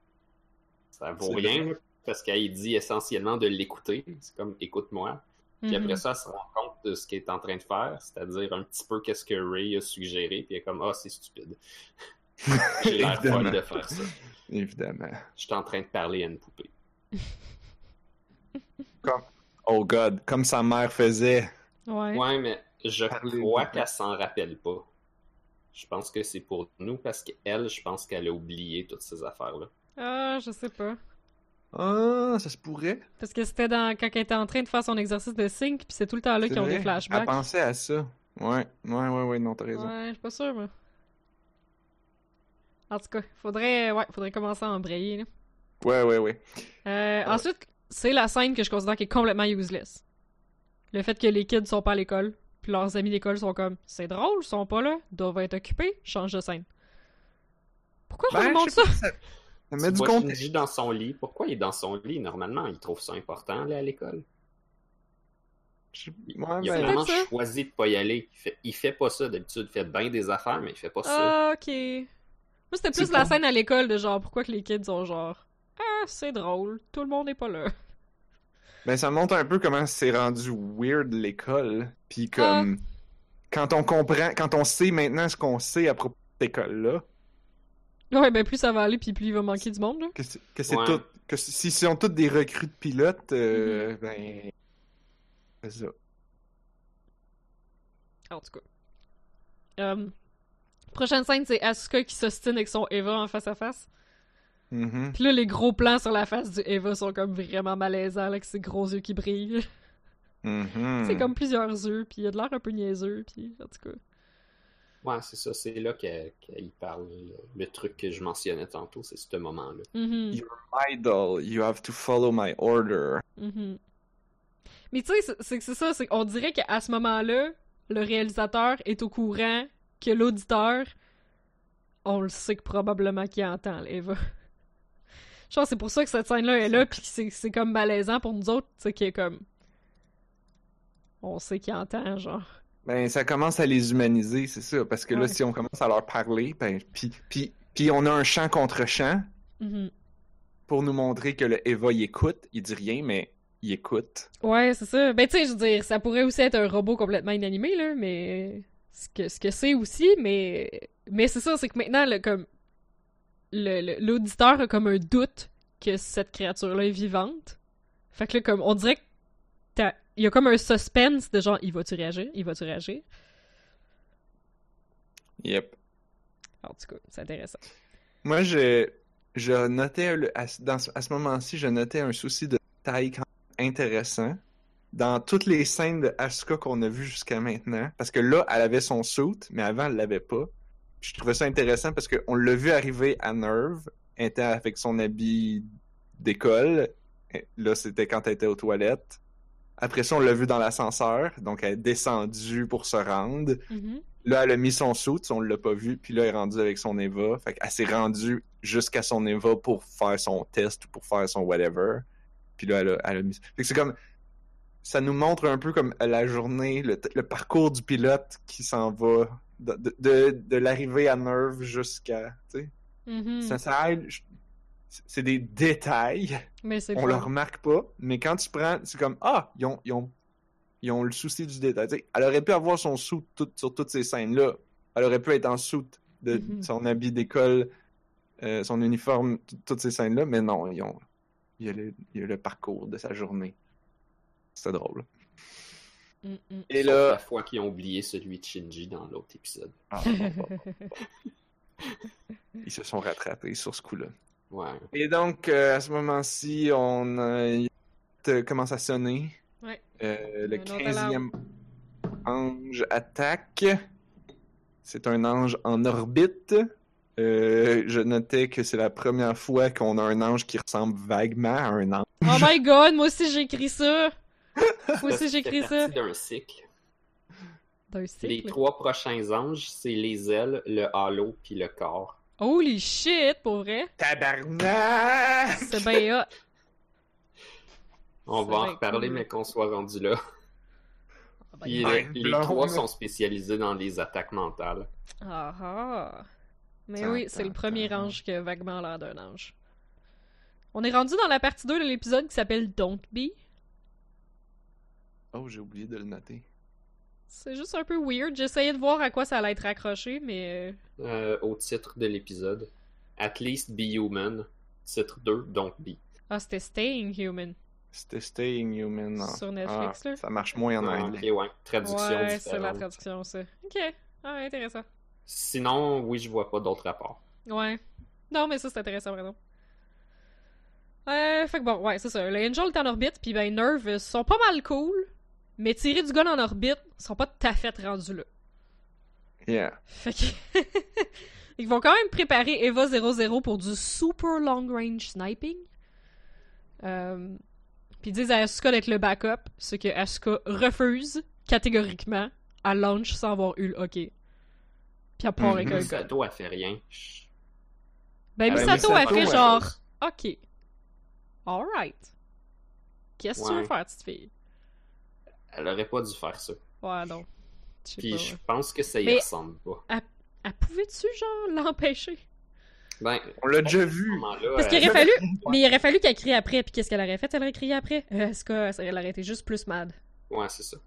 Speaker 3: ça vaut
Speaker 2: C'est
Speaker 3: rien, là, parce qu'elle y dit essentiellement de l'écouter. C'est comme écoute-moi. Puis après
Speaker 1: Mhm.
Speaker 3: ça, elle se rend compte de ce qu'elle est en train de faire, c'est-à-dire un petit peu qu'est-ce que Ray a suggéré, puis elle est comme Ah, c'est stupide. J'ai l'air folle de faire ça.
Speaker 2: évidemment.
Speaker 3: Je suis en train de parler à une poupée.
Speaker 2: Oh God, comme sa mère faisait.
Speaker 1: Ouais.
Speaker 3: Ouais, mais je
Speaker 2: Parler à une
Speaker 3: crois
Speaker 2: poupée.
Speaker 3: qu'elle s'en rappelle pas. Je pense que c'est pour nous, parce qu'elle, je pense qu'elle a oublié toutes ces affaires-là.
Speaker 1: Ah, je sais pas.
Speaker 2: Ah, ça se pourrait.
Speaker 1: Parce que c'était dans... quand elle était en train de faire son exercice de sync, puis c'est tout le temps là
Speaker 2: C'est
Speaker 1: qu'ils ont
Speaker 2: vrai.
Speaker 1: des
Speaker 2: Elle
Speaker 1: flashbacks.
Speaker 2: pensait à ça. Ouais, ouais, ouais, ouais, non, t'as raison.
Speaker 1: Ouais, je suis pas sûre, moi. En tout cas, faudrait, ouais, faudrait commencer à embrayer. là.
Speaker 2: Ouais, ouais, ouais.
Speaker 1: Euh,
Speaker 2: Ah.
Speaker 1: Ensuite, c'est la scène que je considère qui est complètement useless. Le fait que les kids sont pas à l'école, puis leurs amis d'école sont comme « C'est drôle, ils sont pas là, doivent être occupés, change de scène. » Pourquoi on
Speaker 2: Ben,
Speaker 1: nous montre
Speaker 2: je sais
Speaker 1: ça?
Speaker 2: pas, ça... ça met
Speaker 3: tu
Speaker 2: du
Speaker 3: vois
Speaker 2: contexte.
Speaker 3: Shinji dans son lit. Pourquoi il est dans son lit? Normalement, il trouve ça important, aller à l'école.
Speaker 2: Je- Ouais,
Speaker 3: Il a
Speaker 1: C'est
Speaker 2: ben,
Speaker 3: vraiment
Speaker 1: vrai, ça?
Speaker 3: choisi de pas y aller. Il fait, il fait pas ça d'habitude. Il fait bien des affaires, mais il fait pas ça.
Speaker 1: Ah, ok. Moi, c'était plus
Speaker 2: C'est
Speaker 1: la
Speaker 2: pas-
Speaker 1: scène à l'école de genre « Pourquoi que les kids ont genre « Ah, c'est drôle, tout le monde n'est pas là.
Speaker 2: ben, ça montre un peu comment c'est rendu weird l'école. Puis
Speaker 1: Ah.
Speaker 2: comme quand on comprend, quand on sait maintenant ce qu'on sait à propos de cette école-là, »
Speaker 1: Ouais, ben plus ça va aller, puis plus il va manquer du monde, là.
Speaker 2: que c'est que c'est
Speaker 3: Ouais.
Speaker 2: tout, que c- s'ils sont tous des recrues de pilotes, euh,
Speaker 1: Mm-hmm.
Speaker 2: ben c'est ça.
Speaker 1: En tout cas. Um, prochaine scène, c'est Asuka qui s'ostine avec son Eva en face à face.
Speaker 2: Mhm.
Speaker 1: Puis là, les gros plans sur la face du Eva sont comme vraiment malaisants, là, avec ses gros yeux qui brillent.
Speaker 2: Mhm.
Speaker 1: c'est comme plusieurs yeux, puis il a de l'air un peu niaiseux, puis en tout cas.
Speaker 3: Ouais, c'est ça. C'est là qu'elle qu'il parle. Le truc que je mentionnais tantôt, c'est ce moment-là.
Speaker 1: Mhm,
Speaker 2: You're my doll, you have to follow my order.
Speaker 1: mhm. Mais tu sais, c'est- c'est que c'est ça, c'est qu'on dirait qu'à ce moment-là, le réalisateur est au courant que l'auditeur, on le sait que probablement qu'il entend l'Eva. Je pense que c'est pour ça que cette scène-là est là, puis que c'est c'est comme malaisant pour nous autres, tu sais, qui est comme. On sait qu'il entend, genre.
Speaker 2: Ben ça commence à les humaniser, c'est ça, parce que
Speaker 1: Ouais.
Speaker 2: là si on commence à leur parler, ben puis puis puis on a un champ contre champ
Speaker 1: Mhm.
Speaker 2: pour nous montrer que le Eva il écoute, il dit rien mais il écoute.
Speaker 1: Ouais, c'est ça. Ben, tu sais, je veux dire, ça pourrait aussi être un robot complètement inanimé, là, mais. Ce que, ce que c'est aussi, mais. Mais c'est ça, c'est que maintenant, le, comme. le- le- L'auditeur a comme un doute que cette créature-là est vivante. Fait que là, comme, on dirait que. t'as- Il y a comme un suspense de genre, il va-tu réagir? Il va-tu réagir?
Speaker 2: Yep.
Speaker 1: En tout cas, c'est intéressant.
Speaker 2: Moi, je, je notais, le- à, ce- dans, ce- à ce moment-ci, je notais un souci de taille quand même intéressant dans toutes les scènes de Asuka qu'on a vues jusqu'à maintenant. Parce que là, elle avait son suit, mais avant, elle l'avait pas. Puis je trouvais ça intéressant parce qu'on l'a vu arriver à Nerve, elle était avec son habit d'école. Et Là, c'était quand elle était aux toilettes. Après ça, on l'a vu dans l'ascenseur, donc elle est descendue pour se rendre.
Speaker 1: Mhm.
Speaker 2: Là, elle a mis son suit, on l'a pas vu, puis là, elle est rendue avec son Eva. Fait qu'elle s'est rendue jusqu'à son Eva pour faire son test ou pour faire son whatever. Puis puis là, elle a, elle a mis. Fait que c'est comme. Ça nous montre un peu comme la journée, le, t- le parcours du pilote qui s'en va de, de, de- de l'arrivée à Nerve jusqu'à. tu sais.
Speaker 1: Mhm.
Speaker 2: Ça, ça aide. je- C'est des détails.
Speaker 1: Mais c'est
Speaker 2: On
Speaker 1: bon.
Speaker 2: le remarque pas. Mais quand tu prends. C'est comme Ah, ils ont, ils ont, ils ont le souci du détail. Tu sais, elle aurait pu avoir son soute sur toutes ces scènes-là. Elle aurait pu être en soute de
Speaker 1: Mhm.
Speaker 2: son habit d'école, euh, son uniforme, tout- toutes ces scènes-là. Mais non, ils ont. Il y, a le, il y a le parcours de sa journée. C'était drôle.
Speaker 1: Mhm.
Speaker 2: Et
Speaker 3: Sauf
Speaker 2: là.
Speaker 3: La fois qu'ils ont oublié celui de Shinji dans l'autre épisode.
Speaker 2: Ah, bon, bon, bon. Ils se sont rattrapés sur ce coup-là.
Speaker 3: Ouais.
Speaker 2: Et donc, euh, à ce moment-ci, on euh, te- commence à sonner.
Speaker 1: Ouais.
Speaker 2: Euh, le
Speaker 1: Un autre
Speaker 2: 15e ange attaque. C'est un ange en orbite. Euh, je notais que c'est la première fois qu'on a un ange qui ressemble vaguement à un ange.
Speaker 1: Oh my god, moi aussi j'ai écrit ça! Moi aussi j'ai écrit
Speaker 3: C'est
Speaker 1: ça!
Speaker 3: parti d'un cycle.
Speaker 1: D'un
Speaker 3: Les
Speaker 1: cycle.
Speaker 3: trois prochains anges, c'est les ailes, le halo, puis le corps.
Speaker 1: Holy shit, pour vrai!
Speaker 2: Tabarnak!
Speaker 1: C'est bien hot.
Speaker 3: On
Speaker 1: C'est
Speaker 3: va en
Speaker 1: bien
Speaker 3: reparler,
Speaker 1: cool.
Speaker 3: mais qu'on soit rendu là.
Speaker 1: Ah ben,
Speaker 3: Puis les,
Speaker 2: mind
Speaker 3: les
Speaker 2: blown.
Speaker 3: trois sont spécialisés dans les attaques mentales.
Speaker 1: Ah ah. Mais
Speaker 2: Tan,
Speaker 1: oui, c'est
Speaker 2: tan,
Speaker 1: le premier
Speaker 2: tan.
Speaker 1: ange qui a vaguement l'air d'un ange. On est rendu dans la partie 2 de l'épisode qui s'appelle Don't Be.
Speaker 2: Oh, j'ai oublié de le noter.
Speaker 1: C'est juste un peu weird. J'essayais de voir à quoi ça allait être raccroché, mais.
Speaker 3: Euh, au titre de l'épisode, At least be human. Titre 2, donc be.
Speaker 1: Ah, c'était Staying Human
Speaker 2: C'était Staying Human. en-
Speaker 1: sur
Speaker 2: Ah,
Speaker 1: Netflix, là.
Speaker 2: ça marche moins en
Speaker 3: Ah,
Speaker 2: anglais.
Speaker 3: ok, ouais. Traduction
Speaker 1: Ouais, c'est la
Speaker 3: différente.
Speaker 1: traduction, ça. Ok. Ah, intéressant.
Speaker 3: Sinon, oui, je vois pas d'autres rapports.
Speaker 1: Ouais. Non, mais ça, c'est intéressant, vraiment. Euh, fait que bon, ouais, c'est ça. Le Angel est en orbite, puis ben, Nerve euh, sont pas mal cool, mais tirer du gun en orbite, ils sont pas tout à fait rendus là.
Speaker 2: Yeah.
Speaker 1: Fait que... Ils vont quand même préparer EVA 00 pour du super long range sniping. Euh, Puis ils disent à Asuka d'être le backup, ce que Asuka refuse catégoriquement à launch sans avoir eu le hockey. Puis à part avec
Speaker 2: Mhm.
Speaker 1: un gun.
Speaker 3: Sato, elle fait rien. Chut.
Speaker 1: Ben,
Speaker 2: Ah, ben,
Speaker 1: Misato a
Speaker 2: Misato,
Speaker 1: fait
Speaker 2: ouais.
Speaker 1: genre, ok, alright. Qu'est-ce que tu veux
Speaker 3: Ouais.
Speaker 1: faire, petite fille?
Speaker 3: Elle aurait pas dû faire ça.
Speaker 1: Ouais, non. Je sais
Speaker 3: Puis
Speaker 1: pas.
Speaker 3: je
Speaker 1: ouais.
Speaker 3: pense que ça y
Speaker 1: Mais-
Speaker 3: ressemble pas.
Speaker 1: Elle pouvait-tu, genre, l'empêcher?
Speaker 3: Ben,
Speaker 2: On l'a
Speaker 3: bon,
Speaker 2: déjà
Speaker 3: à ce
Speaker 2: vu.
Speaker 3: moment-là,
Speaker 1: Parce
Speaker 3: euh,
Speaker 1: qu'il aurait fallu. Mais il aurait fallu qu'elle crie après. Puis qu'est-ce qu'elle aurait fait? Elle aurait crié après. Euh, Est-ce qu'elle aurait été juste plus mad?
Speaker 3: Ouais, c'est ça.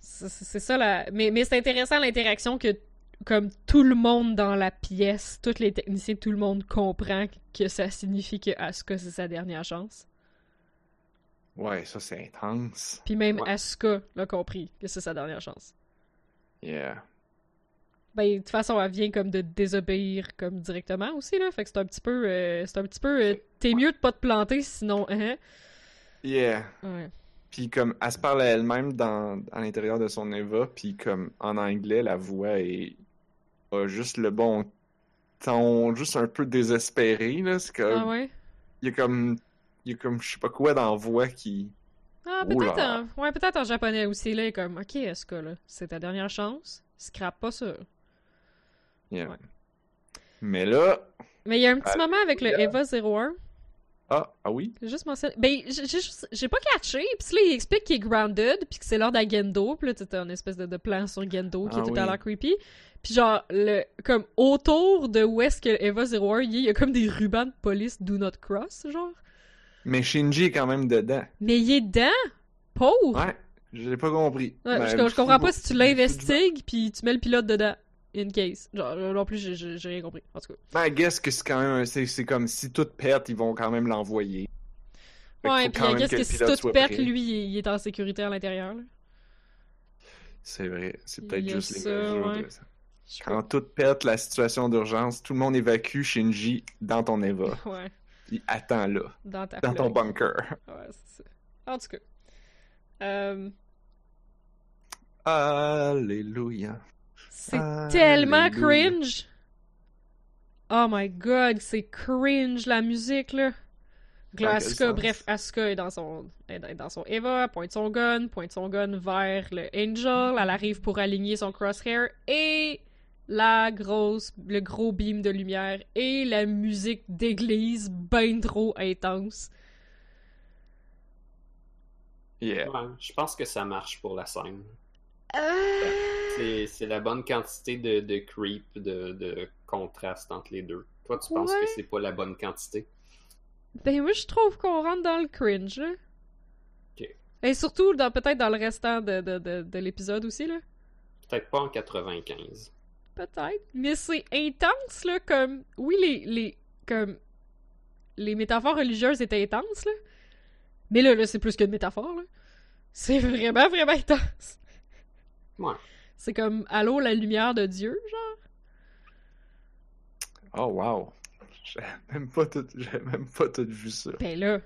Speaker 1: C'est c'est- c'est ça, là. Mais, mais c'est intéressant l'interaction que, comme tout le monde dans la pièce, tous les techniciens, tout le monde comprend que ça signifie que Asuka, c'est sa dernière chance.
Speaker 2: Ouais, ça c'est intense.
Speaker 1: Puis même
Speaker 3: Ouais.
Speaker 1: Asuka l'a compris que c'est sa dernière chance.
Speaker 2: Yeah.
Speaker 1: Ben, de toute façon, elle vient comme de désobéir comme directement aussi, là. Fait que c'est un petit peu. euh, c'est un petit peu. euh, T'es mieux de pas te planter, sinon. hein.
Speaker 2: Yeah.
Speaker 1: Ouais.
Speaker 2: Puis comme elle se parle à elle-même dans à l'intérieur de son Eva, puis comme en anglais la voix est a juste le bon ton, juste un peu désespéré là, c'est comme
Speaker 1: Ah ouais?
Speaker 2: il y a comme il y a comme je sais pas quoi dans la voix qui
Speaker 1: Ah,
Speaker 2: Oh
Speaker 1: peut-être
Speaker 2: là
Speaker 1: en... Ouais, peut-être en japonais aussi, là, comme, ok, est-ce que là, c'est ta dernière chance? Scrape pas ça.
Speaker 2: Yeah.
Speaker 1: Ouais.
Speaker 2: Mais là
Speaker 1: Mais il y a un petit
Speaker 2: Ah,
Speaker 1: moment avec le
Speaker 2: là.
Speaker 1: EVA 01,
Speaker 2: ah ah oui,
Speaker 1: j'ai juste mentionné. Ben, j'ai- j'ai juste- j'ai pas catché, pis là, il explique qu'il est grounded, pis que c'est l'heure à Gendo, pis là, t'étais en espèce de, de plan sur Gendo qui
Speaker 2: Ah
Speaker 1: est tout
Speaker 2: oui.
Speaker 1: à l'heure creepy. Pis genre, le, comme, autour de où est-ce que le EVA 01 il est, il y a comme des rubans de police Do Not Cross, genre.
Speaker 2: mais Shinji est quand même dedans.
Speaker 1: Mais il est dedans! Pauvre!
Speaker 2: Ouais, je l'ai pas compris.
Speaker 1: Ouais,
Speaker 2: Ben,
Speaker 1: je, je comprends pas si tu
Speaker 2: beaucoup de-
Speaker 1: l'investigues puis tu mets le pilote dedans. In case. Genre, euh, non plus, j'ai- j'ai j'ai rien compris. En tout cas.
Speaker 2: Ben, I guess que c'est quand même un- c'est c'est comme si tout pète, ils vont quand même l'envoyer. Fait qu'il
Speaker 1: Ouais,
Speaker 2: faut
Speaker 1: puis
Speaker 2: quand
Speaker 1: I
Speaker 2: même
Speaker 1: guess
Speaker 2: le
Speaker 1: que si
Speaker 2: pilote
Speaker 1: tout
Speaker 2: soit
Speaker 1: pète,
Speaker 2: prêt.
Speaker 1: lui, il, il est en sécurité à l'intérieur. là.
Speaker 2: C'est vrai, c'est
Speaker 1: Il
Speaker 2: peut-être
Speaker 1: y a
Speaker 2: juste les
Speaker 1: ça,
Speaker 2: mesures
Speaker 1: ouais.
Speaker 2: de ça.
Speaker 1: Je sais
Speaker 2: Quand tout pète, la situation d'urgence, tout le monde évacue Shinji dans ton Eva.
Speaker 1: pas. Ouais,
Speaker 2: Il attend là,
Speaker 1: dans ta
Speaker 2: dans ton
Speaker 1: flotte.
Speaker 2: bunker.
Speaker 1: Ouais, c'est ça. En tout cas. Euh,
Speaker 2: Alléluia.
Speaker 1: c'est
Speaker 2: Alléluia.
Speaker 1: tellement cringe. Oh my god, c'est cringe la musique là. Donc là,
Speaker 2: Dans quel
Speaker 1: Asuka,
Speaker 2: sens?
Speaker 1: bref, Asuka est dans son est dans- est dans son Eva, pointe son gun, pointe son gun vers le Angel, elle arrive pour aligner son crosshair et la grosse le gros beam de lumière et la musique d'église ben trop intense.
Speaker 2: Yeah.
Speaker 3: Ouais, je pense que ça marche pour la scène.
Speaker 2: Ah,
Speaker 1: Euh,
Speaker 3: C'est c'est la bonne quantité de, de creep, de, de contraste entre les deux. Toi, tu penses
Speaker 1: Ouais.
Speaker 3: que c'est pas la bonne quantité?
Speaker 1: Ben moi je trouve qu'on rentre dans le cringe. Là.
Speaker 3: Ok.
Speaker 1: Et surtout dans peut-être dans le restant de, de, de, de l'épisode aussi là.
Speaker 3: Peut-être pas en 95.
Speaker 1: Peut-être. Mais c'est intense là comme oui les les comme les métaphores religieuses étaient intenses là. Mais là là c'est plus qu'une métaphore là. C'est vraiment vraiment intense.
Speaker 3: Ouais.
Speaker 1: C'est comme allô la lumière de Dieu genre.
Speaker 2: Oh, wow. J'avais même pas tout, j'avais même pas tout vu ça.
Speaker 1: Ben là.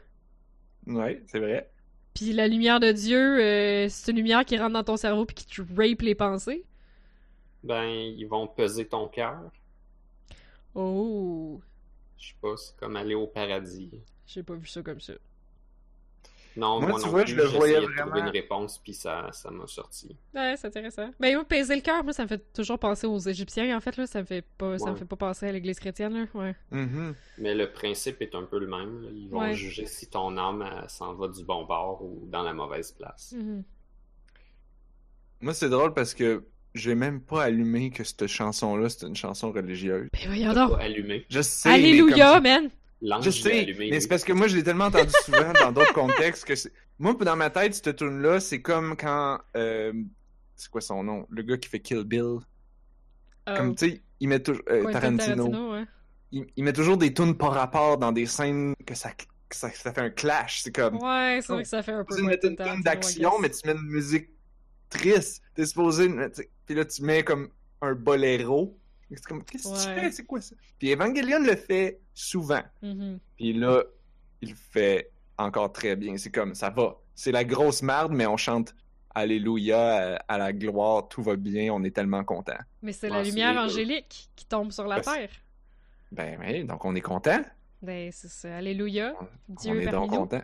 Speaker 2: Ouais, c'est vrai.
Speaker 1: Puis la lumière de Dieu, euh, c'est une lumière qui rentre dans ton cerveau puis qui te rape les pensées.
Speaker 3: Ben, ils vont peser ton cœur.
Speaker 1: Oh,
Speaker 3: Je sais pas, c'est comme aller au paradis.
Speaker 1: j'ai pas vu ça comme ça.
Speaker 3: Non,
Speaker 2: Moi,
Speaker 3: moi
Speaker 2: tu
Speaker 3: non
Speaker 2: vois,
Speaker 3: plus,
Speaker 2: je le voyais
Speaker 3: j'essayais de trouver
Speaker 2: vraiment-
Speaker 3: une réponse, puis ça ça m'a sorti.
Speaker 1: Ouais, c'est intéressant. Ben oui, peser le cœur, moi, ça me fait toujours penser aux Égyptiens, en fait, là. Ça me fait pas, ça me
Speaker 3: Ouais.
Speaker 1: fait pas penser à l'Église chrétienne, là. Ouais.
Speaker 2: Mhm.
Speaker 3: Mais le principe est un peu le même. là. Ils vont
Speaker 1: Ouais.
Speaker 3: juger si ton âme elle, s'en va du bon bord ou dans la mauvaise place.
Speaker 1: Mhm.
Speaker 2: Moi, c'est drôle parce que j'ai même pas allumé que cette chanson-là, c'était une chanson religieuse.
Speaker 1: Ben voyons
Speaker 3: Pas
Speaker 1: donc.
Speaker 3: allumé.
Speaker 2: Je sais. mais
Speaker 1: Alléluia,
Speaker 2: comme-
Speaker 1: man!
Speaker 2: Je
Speaker 3: L'ange est
Speaker 2: sais,
Speaker 3: allumé.
Speaker 2: mais
Speaker 3: lui.
Speaker 2: c'est parce que moi, je l'ai tellement entendu souvent dans d'autres contextes que c'est... Moi, dans ma tête, cette tune-là, c'est comme quand... euh, C'est quoi son nom? Le gars qui fait Kill Bill.
Speaker 1: Oh.
Speaker 2: Comme, tu sais, il met toujours... euh,
Speaker 1: Quentin
Speaker 2: Tarantino.
Speaker 1: ouais.
Speaker 2: Il, il met toujours des tunes par rapport dans des scènes que ça, que ça, ça fait un clash. C'est comme...
Speaker 1: Ouais, c'est
Speaker 2: Non.
Speaker 1: vrai que ça fait un peu.
Speaker 2: Tu mets une
Speaker 1: Quentin
Speaker 2: tune
Speaker 1: Tarantino,
Speaker 2: d'action,
Speaker 1: I
Speaker 2: mais
Speaker 1: guess.
Speaker 2: tu mets une musique triste. T'es supposé... tu sais, Puis là, tu mets comme un boléro. C'est comme, qu'est-ce que
Speaker 1: Ouais.
Speaker 2: tu fais? C'est quoi ça? Puis Evangelion le fait souvent.
Speaker 1: Mhm.
Speaker 2: Puis là, il fait encore très bien. C'est comme, ça va. C'est la grosse merde, mais on chante Alléluia, à, à la gloire, tout va bien, on est tellement content.
Speaker 1: Mais c'est
Speaker 3: Ouais,
Speaker 1: la
Speaker 3: c'est
Speaker 1: lumière
Speaker 3: les deux.
Speaker 1: angélique qui tombe sur la
Speaker 2: Ben, c'est-
Speaker 1: terre.
Speaker 2: Ben oui, donc on est content.
Speaker 1: Ben, c'est ça. Alléluia.
Speaker 2: on
Speaker 1: Dieu
Speaker 2: est
Speaker 1: parmi
Speaker 2: donc
Speaker 1: nous.
Speaker 2: content.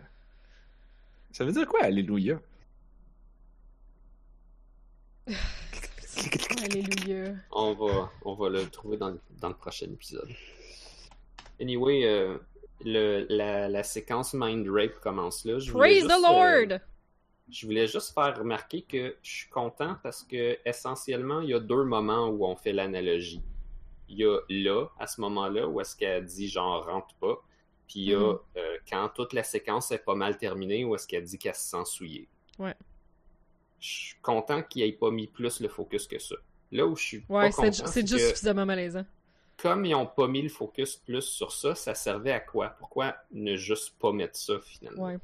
Speaker 2: Ça veut dire quoi, Alléluia?
Speaker 1: Alléluia.
Speaker 3: On va, on va le trouver dans, le- dans le prochain épisode. Anyway, euh, le, la, la séquence Mind Rape commence là. Je voulais
Speaker 1: Praise
Speaker 3: juste,
Speaker 1: the
Speaker 3: euh,
Speaker 1: Lord!
Speaker 3: je voulais juste faire remarquer que je suis content parce que essentiellement, il y a deux moments où on fait l'analogie. Il y a là, à ce moment-là, où est-ce qu'elle dit genre rentre pas. Puis il y a
Speaker 1: Mhm.
Speaker 3: euh, quand toute la séquence est pas mal terminée, où est-ce qu'elle dit qu'elle se sent souillée.
Speaker 1: Ouais.
Speaker 3: Je suis content qu'il ait pas mis plus le focus que ça. Là où je suis pas
Speaker 1: Ouais,
Speaker 3: content,
Speaker 1: c'est ju- c'est juste
Speaker 3: que-
Speaker 1: suffisamment malaisant.
Speaker 3: comme ils n'ont pas mis le focus plus sur ça, ça servait à quoi? Pourquoi ne juste pas mettre ça finalement?
Speaker 1: Ouais.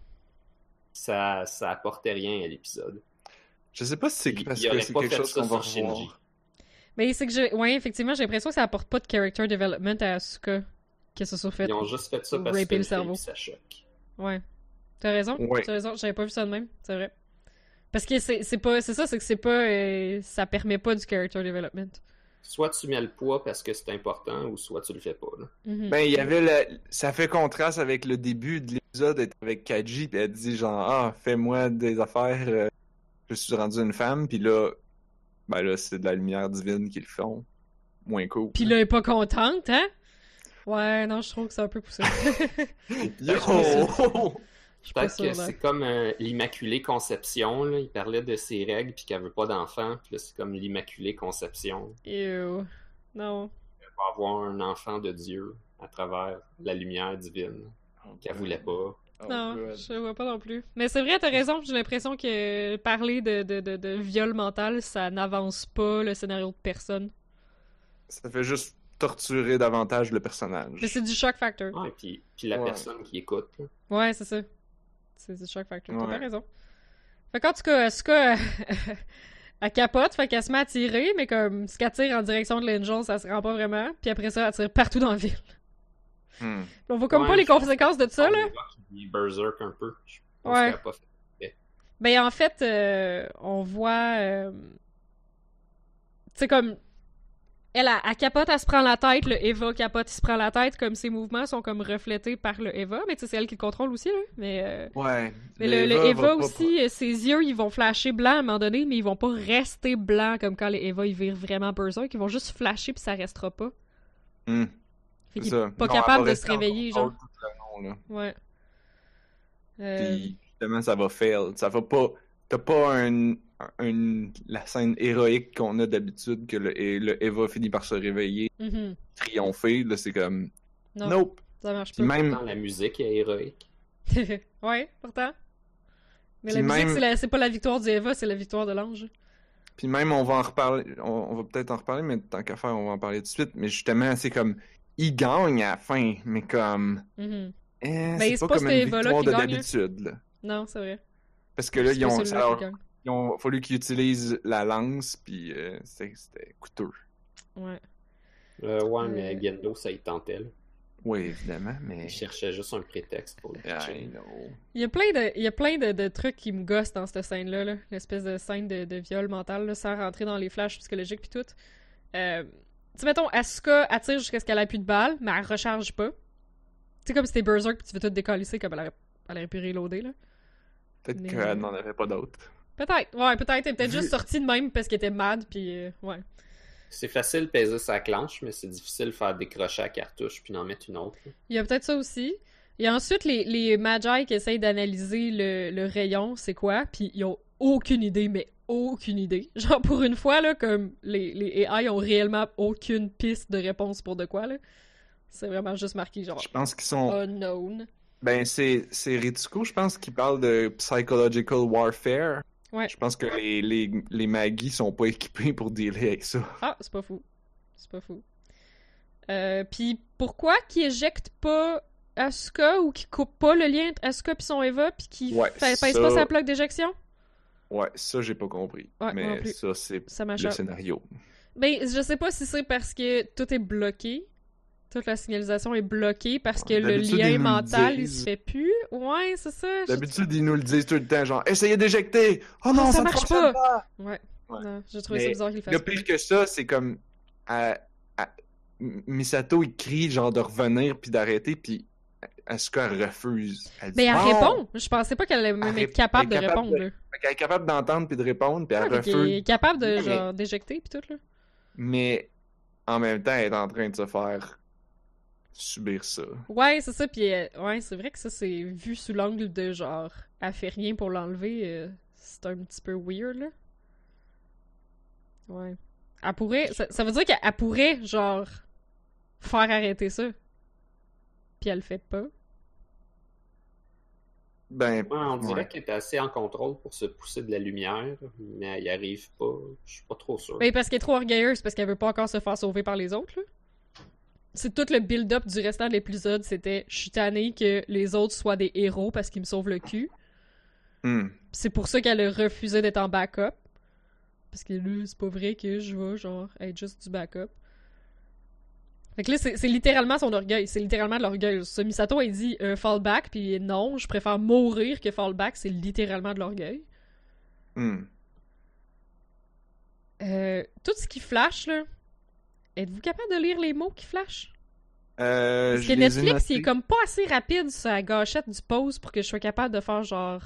Speaker 3: Ça, ça apportait rien à l'épisode.
Speaker 2: Je sais pas si c'est
Speaker 3: Il-
Speaker 2: parce
Speaker 3: il
Speaker 2: que
Speaker 3: aurait
Speaker 2: c'est
Speaker 3: pas
Speaker 2: quelque
Speaker 3: fait
Speaker 2: chose
Speaker 3: ça
Speaker 2: qu'on va
Speaker 3: sur Shinji.
Speaker 2: revoir.
Speaker 1: Mais c'est que j'ai. Ouais, effectivement, j'ai l'impression que ça apporte pas de character development à Asuka. Que ce soit fait.
Speaker 3: Ils ont juste fait ça parce
Speaker 1: raper
Speaker 3: que
Speaker 1: le
Speaker 3: le
Speaker 1: cerveau.
Speaker 3: cerveau. ça choque.
Speaker 1: Ouais. T'as raison.
Speaker 2: Ouais.
Speaker 1: T'as raison. J'avais pas vu ça de même. C'est vrai. Parce que c'est c'est pas. C'est ça, c'est que c'est pas. euh, ça permet pas du character development.
Speaker 3: Soit tu mets le poids parce que c'est important, ou soit tu le fais pas. là.
Speaker 1: Mhm.
Speaker 2: Ben, il y avait le... Ça fait contraste avec le début de l'épisode elle était avec Kaji, puis elle dit genre, ah, fais-moi des affaires, euh, je suis rendue une femme, puis là, ben là, c'est de la lumière divine qu'ils font. Moins cool.
Speaker 1: Pis là, elle est pas contente, hein? Ouais, non, je trouve que c'est un peu poussé. Je
Speaker 2: Yo!
Speaker 1: Oh! suis pas
Speaker 3: Peut-être que
Speaker 1: sûre, là.
Speaker 3: c'est comme euh, l'Immaculée Conception. Là. Il parlait de ses règles puis qu'elle veut pas d'enfant. Puis là, c'est comme l'Immaculée Conception.
Speaker 1: Ew. Non.
Speaker 3: Elle va avoir un enfant de Dieu à travers la lumière divine qu'elle voulait pas.
Speaker 2: Oh,
Speaker 1: Non,
Speaker 2: God.
Speaker 1: je le vois pas non plus. Mais c'est vrai, t'as raison. J'ai l'impression que parler de, de, de, de viol mental, ça n'avance pas le scénario de personne.
Speaker 2: Ça fait juste torturer davantage le personnage.
Speaker 1: Mais c'est du shock factor.
Speaker 3: Ah, et puis, puis la
Speaker 2: Ouais.
Speaker 3: personne qui écoute. là.
Speaker 1: Ouais, c'est ça. C'est du shock factor. T'as
Speaker 2: Ouais.
Speaker 1: bien raison. Fait qu'en tout cas, Asuka, elle capote, fait qu'elle se met à tirer, mais comme ce qu'elle tire en direction de l'Angel, ça se rend pas vraiment. Puis après ça, elle tire partout dans la ville.
Speaker 2: Hmm.
Speaker 1: On voit comme
Speaker 3: Ouais,
Speaker 1: pas les
Speaker 3: je pense
Speaker 1: conséquences de ça,
Speaker 3: On
Speaker 1: là.
Speaker 3: verra qu'il est berserk un peu. Je pense
Speaker 1: Ouais.
Speaker 3: qu'elle a pas fait.
Speaker 1: Ben en fait, euh, on voit, euh, tu sais comme, elle, elle, elle capote, elle se prend la tête, le Eva capote, il se prend la tête, comme ses mouvements sont comme reflétés par le Eva, mais tu sais c'est elle qui le contrôle aussi là. Mais, euh,
Speaker 2: Ouais.
Speaker 1: mais le, le
Speaker 2: Eva va
Speaker 1: Eva
Speaker 2: pas-
Speaker 1: aussi, euh, ses yeux ils vont flasher blanc à un moment donné, mais ils vont pas rester blancs comme quand les Eva ils virent vraiment berserk, ils vont juste flasher puis ça restera pas.
Speaker 2: Hmm,
Speaker 1: Fait
Speaker 2: c'est
Speaker 1: qu'il
Speaker 2: ça.
Speaker 1: est pas
Speaker 2: Non, elle va
Speaker 1: capable de se
Speaker 2: rester en
Speaker 1: réveiller genre.
Speaker 2: contrôle tout le long, là.
Speaker 1: Ouais. Euh,
Speaker 2: Puis Justement, ça va fail. Ça va pas. T'as pas un, un- la scène héroïque qu'on a d'habitude que le, et le Eva finit par se réveiller,
Speaker 1: Mhm.
Speaker 2: triompher. Là, c'est comme.
Speaker 1: Non,
Speaker 2: Nope.
Speaker 1: ça marche
Speaker 2: Puis
Speaker 1: pas.
Speaker 2: même.
Speaker 3: Dans la musique est héroïque.
Speaker 1: ouais, pourtant. Mais
Speaker 2: Puis
Speaker 1: la musique,
Speaker 2: même-
Speaker 1: c'est la- c'est pas la victoire du Eva, c'est la victoire de l'ange.
Speaker 2: Puis même, on va en reparler, on, on va peut-être en reparler, mais tant qu'à faire, on va en parler tout de suite. Mais justement, c'est comme, il gagne à la fin, mais comme,
Speaker 1: Mhm.
Speaker 2: eh,
Speaker 1: c'est
Speaker 2: c'est pas,
Speaker 1: pas
Speaker 2: comme
Speaker 1: ce
Speaker 2: une
Speaker 1: Eva-là
Speaker 2: victoire
Speaker 1: qui
Speaker 2: de
Speaker 1: gagne,
Speaker 2: d'habitude. là.
Speaker 1: Non, c'est vrai.
Speaker 2: Parce que là,
Speaker 1: C'est
Speaker 2: ils
Speaker 1: pas
Speaker 2: ont,
Speaker 1: celui-là
Speaker 2: ça leur-
Speaker 1: qui gagne.
Speaker 2: ils ont fallu qu'ils utilisent la lance, puis euh, c'est- c'était coûteux.
Speaker 1: Ouais.
Speaker 3: Euh, ouais, mais
Speaker 1: Euh.
Speaker 3: Gendo, ça y tentait. là.
Speaker 2: Oui, évidemment, mais...
Speaker 3: Il cherchait juste un prétexte pour le
Speaker 2: I
Speaker 3: pitcher.
Speaker 2: know.
Speaker 1: Il y a plein de, il y a plein de, de trucs qui me gossent dans cette scène-là, là. l'espèce de scène de, de viol mental, là, sans rentrer dans les flashs psychologiques puis tout. Euh, tu sais, mettons, Asuka attire jusqu'à ce qu'elle a plus de balles, mais elle recharge pas. C'est comme si t'es Berserk puis tu veux tout décalisser comme elle aurait, elle aurait pu reloader, là.
Speaker 2: Peut-être
Speaker 1: Mais-
Speaker 2: qu'elle n'en avait pas d'autres.
Speaker 1: Peut-être, ouais, peut-être. Elle est peut-être
Speaker 2: Vu-
Speaker 1: juste sortie de même parce qu'elle était mad, puis euh, ouais.
Speaker 3: C'est facile de peser sa clenche, mais c'est difficile de faire décrocher la cartouche puis d'en mettre une autre. là.
Speaker 1: Il y a peut-être ça aussi. Il y a ensuite les, les Magi qui essayent d'analyser le, le rayon, c'est quoi, puis ils ont aucune idée, mais aucune idée. Genre, pour une fois, là, comme les, les AI ont réellement aucune piste de réponse pour de quoi, là. C'est vraiment juste marqué, genre,
Speaker 2: Je pense qu'ils sont...
Speaker 1: unknown.
Speaker 2: Ben, c'est c'est Ritsuko, je pense, qui parle de psychological warfare.
Speaker 1: Ouais.
Speaker 2: Je pense que les, les, les magis sont pas équipés pour dealer avec ça.
Speaker 1: Ah, c'est pas fou. C'est pas fou. Euh, puis pourquoi qui éjecte pas Asuka ou qui coupe pas le lien entre Asuka pis son Eva puis qui
Speaker 2: Ouais,
Speaker 1: fa- pèse
Speaker 2: ça-
Speaker 1: pas sa plaque d'éjection?
Speaker 2: Ouais, ça j'ai pas compris.
Speaker 1: Ouais, moi non
Speaker 2: mais
Speaker 1: plus. Ah,
Speaker 2: ça c'est
Speaker 1: Ça
Speaker 2: le
Speaker 1: m'achète.
Speaker 2: scénario.
Speaker 1: Ben, je sais pas si c'est parce que tout est bloqué. Toute la signalisation est bloquée parce que le
Speaker 2: D'habitude, ils
Speaker 1: lien
Speaker 2: nous
Speaker 1: mental, il
Speaker 2: disent.
Speaker 1: se fait plus. Ouais, c'est ça. je-
Speaker 2: D'habitude ils nous le disent tout le temps, genre essayez d'éjecter. Oh
Speaker 1: Ah,
Speaker 2: non,
Speaker 1: ça
Speaker 2: ça, ne
Speaker 1: marche
Speaker 2: fonctionne pas.
Speaker 1: Ouais.
Speaker 2: Ouais.
Speaker 1: Non, j'ai trouvé ça
Speaker 2: Mais
Speaker 1: bizarre qu'il le fasse.
Speaker 2: Le pire que ça, c'est comme à- à- M- Misato il crie genre de revenir puis d'arrêter puis Asuka elle refuse. Elle dit,
Speaker 1: Mais elle
Speaker 2: Non!
Speaker 1: répond. Je pensais pas qu'elle allait
Speaker 2: Elle
Speaker 1: même
Speaker 2: ré-
Speaker 1: être capable de
Speaker 2: elle est capable
Speaker 1: répondre.
Speaker 2: de-
Speaker 1: là.
Speaker 2: Fait qu'elle est capable d'entendre puis de répondre puis elle
Speaker 1: Ouais,
Speaker 2: refuse.
Speaker 1: Elle est capable de,
Speaker 2: Mais-
Speaker 1: genre, d'éjecter pis tout, là.
Speaker 2: Mais en même temps, elle est en train de se faire subir ça.
Speaker 1: Ouais, c'est ça. Puis, euh, ouais, c'est vrai que ça, c'est vu sous l'angle de genre, elle fait rien pour l'enlever. euh, c'est un petit peu weird, là. Ouais. Elle pourrait. Ça, ça veut dire qu'elle elle pourrait, genre, faire arrêter ça. Puis elle le fait pas.
Speaker 2: Ben
Speaker 3: Ouais, on dirait
Speaker 2: Ouais.
Speaker 3: qu'elle est assez en contrôle pour se pousser de la lumière, mais elle y arrive pas. Je suis pas trop sûr.
Speaker 1: Mais parce qu'elle est trop orgueilleuse, parce qu'elle veut pas encore se faire sauver par les autres, là. C'est tout le build-up du restant de l'épisode, c'était je suis tannée que les autres soient des héros parce qu'ils me sauvent le cul.
Speaker 2: hmm.
Speaker 1: C'est pour ça qu'elle a refusé d'être en backup. Parce que là, c'est pas vrai que je vais, genre, être juste du backup. Fait que là, c'est c'est littéralement son orgueil. C'est littéralement de l'orgueil. Ce Misato, elle dit euh, fall back, puis non, je préfère mourir que fall back. C'est littéralement de l'orgueil.
Speaker 2: hmm.
Speaker 1: Euh, tout ce qui flash, là. Êtes-vous capable de lire les mots qui flashent?
Speaker 2: Euh,
Speaker 1: Parce
Speaker 2: je
Speaker 1: que
Speaker 2: les ai
Speaker 1: Netflix, il est
Speaker 2: notés.
Speaker 1: comme pas assez rapide sur la gâchette du pause pour que je sois capable de faire genre.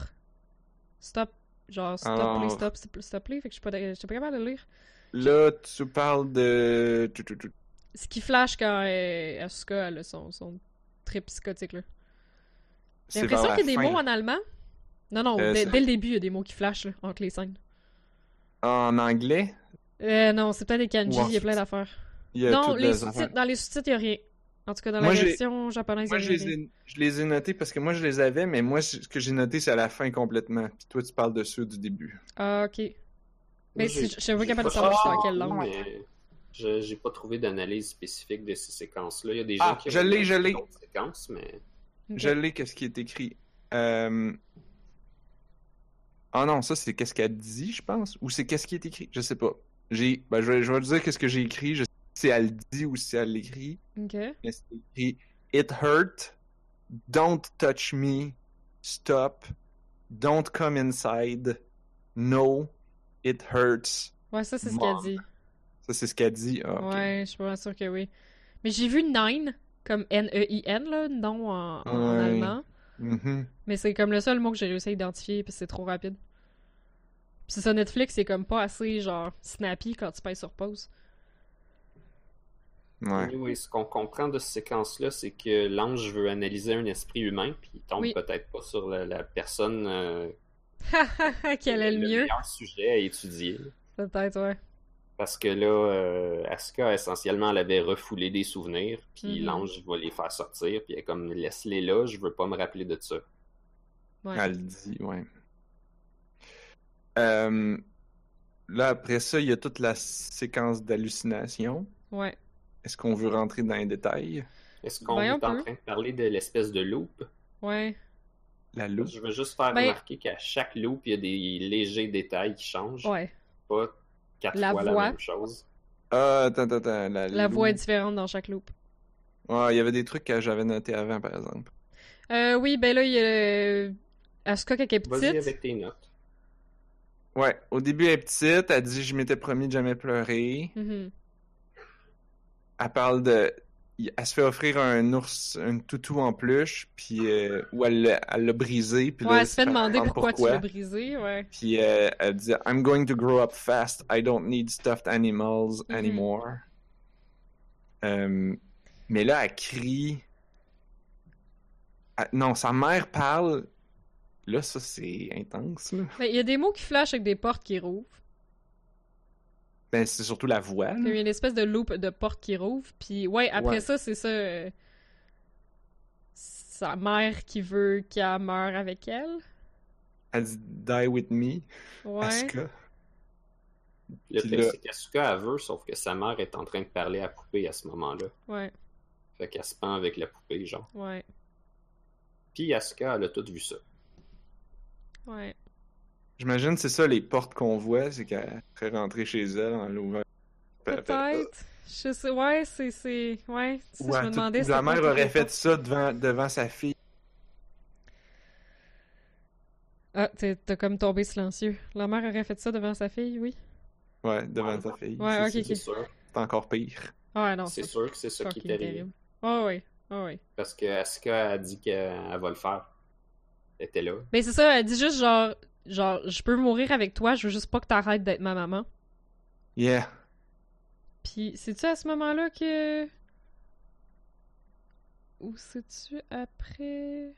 Speaker 1: Stop. Genre, stop,
Speaker 2: Alors-
Speaker 1: please, stop, stop, stop, please. Fait que je suis pas, je suis pas capable de lire.
Speaker 2: Là, tu parles de. tu- tu- tu-
Speaker 1: ce qui flash quand euh, Asuka elle a son, son trip psychotique là. J'ai
Speaker 2: c'est
Speaker 1: l'impression
Speaker 2: vers
Speaker 1: qu'il y a
Speaker 2: la
Speaker 1: des
Speaker 2: fin,
Speaker 1: mots
Speaker 2: là.
Speaker 1: en allemand. Non, non,
Speaker 2: Euh,
Speaker 1: dès,
Speaker 2: c'est-
Speaker 1: dès le début, il y a des mots qui flashent là, entre les scènes.
Speaker 2: En anglais,
Speaker 1: Euh, non, c'est peut-être des kanji,
Speaker 2: Ou en
Speaker 1: il y a plein
Speaker 2: sous-
Speaker 1: d'affaires.
Speaker 2: il y a
Speaker 1: Non,
Speaker 2: toutes
Speaker 1: les
Speaker 2: les affaires.
Speaker 1: sous-titres, dans les sous-titres, il y a rien. En tout cas, dans la
Speaker 2: Moi, j'ai-
Speaker 1: version japonaise,
Speaker 2: Moi,
Speaker 1: il
Speaker 2: je
Speaker 1: y a
Speaker 2: les,
Speaker 1: rien.
Speaker 2: ai, je les ai notés parce que moi, je les avais, mais moi, ce que j'ai noté, c'est à la fin complètement. Puis toi, tu parles de ceux du début.
Speaker 1: Ah, ok. Mais
Speaker 3: J'ai-
Speaker 1: si- je suis pas
Speaker 3: j'ai
Speaker 1: capable de
Speaker 3: pas-
Speaker 1: savoir c'est dans quelle
Speaker 3: Ah,
Speaker 1: langue.
Speaker 3: mais je- J'ai pas trouvé d'analyse spécifique de ces séquences-là. Il y a des gens
Speaker 2: Ah,
Speaker 3: qui
Speaker 2: je l'ai, je l'ai.
Speaker 3: d'autres séquences, mais
Speaker 1: Ok.
Speaker 2: Je l'ai, qu'est-ce qui est écrit. Euh... Ah non, ça, c'est qu'est-ce qu'elle dit, je pense. Ou c'est qu'est-ce qui est écrit. Je sais pas. J'ai... Ben, je, vais, je vais te dire qu'est-ce que j'ai écrit. Je sais pas si elle dit ou si elle l'écrit.
Speaker 1: Ok.
Speaker 2: Mais c'est écrit It hurt. Don't touch me. Stop. Don't come inside. No. It hurts.
Speaker 1: Ouais, ça, c'est ce qu'elle
Speaker 2: Mom.
Speaker 1: dit.
Speaker 2: Ça, c'est ce qu'elle dit. Ah, ok.
Speaker 1: Ouais, je suis pas sûre que oui. Mais j'ai vu Nine, comme N-E-I-N, là, non en, en
Speaker 2: Ouais.
Speaker 1: allemand.
Speaker 2: Mhm.
Speaker 1: Mais c'est comme le seul mot que j'ai réussi à identifier, puis c'est trop rapide. Puis c'est ça, Netflix, c'est comme pas assez, genre, snappy quand tu payes sur pause.
Speaker 2: Ouais.
Speaker 3: Anyway, ce qu'on comprend de cette séquence-là, c'est que l'ange veut analyser un esprit humain, puis il tombe
Speaker 1: Oui.
Speaker 3: peut-être pas sur la, la personne euh,
Speaker 1: Quel est le mieux?
Speaker 3: meilleur sujet à étudier.
Speaker 1: Peut-être, ouais.
Speaker 3: Parce que là, euh, Asuka, essentiellement, elle avait refoulé des souvenirs, puis
Speaker 1: Mhm.
Speaker 3: l'ange va les faire sortir, puis elle est comme, laisse-les là, je veux pas me rappeler de ça.
Speaker 1: Ouais.
Speaker 2: Elle le dit, ouais. Euh, là, après ça, il y a toute la séquence d'hallucination.
Speaker 1: Ouais.
Speaker 2: Est-ce qu'on veut rentrer dans les détails?
Speaker 3: Est-ce qu'on
Speaker 1: Ben,
Speaker 3: est
Speaker 1: on
Speaker 3: en
Speaker 1: peut.
Speaker 3: train de parler de l'espèce de loop?
Speaker 1: Ouais.
Speaker 2: La loupe?
Speaker 3: Je veux juste faire
Speaker 1: Ben-
Speaker 3: remarquer qu'à chaque loop, il y a des légers détails qui changent.
Speaker 1: Ouais.
Speaker 3: Pas quatre
Speaker 1: La
Speaker 3: fois
Speaker 1: voix.
Speaker 3: la même chose.
Speaker 2: Ah, attends, attends, attends. La,
Speaker 1: La
Speaker 2: loupe.
Speaker 1: voix est différente dans chaque loop.
Speaker 2: Ouais, il y avait des trucs que j'avais notés avant, par exemple.
Speaker 1: Euh, oui, ben là, il y a euh, Asuka quand elle est
Speaker 3: Vas-y
Speaker 1: petite.
Speaker 3: avec tes notes.
Speaker 2: Ouais, au début, elle est petite, elle dit « je m'étais promis de jamais pleurer
Speaker 1: Mhm. ».
Speaker 2: Elle parle de... Elle se fait offrir un ours, un toutou en peluche, puis... euh, où elle l'a elle l'a brisé, puis
Speaker 1: ouais,
Speaker 2: là,
Speaker 1: elle se fait
Speaker 2: elle
Speaker 1: demander
Speaker 2: demande
Speaker 1: pourquoi, tu l'as brisé, ouais.
Speaker 2: Puis euh, elle dit I'm going to grow up fast. I don't need stuffed animals
Speaker 1: Mhm.
Speaker 2: anymore. Euh, mais là, elle crie. Ah, non, sa mère parle. Là, ça, c'est intense. Là.
Speaker 1: Mais Ben, il y a des mots qui flashent avec des portes qui rouvrent.
Speaker 2: Ben, c'est surtout la voix. là.
Speaker 1: Il y a une espèce de loop de porte qui rouvre. Puis, ouais, après
Speaker 2: Ouais.
Speaker 1: ça, c'est ça. euh, Sa mère qui veut qu'elle meure avec elle.
Speaker 2: Elle dit Die with me,
Speaker 1: Ouais.
Speaker 2: Asuka.
Speaker 3: Le
Speaker 2: Puis
Speaker 3: fait,
Speaker 2: là-
Speaker 3: c'est qu'Asuka, elle veut, sauf que sa mère est en train de parler à la poupée à ce moment-là.
Speaker 1: Ouais,
Speaker 3: Fait qu'elle se pend avec la poupée, genre.
Speaker 1: ouais,
Speaker 3: Puis Asuka, elle a tout vu ça.
Speaker 1: ouais.
Speaker 2: J'imagine c'est ça les portes qu'on voit, c'est qu'elle serait rentrée chez elle en l'ouvrant. Euh, ben,
Speaker 1: Peut-être. Je sais, ouais, c'est. c'est... Ouais, tu sais,
Speaker 2: Ouais,
Speaker 1: je me
Speaker 2: tout-
Speaker 1: demandais.
Speaker 2: la
Speaker 1: c'était
Speaker 2: mère
Speaker 1: quoi
Speaker 2: aurait
Speaker 1: les
Speaker 2: fait
Speaker 1: portes.
Speaker 2: ça devant, devant sa fille.
Speaker 1: Ah, t'es- t'as comme tombé silencieux. La mère aurait fait ça devant sa fille, oui.
Speaker 2: Ouais, devant
Speaker 3: Ouais.
Speaker 2: sa fille.
Speaker 1: Ouais,
Speaker 2: C'est-
Speaker 1: ok,
Speaker 2: c'est-
Speaker 1: ok.
Speaker 3: C'est sûr.
Speaker 2: C'est encore pire.
Speaker 1: Ouais, Ah, non,
Speaker 3: C'est
Speaker 1: ça,
Speaker 3: sûr que c'est ça qui
Speaker 1: fucking
Speaker 3: t'arrive.
Speaker 1: terrible. Ah ouais, ah ouais.
Speaker 3: Parce que Asuka a dit qu'elle va le faire. Elle était là.
Speaker 1: Mais c'est ça, elle dit juste genre, genre, je peux mourir avec toi, je veux juste pas que t'arrêtes d'être ma maman.
Speaker 2: Yeah.
Speaker 1: Puis, c'est-tu à ce moment-là que. Ou c'est-tu après.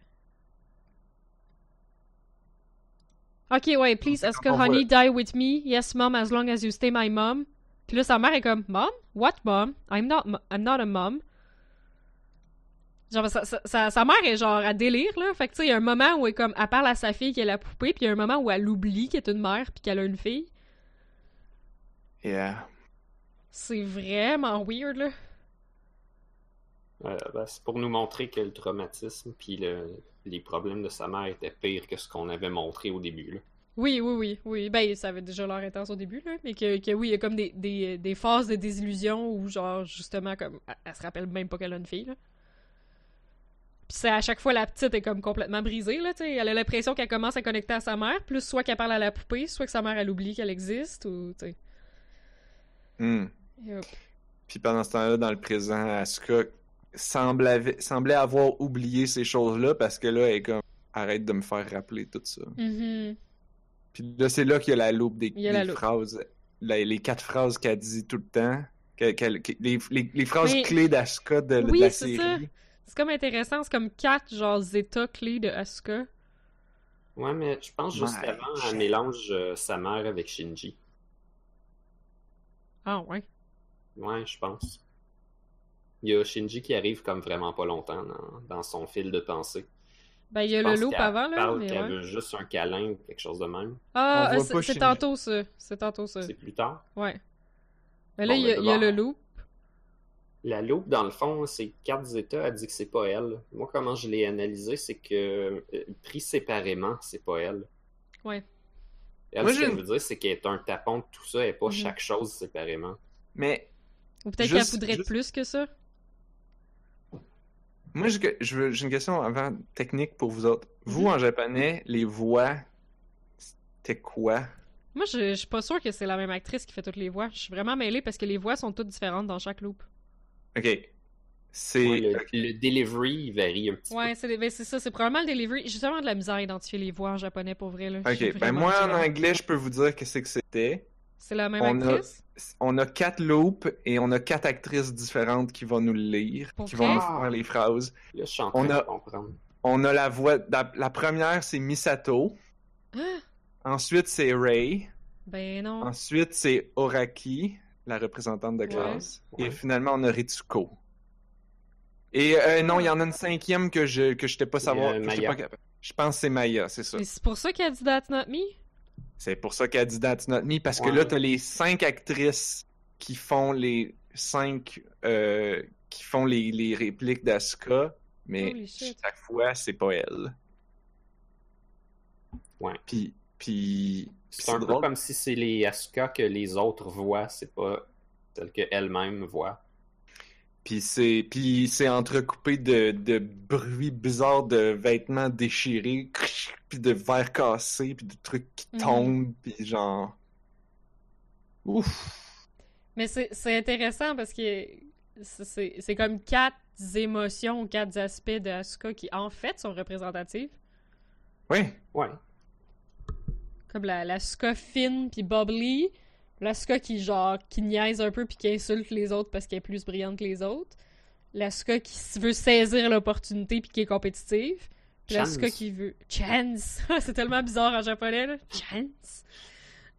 Speaker 1: Ok, ouais, please,
Speaker 2: C'est
Speaker 1: Asuka
Speaker 2: quand on
Speaker 1: honey, die with me. Yes, mom, as long as you stay my mom. Puis là, sa mère est comme, Mom? What mom? I'm not, mo- I'm not a mom. Genre, sa, sa- sa- sa mère est genre à délire, là. Fait que, tu sais, il y a un moment où elle, est comme, elle parle à sa fille qu'elle a poupée, puis il y a un moment où elle oublie qu'elle est une mère, puis qu'elle a une fille.
Speaker 2: Yeah.
Speaker 1: C'est vraiment weird, là.
Speaker 3: Euh, ben, c'est pour nous montrer que le traumatisme puis le- les problèmes de sa mère étaient pires que ce qu'on avait montré au début. là.
Speaker 1: Oui, oui, oui, oui. Ben, ça avait déjà leur intense au début, là, mais que, que oui, il y a comme des, des, des phases de désillusion où, genre, justement, comme, elle, elle se rappelle même pas qu'elle a une fille, là. Puis c'est à chaque fois, la petite est comme complètement brisée, là, tu sais. Elle a l'impression qu'elle commence à connecter à sa mère, plus soit qu'elle parle à la poupée, soit que sa mère, elle oublie qu'elle existe, ou, tu sais.
Speaker 2: Hmm.
Speaker 1: Yep.
Speaker 2: Puis pendant ce temps-là, dans le présent, Asuka semble av- semblait avoir oublié ces choses-là parce que là, elle est comme arrête de me faire rappeler tout ça.
Speaker 1: Mhm.
Speaker 2: Puis là, c'est là qu'il y a la loupe des,
Speaker 1: Il y a la
Speaker 2: des
Speaker 1: loupe.
Speaker 2: phrases, la- les quatre phrases qu'elle dit tout le temps, qu'elle- qu'elle- qu'elle- les, les- les phrases
Speaker 1: Mais-
Speaker 2: clés d'Asuka de, de
Speaker 1: Oui,
Speaker 2: la
Speaker 1: c'est
Speaker 2: série.
Speaker 1: ça. C'est comme intéressant, c'est comme quatre, genre, états clés de Asuka.
Speaker 3: Ouais, mais je pense juste
Speaker 2: My
Speaker 3: avant,
Speaker 2: shit.
Speaker 3: elle mélange euh, sa mère avec Shinji.
Speaker 1: Ah, ouais.
Speaker 3: Ouais, je pense. Il y a Shinji qui arrive comme vraiment pas longtemps dans, dans son fil de pensée.
Speaker 1: Ben, il y a
Speaker 3: Je
Speaker 1: le
Speaker 3: pense
Speaker 1: loop
Speaker 3: qu'elle
Speaker 1: avant, là,
Speaker 3: parle
Speaker 1: mais
Speaker 3: qu'elle
Speaker 1: ouais.
Speaker 3: veut juste un câlin ou quelque chose de même.
Speaker 1: Ah,
Speaker 2: On
Speaker 1: euh,
Speaker 2: voit
Speaker 1: c'est
Speaker 2: pas
Speaker 1: c'est
Speaker 2: Shinji.
Speaker 1: tantôt, ça. C'est tantôt, ça.
Speaker 3: C'est plus tard.
Speaker 1: Ouais. Mais là,
Speaker 3: Bon,
Speaker 1: il y,
Speaker 3: ben,
Speaker 1: a- il y a le
Speaker 3: d'abord-
Speaker 1: loup.
Speaker 3: La loupe, dans le fond, c'est quatre états, elle dit que c'est pas elle. Moi, comment je l'ai analysé, c'est que euh, pris séparément, c'est pas elle.
Speaker 1: Ouais.
Speaker 3: Elle,
Speaker 2: Moi,
Speaker 3: ce
Speaker 2: j'ai
Speaker 3: que je
Speaker 2: une-
Speaker 3: veux dire, c'est qu'elle est un tapon de tout ça et pas
Speaker 1: Mhm.
Speaker 3: chaque chose séparément.
Speaker 2: Mais
Speaker 1: Ou peut-être
Speaker 2: Juste-
Speaker 1: qu'elle voudrait
Speaker 2: juste-
Speaker 1: plus que ça.
Speaker 2: moi, j'ai que- je veux- j'ai une question avant technique pour vous autres. Vous,
Speaker 1: Mhm.
Speaker 2: en japonais, les voix, c'était quoi?
Speaker 1: Moi, je, je suis pas sûre que c'est la même actrice qui fait toutes les voix. Je suis vraiment mêlée parce que les voix sont toutes différentes dans chaque loop.
Speaker 2: Ok. C'est.
Speaker 3: Ouais, le, le delivery, il varie un petit
Speaker 1: Ouais, c'est ben, c'est ça. C'est probablement le delivery. J'ai vraiment de la misère à identifier les voix en japonais pour vrai. Là. J'ai
Speaker 2: Ok, ben
Speaker 1: vraiment
Speaker 2: moi
Speaker 1: du
Speaker 2: en
Speaker 1: mal.
Speaker 2: anglais, je peux vous dire qu'est-ce que c'était.
Speaker 1: C'est la même
Speaker 2: On a-
Speaker 1: actrice?
Speaker 2: On a quatre loops et on a quatre actrices différentes qui vont nous le lire,
Speaker 1: Pour
Speaker 2: qui
Speaker 1: vrai?
Speaker 2: vont nous faire les phrases.
Speaker 3: Là, je suis en
Speaker 2: On
Speaker 3: train
Speaker 2: a-
Speaker 3: de comprendre.
Speaker 2: On a la voix. La, la première, c'est Misato.
Speaker 1: Ah!
Speaker 2: Ensuite, c'est Ray.
Speaker 1: Ben non.
Speaker 2: Ensuite, c'est Oraki, la représentante de
Speaker 1: Ouais.
Speaker 2: classe.
Speaker 3: Ouais.
Speaker 2: Et finalement, on a Ritsuko. Et euh, non, il y en a une cinquième que je que j'étais pas savoir.
Speaker 3: euh,
Speaker 2: que j'étais
Speaker 3: Maya.
Speaker 2: pas capable. Je pense que c'est Maya, c'est ça.
Speaker 1: Mais c'est pour ça qu'elle dit That's Not Me?
Speaker 2: C'est pour ça qu'elle dit That's Not Me, parce que
Speaker 3: Ouais.
Speaker 2: là, t'as les cinq actrices qui font les cinq. euh, qui font les, les répliques d'Asuka, mais
Speaker 1: Holy shit.
Speaker 2: chaque fois, c'est pas elle.
Speaker 3: Ouais.
Speaker 2: Puis. puis
Speaker 3: C'est
Speaker 2: c'est
Speaker 3: un peu
Speaker 2: drôle.
Speaker 3: comme si c'est les Asuka que les autres voient, c'est pas celle qu'elle-même voit.
Speaker 2: Puis c'est, puis c'est entrecoupé de, de bruits bizarres de vêtements déchirés, cric, puis de verres cassés, puis de trucs qui
Speaker 1: Mhm.
Speaker 2: tombent, puis genre... Ouf!
Speaker 1: Mais c'est c'est intéressant parce que c'est- c'est c'est comme quatre émotions, quatre aspects de Asuka qui en fait sont représentatifs.
Speaker 2: Ouais!
Speaker 3: Ouais.
Speaker 1: Comme la, la Asuka fine puis bubbly, la Asuka qui genre qui niaise un peu puis qui insulte les autres parce qu'elle est plus brillante que les autres, la Asuka qui s- veut saisir l'opportunité puis qui est compétitive, puis la
Speaker 3: Chance.
Speaker 1: Asuka qui veut chance. c'est tellement bizarre en japonais là, chance.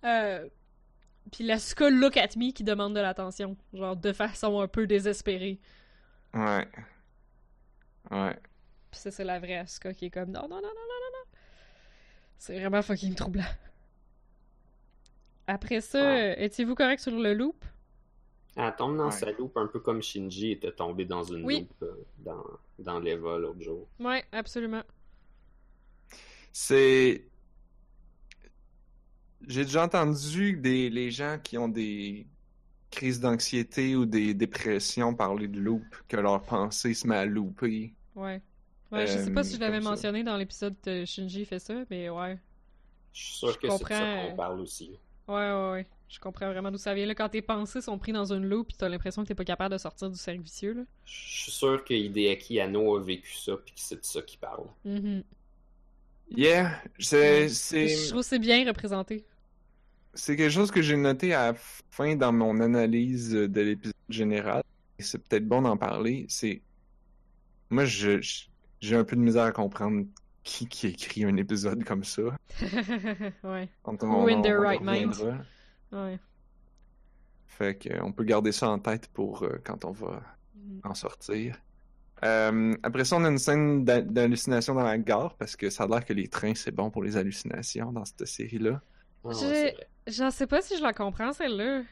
Speaker 1: Euh, puis la Asuka look at me qui demande de l'attention, genre de façon un peu désespérée.
Speaker 2: Ouais. Ouais.
Speaker 1: Puis ça, c'est la vraie Asuka qui est comme non, non, non, non, non, non, non. C'est vraiment fucking troublant. Après ça,
Speaker 3: Ouais.
Speaker 1: euh, étiez-vous correct sur le loop?
Speaker 3: Elle tombe dans
Speaker 2: Ouais.
Speaker 3: sa loupe un peu comme Shinji était tombé dans une
Speaker 1: Oui.
Speaker 3: loupe euh, dans, dans l'Eva l'autre jour.
Speaker 1: Ouais, absolument.
Speaker 2: C'est... J'ai déjà entendu des, les gens qui ont des crises d'anxiété ou des dépressions parler de loop, que leur pensée se met à looper.
Speaker 1: Ouais. Ouais, je sais pas
Speaker 2: Euh,
Speaker 1: si je l'avais
Speaker 2: comme ça.
Speaker 1: mentionné dans l'épisode de Shinji fait ça, mais ouais.
Speaker 3: Je suis sûr
Speaker 1: Je
Speaker 3: que c'est de ça
Speaker 1: comprends. euh.
Speaker 3: qu'on parle aussi.
Speaker 1: Ouais, ouais, ouais. Je comprends vraiment d'où ça vient. Là, quand tes pensées sont prises dans une loupe, pis t'as l'impression que t'es pas capable de sortir du cercle vicieux, là.
Speaker 3: Je suis sûr que Hideaki Anno a vécu ça puis que c'est de ça qu'il parle.
Speaker 1: Mhm.
Speaker 2: Yeah,
Speaker 1: Ouais.
Speaker 2: c'est... c'est...
Speaker 1: Je trouve que c'est bien représenté.
Speaker 2: C'est quelque chose que j'ai noté à la fin dans mon analyse de l'épisode général. Et c'est peut-être bon d'en parler. C'est. Moi, je, je- j'ai un peu de misère à comprendre qui, qui écrit un épisode comme ça.
Speaker 1: ouais,
Speaker 2: On,
Speaker 1: Who in their right
Speaker 2: reviendra.
Speaker 1: ouais.
Speaker 2: Fait qu'on peut garder ça en tête pour euh, quand on va
Speaker 1: Mhm.
Speaker 2: en sortir. Euh, après ça, on a une scène d'ha- d'hallucination dans la gare parce que ça a l'air que les trains, c'est bon pour les hallucinations dans cette série-là.
Speaker 3: Ah, ouais,
Speaker 1: Je-
Speaker 3: c'est vrai.
Speaker 1: J'en sais pas si je la comprends, celle-là.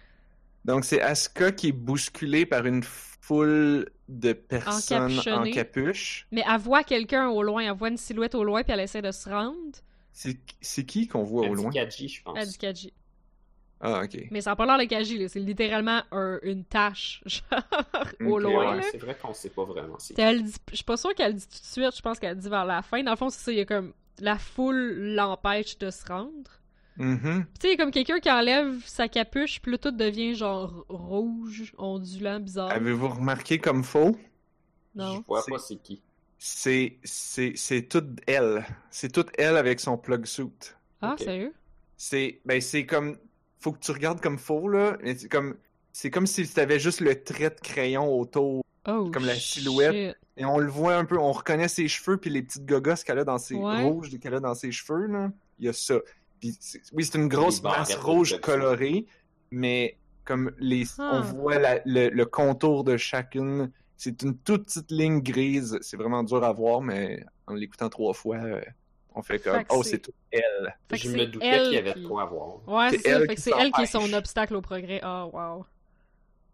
Speaker 2: Donc, c'est Asuka qui est bousculée par une foule de personnes en
Speaker 1: Encapuchonnées.
Speaker 2: capuche.
Speaker 1: Mais elle voit quelqu'un au loin, elle voit une silhouette au loin, puis elle essaie de se rendre.
Speaker 2: C'est c'est qui qu'on voit au loin?
Speaker 3: Kaji, je pense.
Speaker 1: Elle dit Kaji.
Speaker 2: Ah, ok.
Speaker 1: Mais ça n'a pas l'air de Kaji, là. C'est littéralement un- une tâche, genre, au
Speaker 2: Ok,
Speaker 1: loin,
Speaker 3: Ouais,
Speaker 1: là.
Speaker 3: c'est vrai qu'on sait pas vraiment. c'est-
Speaker 1: Puis elle dit- je suis pas sûre qu'elle dit tout de suite, je pense qu'elle dit vers la fin. Dans le fond, c'est ça, il y a comme. La foule l'empêche de se rendre.
Speaker 2: Mhm.
Speaker 1: Puis Tu sais, il y a comme quelqu'un qui enlève sa capuche, puis là, tout devient genre rouge, ondulant, bizarre.
Speaker 2: Avez-vous remarqué comme faux?
Speaker 1: Non.
Speaker 3: Ah, Je vois
Speaker 2: C'est-
Speaker 3: pas c'est qui.
Speaker 2: C'est c'est- c'est toute elle. C'est toute elle avec son plug suit.
Speaker 1: Ah,
Speaker 3: ok.
Speaker 1: sérieux?
Speaker 2: C'est ben c'est comme faut que tu regardes comme faux là, mais c'est comme c'est comme si tu avais juste le trait de crayon autour
Speaker 1: Oh,
Speaker 2: Comme la
Speaker 1: shit.
Speaker 2: silhouette. et on le voit un peu, on reconnaît ses cheveux puis les petites gogosses qu'elle a dans ses
Speaker 1: Ouais.
Speaker 2: rouges qu'elle a dans ses cheveux là. Il y a ça. Puis c'est- oui, c'est une grosse
Speaker 3: Les barrettes
Speaker 2: masse
Speaker 3: de
Speaker 2: rouge
Speaker 3: Pepsi.
Speaker 2: colorée, mais comme les,
Speaker 1: Ah.
Speaker 2: on voit la- le, le contour de chacune. C'est une toute petite ligne grise. C'est vraiment dur à voir, mais en l'écoutant trois fois, euh, on fait comme
Speaker 1: Fait que
Speaker 2: oh
Speaker 1: c'est-
Speaker 2: c'est tout elle.
Speaker 1: Fait que
Speaker 3: Je
Speaker 1: c'est
Speaker 3: me doutais
Speaker 1: elle
Speaker 3: qu'il y avait
Speaker 1: qui-
Speaker 3: de quoi avoir.
Speaker 1: Ouais, c'est
Speaker 2: C'est
Speaker 1: ça.
Speaker 2: elle
Speaker 1: Fait que
Speaker 2: qui
Speaker 1: c'est elle qui est
Speaker 2: s'empêche.
Speaker 1: son obstacle au progrès. Ah, wow.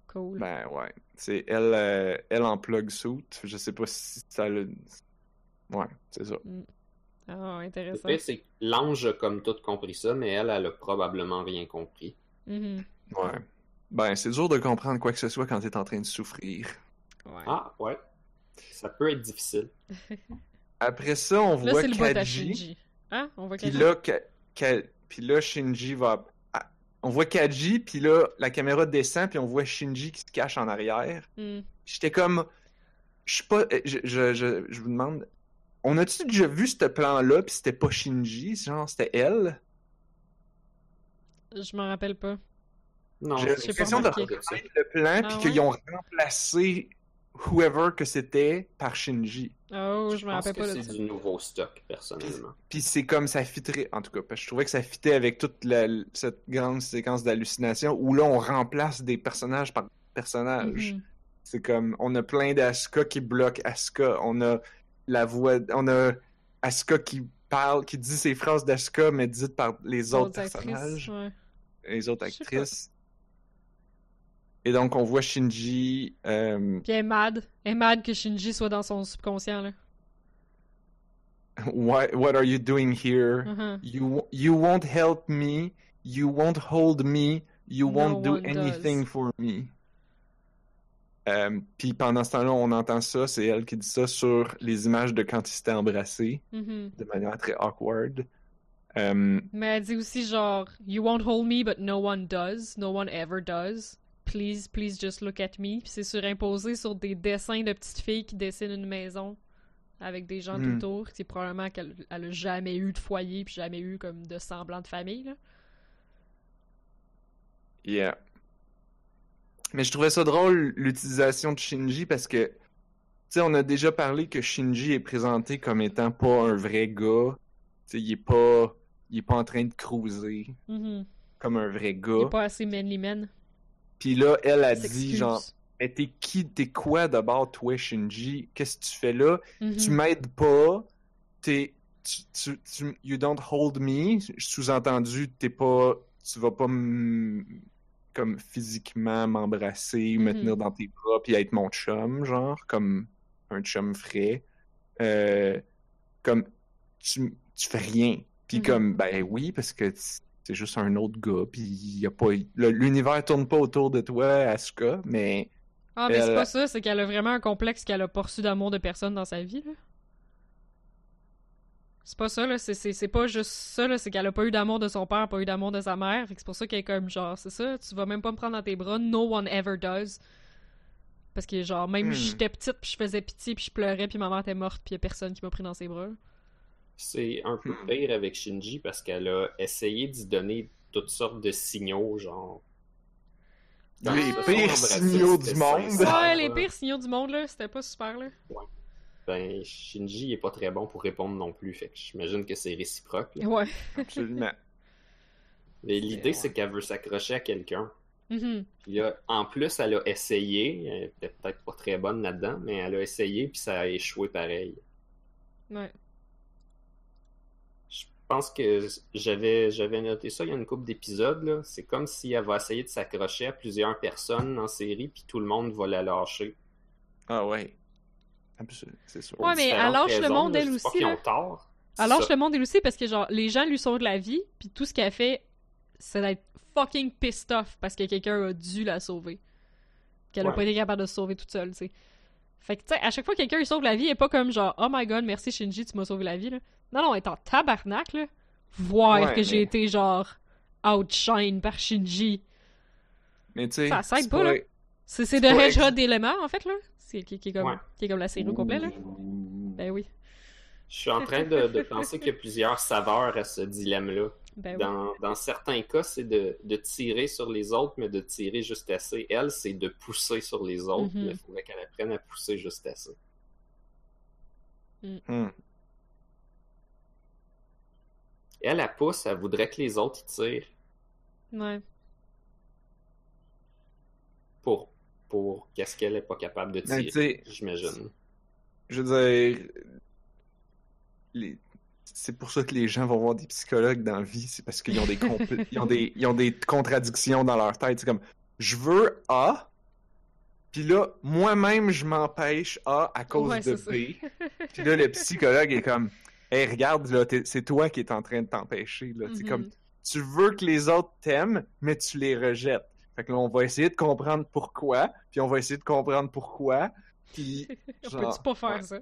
Speaker 1: Cool.
Speaker 2: Ben ouais, c'est elle, euh, elle en plug suit. Je sais pas si ça le. Ouais, c'est ça.
Speaker 1: Ah,
Speaker 3: Le
Speaker 1: intéressant.
Speaker 3: pire, c'est que l'ange a comme tout compris ça, mais elle, elle a probablement rien compris.
Speaker 1: Mhm.
Speaker 2: Ouais. Ben, c'est dur de comprendre quoi que ce soit quand t'es en train de souffrir.
Speaker 3: Ah, ouais. Ça peut être difficile.
Speaker 2: Après ça, on
Speaker 1: Là,
Speaker 2: voit
Speaker 1: c'est le bout à
Speaker 2: Kaji.
Speaker 1: Shinji. Hein? On voit
Speaker 2: Puis
Speaker 1: Kaji?
Speaker 2: là, Ka- Ka- puis là, Shinji va. ah, On voit Kaji, puis là, la caméra descend, puis on voit Shinji qui se cache en arrière.
Speaker 1: Hmm.
Speaker 2: J'étais comme. Je suis pas. Je, je, je, je vous demande. On a-tu déjà vu ce plan-là, puis c'était pas Shinji, genre, c'était elle?
Speaker 1: Je m'en rappelle pas.
Speaker 3: Non,
Speaker 2: J'ai
Speaker 1: J'ai pas
Speaker 3: c'est-
Speaker 2: l'impression de
Speaker 1: remarqué.
Speaker 2: reprendre le plan
Speaker 1: Ah
Speaker 2: puis
Speaker 1: ouais?
Speaker 2: qu'ils ont remplacé whoever que c'était par Shinji.
Speaker 1: Oh, je me
Speaker 3: pense
Speaker 1: rappelle
Speaker 3: que
Speaker 1: pas de
Speaker 3: c'est
Speaker 1: ça.
Speaker 3: du nouveau stock, personnellement.
Speaker 2: Puis c'est comme ça fitrait, en tout cas, parce que je trouvais que ça fitait avec toute la, cette grande séquence d'hallucination où là on remplace des personnages par personnages.
Speaker 1: Mhm.
Speaker 2: C'est comme on a plein d'Asuka qui bloque Asuka, on a la voix, on a Asuka qui parle, qui dit ses phrases d'Asuka mais dites par les autres
Speaker 1: D'autres actrices,
Speaker 2: personnages,
Speaker 1: ouais.
Speaker 2: les autres
Speaker 1: Je sais pas.
Speaker 2: actrices. Et donc on voit Shinji. euh,
Speaker 1: Puis elle est mad. Elle est mad que Shinji soit dans son subconscient, là.
Speaker 2: Why, what are you doing here?
Speaker 1: Mhm.
Speaker 2: You you won't help me. You won't hold me. You
Speaker 1: No
Speaker 2: won't do
Speaker 1: one
Speaker 2: anything for me. Euh, Puis pendant ce temps-là, on entend ça. C'est elle qui dit ça sur les images de quand ils s'étaient embrassés
Speaker 1: Mhm.
Speaker 2: de manière très awkward. Euh,
Speaker 1: Mais elle dit aussi genre You won't hold me, but no one does. No one ever does. Please, please just look at me. Puis c'est surimposé sur des dessins de petites filles qui dessinent une maison avec des gens tout
Speaker 2: Mm.
Speaker 1: autour. C'est probablement qu'elle elle a jamais eu de foyer puis jamais eu comme de semblant de famille. Là.
Speaker 2: Yeah. Mais je trouvais ça drôle, l'utilisation de Shinji, parce que, tu sais, on a déjà parlé que Shinji est présenté comme étant pas un vrai gars. Tu sais, il est pas, il est pas en train de cruiser
Speaker 1: Mhm.
Speaker 2: comme un vrai
Speaker 1: Il est
Speaker 2: gars.
Speaker 1: pas assez manly man.
Speaker 2: Puis là, elle a
Speaker 1: Elle
Speaker 2: dit, genre, mais t'es qui, t'es quoi d'abord, toi, Shinji? Qu'est-ce que tu fais là?
Speaker 1: Mhm.
Speaker 2: Tu
Speaker 1: Mm.
Speaker 2: m'aides pas. T'es, tu, tu, tu- you don't hold me. Sous-entendu, t'es pas, tu vas pas m- comme physiquement m'embrasser, me
Speaker 1: Mhm.
Speaker 2: tenir dans tes bras, puis être mon chum, genre, comme un chum frais. Euh, comme, tu, tu fais rien. Puis
Speaker 1: Mhm.
Speaker 2: comme, ben oui, parce que t- c'est juste un autre gars, puis y a pas, le- l'univers tourne pas autour de toi, Asuka, mais
Speaker 1: Ah, mais c'est
Speaker 2: elle-
Speaker 1: pas ça, c'est qu'elle a vraiment un complexe qu'elle a pas reçu d'amour de personne dans sa vie, là. C'est pas ça, là. C'est, c'est, c'est pas juste ça, là. C'est qu'elle a pas eu d'amour de son père, pas eu d'amour de sa mère. Fait que c'est pour ça qu'elle est comme genre, c'est ça, tu vas même pas me prendre dans tes bras. No one ever does. Parce que genre, même
Speaker 2: Hmm.
Speaker 1: j'étais petite, puis je faisais pitié, puis je pleurais, puis ma mère était morte, puis y a personne qui m'a pris dans ses bras.
Speaker 3: C'est un peu pire avec Shinji parce qu'elle a essayé d'y donner toutes sortes de signaux, genre. Dans
Speaker 2: Les
Speaker 3: le sens,
Speaker 2: pires
Speaker 3: embrasser,
Speaker 2: signaux du
Speaker 3: c'était
Speaker 2: monde.
Speaker 3: sincère,
Speaker 1: Ouais, Ah, les
Speaker 3: là.
Speaker 1: pires signaux du monde, là. C'était pas super, là.
Speaker 3: Ben, Shinji il est pas très bon pour répondre non plus, fait que j'imagine que c'est réciproque. là.
Speaker 1: Ouais.
Speaker 2: absolument.
Speaker 3: Mais l'idée,
Speaker 2: Ouais.
Speaker 3: c'est qu'elle veut s'accrocher à quelqu'un.
Speaker 1: Mhm.
Speaker 3: Puis là, en plus, elle a essayé, elle était peut-être pas très bonne là-dedans, mais elle a essayé, puis ça a échoué pareil.
Speaker 1: Ouais.
Speaker 3: Je pense que j'avais j'avais noté ça il y a une couple d'épisodes. là. C'est comme si elle va essayer de s'accrocher à plusieurs personnes en série, puis tout le monde va la lâcher.
Speaker 2: Ah ouais. Absolument, Ah, c'est sûr.
Speaker 3: pour
Speaker 1: Ouais, mais elle
Speaker 3: différentes
Speaker 1: lâche le
Speaker 3: raisons,
Speaker 1: monde,
Speaker 3: là.
Speaker 1: elle
Speaker 3: Je dis pas
Speaker 1: aussi,
Speaker 3: qu'ils
Speaker 1: là.
Speaker 3: ont tort. C'est
Speaker 1: Alors,
Speaker 3: ça.
Speaker 1: je te montre des aussi parce que, genre, les gens lui sont de la vie, puis tout ce qu'elle fait, c'est d'être fucking pissed off parce que quelqu'un a dû la sauver. Qu'elle a
Speaker 3: Ouais.
Speaker 1: pas été capable de se sauver toute seule, tu sais. Fait que, tu sais, à chaque fois que quelqu'un lui sauve la vie, elle est pas comme genre, oh my god, merci Shinji, tu m'as sauvé la vie, là. Non, non, elle est en tabarnak, là. Voir
Speaker 2: Ouais,
Speaker 1: que j'ai
Speaker 2: mais-
Speaker 1: été, genre, outshine par Shinji.
Speaker 2: Mais tu sais,
Speaker 1: Ça s'aide
Speaker 2: c'est
Speaker 1: pas, là. C'est c'est de
Speaker 2: pas
Speaker 1: Hedgehog
Speaker 2: ex-
Speaker 1: d'éléments, en fait, là. C'est qui, qui est comme,
Speaker 3: Ouais.
Speaker 1: qui est comme la série au complet, là. Ben oui.
Speaker 3: Je suis en train de, de penser qu'il y a plusieurs saveurs à ce dilemme-là.
Speaker 1: Ben oui.
Speaker 3: Dans, dans certains cas, c'est de, de tirer sur les autres, mais de tirer juste assez. Elle, c'est de pousser sur les autres,
Speaker 1: Mhm.
Speaker 3: mais il faudrait qu'elle apprenne à pousser juste assez.
Speaker 1: Mm.
Speaker 2: Hmm.
Speaker 3: Elle, elle pousse, elle voudrait que les autres y tirent
Speaker 1: Ouais.
Speaker 3: pour, pour qu'est-ce qu'elle n'est pas capable de
Speaker 2: Mais Ben, tu
Speaker 3: tirer,
Speaker 2: sais,
Speaker 3: j'imagine.
Speaker 2: je veux dire, les- c'est pour ça que les gens vont voir des psychologues dans la vie, c'est parce qu'ils ont des, compl- ils ont des ils ont des contradictions dans leur tête. C'est comme, je veux A, puis là, moi-même, je m'empêche A à cause
Speaker 1: Ouais, c'est
Speaker 2: de
Speaker 1: ça.
Speaker 2: B. Puis là, le psychologue est comme, hey, regarde, là, t'es- c'est toi qui es en train de t'empêcher. là. C'est
Speaker 1: Mhm.
Speaker 2: comme, tu veux que les autres t'aiment, mais tu les rejettes. Fait que là, on va essayer de comprendre pourquoi, puis on va essayer de comprendre pourquoi, puis
Speaker 1: On
Speaker 2: genre,
Speaker 1: peut-tu pas faire
Speaker 2: ouais.
Speaker 1: ça?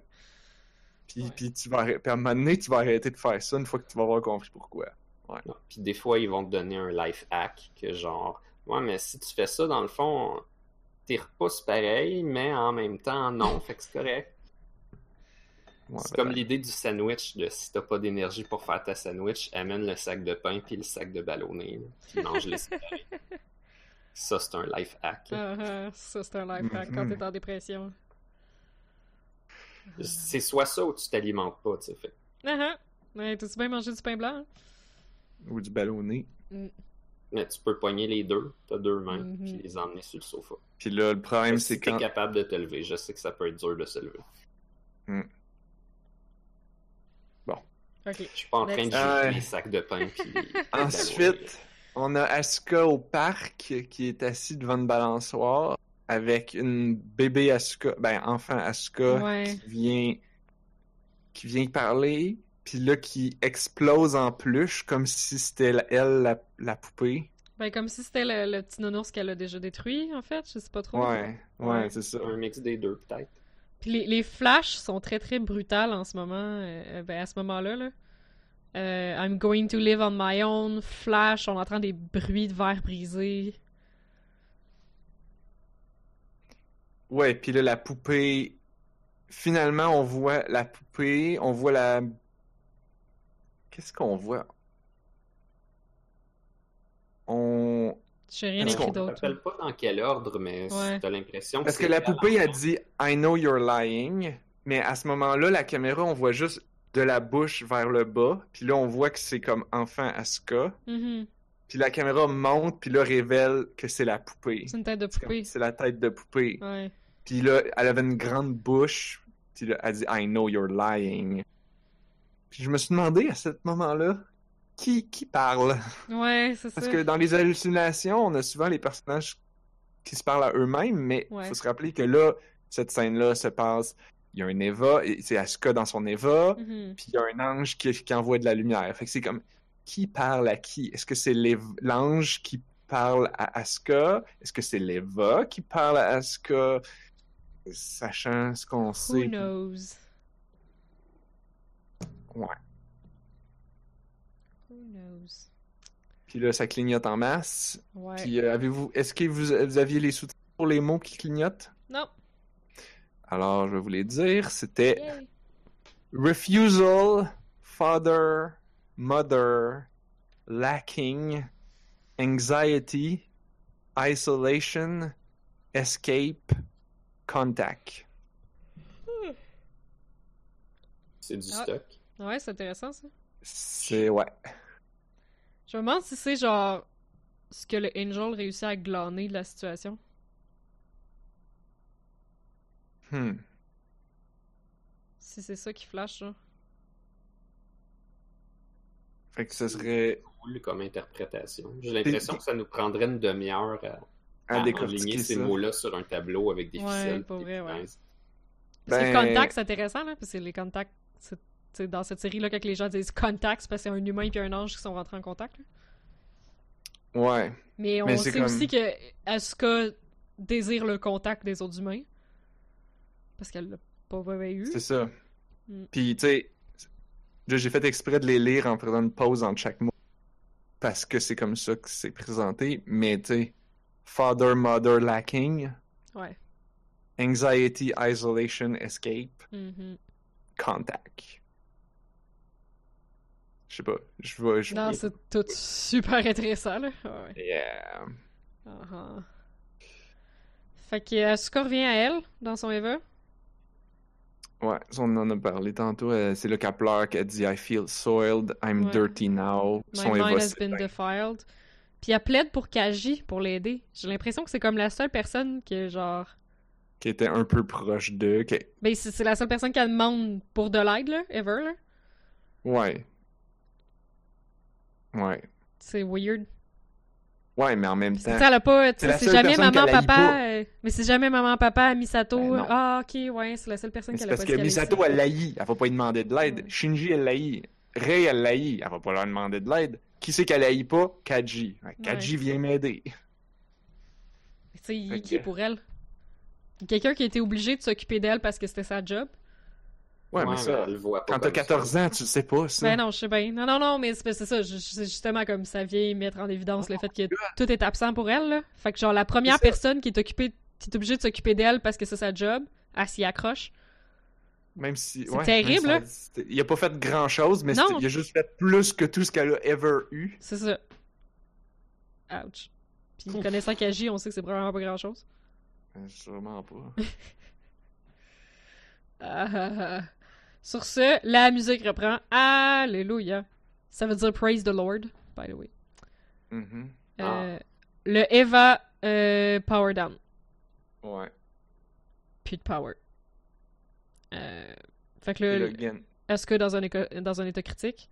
Speaker 2: puis,
Speaker 1: Ouais.
Speaker 2: puis tu vas arrêter, puis à un moment donné, tu vas arrêter de faire ça une fois que tu vas avoir compris pourquoi.
Speaker 3: Non. Puis des fois, ils vont te donner un life hack que genre, ouais, mais si tu fais ça, dans le fond, t'y repousses pareil, mais en même temps, non, fait que c'est correct.
Speaker 2: Ouais,
Speaker 3: c'est comme l'idée du sandwich, de si t'as pas d'énergie pour faire ta sandwich, amène le sac de pain puis le sac de ballonné, là, puis mange les Ça, c'est un life hack.
Speaker 1: Ah, ah, ça, c'est un
Speaker 2: Mm,
Speaker 1: life hack quand t'es en dépression.
Speaker 3: C'est soit ça ou tu t'alimentes pas, tu sais. Fait.
Speaker 1: Ah ah! Ouais, T'as-tu bien mangé du pain blanc?
Speaker 2: Ou du ballonné.
Speaker 3: Mais tu peux pogner les deux, t'as deux mains,
Speaker 1: Mhm.
Speaker 3: puis les emmener sur le sofa.
Speaker 2: Puis là, le problème,
Speaker 3: si
Speaker 2: c'est
Speaker 3: t'es
Speaker 2: quand.
Speaker 3: capable de te lever, je sais que ça peut être dur de se lever.
Speaker 1: Ok.
Speaker 3: Je suis pas en train de
Speaker 1: Next.
Speaker 3: jeter
Speaker 2: Ouais.
Speaker 3: les sacs de pain, puis...
Speaker 2: Ensuite, on a Asuka au parc qui est assis devant une balançoire avec une bébé Asuka, ben enfant Asuka
Speaker 1: Ouais.
Speaker 2: qui vient qui vient parler, puis là qui explose en peluche comme si c'était la- elle la, la poupée.
Speaker 1: Ben, comme si c'était le, le petit nounours qu'elle a déjà détruit, en fait. Je sais pas trop.
Speaker 2: Ouais, ouais,
Speaker 1: Ouais.
Speaker 2: c'est ça.
Speaker 3: Un mix des deux, peut-être.
Speaker 1: Puis les, les flashs sont très très brutales en ce moment, euh, ben, à ce moment-là. Là. Euh, I'm going to live on my own. Flash, on entend des bruits de verre brisé.
Speaker 2: Ouais, puis là la poupée finalement on voit la poupée, on voit la Qu'est-ce qu'on voit On
Speaker 1: J'ai rien
Speaker 2: Est-ce
Speaker 1: écrit
Speaker 2: qu'on
Speaker 3: Je me
Speaker 1: d'autre.
Speaker 3: rappelle pas dans quel ordre, mais
Speaker 1: hein? Ouais.
Speaker 3: t'as l'impression
Speaker 2: Parce que
Speaker 3: c'est
Speaker 2: la
Speaker 3: elle,
Speaker 2: poupée
Speaker 3: en
Speaker 2: a
Speaker 3: fait.
Speaker 2: dit I know you're lying, mais à ce moment-là, la caméra, on voit juste de la bouche vers le bas, puis là, on voit que c'est comme enfant Asuka,
Speaker 1: Mhm.
Speaker 2: puis la caméra monte, puis là, révèle que c'est la poupée.
Speaker 1: C'est une tête de
Speaker 2: C'est comme-
Speaker 1: poupée.
Speaker 2: C'est la tête de poupée.
Speaker 1: Ouais.
Speaker 2: Puis là, elle avait une grande bouche, puis là, elle dit I know you're lying. Puis je me suis demandé à ce moment-là, qui, qui parle
Speaker 1: Ouais, c'est ça.
Speaker 2: Parce que dans les hallucinations, on a souvent les personnages qui se parlent à eux-mêmes, mais il
Speaker 1: Ouais.
Speaker 2: faut se rappeler que là, cette scène-là se passe. Il y a un Eva, et c'est Asuka dans son Eva,
Speaker 1: Mhm.
Speaker 2: puis il y a un ange qui, qui envoie de la lumière. Fait que c'est comme qui parle à qui Est-ce que c'est l'Ev- l'ange qui parle à Asuka Est-ce que c'est l'Eva qui parle à Asuka Sachant ce qu'on
Speaker 1: Who
Speaker 2: sait.
Speaker 1: knows?
Speaker 2: Ouais.
Speaker 1: Who knows?
Speaker 2: Puis là, ça clignote en masse.
Speaker 1: Ouais.
Speaker 2: Puis euh, avez-vous, est-ce que vous, vous aviez les sous-titres pour les mots qui clignotent
Speaker 1: Non.
Speaker 2: Alors, je vais vous les dire. C'était
Speaker 1: Yay.
Speaker 2: refusal, father, mother, lacking, anxiety, isolation, escape, contact.
Speaker 3: C'est du
Speaker 1: Ah.
Speaker 3: stock.
Speaker 1: Ouais, c'est intéressant ça.
Speaker 2: C'est ouais.
Speaker 1: Je me demande si c'est genre ce que le Angel réussit à glaner de la situation.
Speaker 2: Hmm.
Speaker 1: Si c'est ça qui flash, genre.
Speaker 2: Fait que ce serait
Speaker 3: Cool comme interprétation. J'ai l'impression que ça nous prendrait une demi-heure à,
Speaker 2: à
Speaker 3: à
Speaker 2: décortiquer
Speaker 3: enligner ces
Speaker 2: ça.
Speaker 3: mots-là sur un tableau avec des
Speaker 1: Ouais,
Speaker 3: ficelles.
Speaker 1: pour
Speaker 3: puis
Speaker 1: vrai,
Speaker 3: des
Speaker 1: ouais.
Speaker 3: pinces.
Speaker 1: Parce que
Speaker 2: Ben-
Speaker 1: contact, c'est intéressant, là, parce que les contacts, c'est c'est dans cette série-là, quand les gens disent contact, c'est parce que c'est un humain et un ange qui sont rentrés en contact. là.
Speaker 2: Ouais.
Speaker 1: Mais on
Speaker 2: Mais c'est
Speaker 1: sait
Speaker 2: comme-
Speaker 1: aussi que Asuka désire le contact des autres humains. Parce qu'elle l'a pas vraiment eu.
Speaker 2: C'est ça.
Speaker 1: Mm.
Speaker 2: Puis, tu sais, là, j'ai fait exprès de les lire en prenant une pause entre chaque mot parce que c'est comme ça que c'est présenté. Mais, tu sais, father, mother, lacking,
Speaker 1: Ouais.
Speaker 2: anxiety, isolation, escape,
Speaker 1: Mhm.
Speaker 2: contact. Je sais pas, je vois. Je...
Speaker 1: Non, c'est tout super intéressant, là. Ouais.
Speaker 2: Yeah.
Speaker 1: Uh-huh. Fait que euh, Asuka revient à elle dans son Eva.
Speaker 2: Ouais, ça, on en a parlé tantôt. euh, c'est là qu'elle pleure, qu'elle dit I feel soiled, I'm
Speaker 1: Ouais.
Speaker 2: dirty now.
Speaker 1: My
Speaker 2: Son
Speaker 1: mind
Speaker 2: Eva
Speaker 1: has been
Speaker 2: s'éteint.
Speaker 1: defiled. Puis elle plaide pour Kaji pour l'aider. J'ai l'impression que c'est comme la seule personne que genre.
Speaker 2: qui était un peu proche d'eux. qui-
Speaker 1: Ben, c'est c'est la seule personne qu'elle demande pour de l'aide, là, ever, là.
Speaker 2: Ouais. Ouais.
Speaker 1: C'est weird.
Speaker 2: Ouais, mais en même
Speaker 1: Puis, tu
Speaker 2: temps.
Speaker 1: sais, elle a pas. tu
Speaker 2: C'est
Speaker 1: sais,
Speaker 2: la
Speaker 1: C'est
Speaker 2: seule
Speaker 1: jamais
Speaker 2: personne
Speaker 1: maman,
Speaker 2: qu'elle haït
Speaker 1: papa.
Speaker 2: pas.
Speaker 1: euh, mais c'est jamais maman, papa, Misato.
Speaker 2: Ben non.
Speaker 1: ah, ok, ouais, c'est la seule personne
Speaker 2: mais C'est
Speaker 1: qu'elle a
Speaker 2: parce
Speaker 1: pas
Speaker 2: que
Speaker 1: dit qu'elle
Speaker 2: Misato,
Speaker 1: haïssait.
Speaker 2: elle l'haït. Elle va pas lui demander de l'aide.
Speaker 1: Ouais.
Speaker 2: Shinji, elle l'haït. Rei, elle l'haït. Elle va pas leur demander de l'aide. Qui c'est qu'elle haït pas Kaji. Ouais, Kaji vient m'aider.
Speaker 1: Tu sais, il est
Speaker 2: Fait
Speaker 1: qui
Speaker 2: que-
Speaker 1: pour elle Quelqu'un qui a été obligé de s'occuper d'elle parce que c'était sa job.
Speaker 2: Ouais, mais ça.
Speaker 3: elle le voit pas
Speaker 2: Quand t'as
Speaker 3: comme ça.
Speaker 2: 14 ans, tu le sais pas, ça.
Speaker 1: Ben non, je sais bien. Non, non, non, mais c'est c'est ça. je- C'est justement comme ça vient mettre en évidence le fait que tout est absent pour elle. Là. Fait que genre la première
Speaker 2: Oh C'est ça.
Speaker 1: personne qui est occupée, qui est obligée de s'occuper d'elle parce que c'est sa job, elle s'y accroche.
Speaker 2: Même si.
Speaker 1: C'est
Speaker 2: ouais,
Speaker 1: terrible,
Speaker 2: même
Speaker 1: là.
Speaker 2: si ça- c'était- Il a pas fait grand chose, mais
Speaker 1: Non.
Speaker 2: c'était- il a juste fait plus que tout ce qu'elle a ever eu.
Speaker 1: C'est ça. Ouch. Puis connaissant Kaji, on sait que c'est probablement pas grand-chose.
Speaker 2: Euh, Sûrement pas.
Speaker 1: Ah, ah, ah. Sur ce, la musique reprend. Alléluia. Ça veut dire praise the Lord, by the way.
Speaker 2: Mhm.
Speaker 1: Euh, Le Eva euh, Power Down.
Speaker 2: Ouais.
Speaker 1: Plus de power. Euh, fait que
Speaker 2: Et
Speaker 1: le,
Speaker 2: le gain.
Speaker 1: est-ce que dans un, éco- dans un état critique?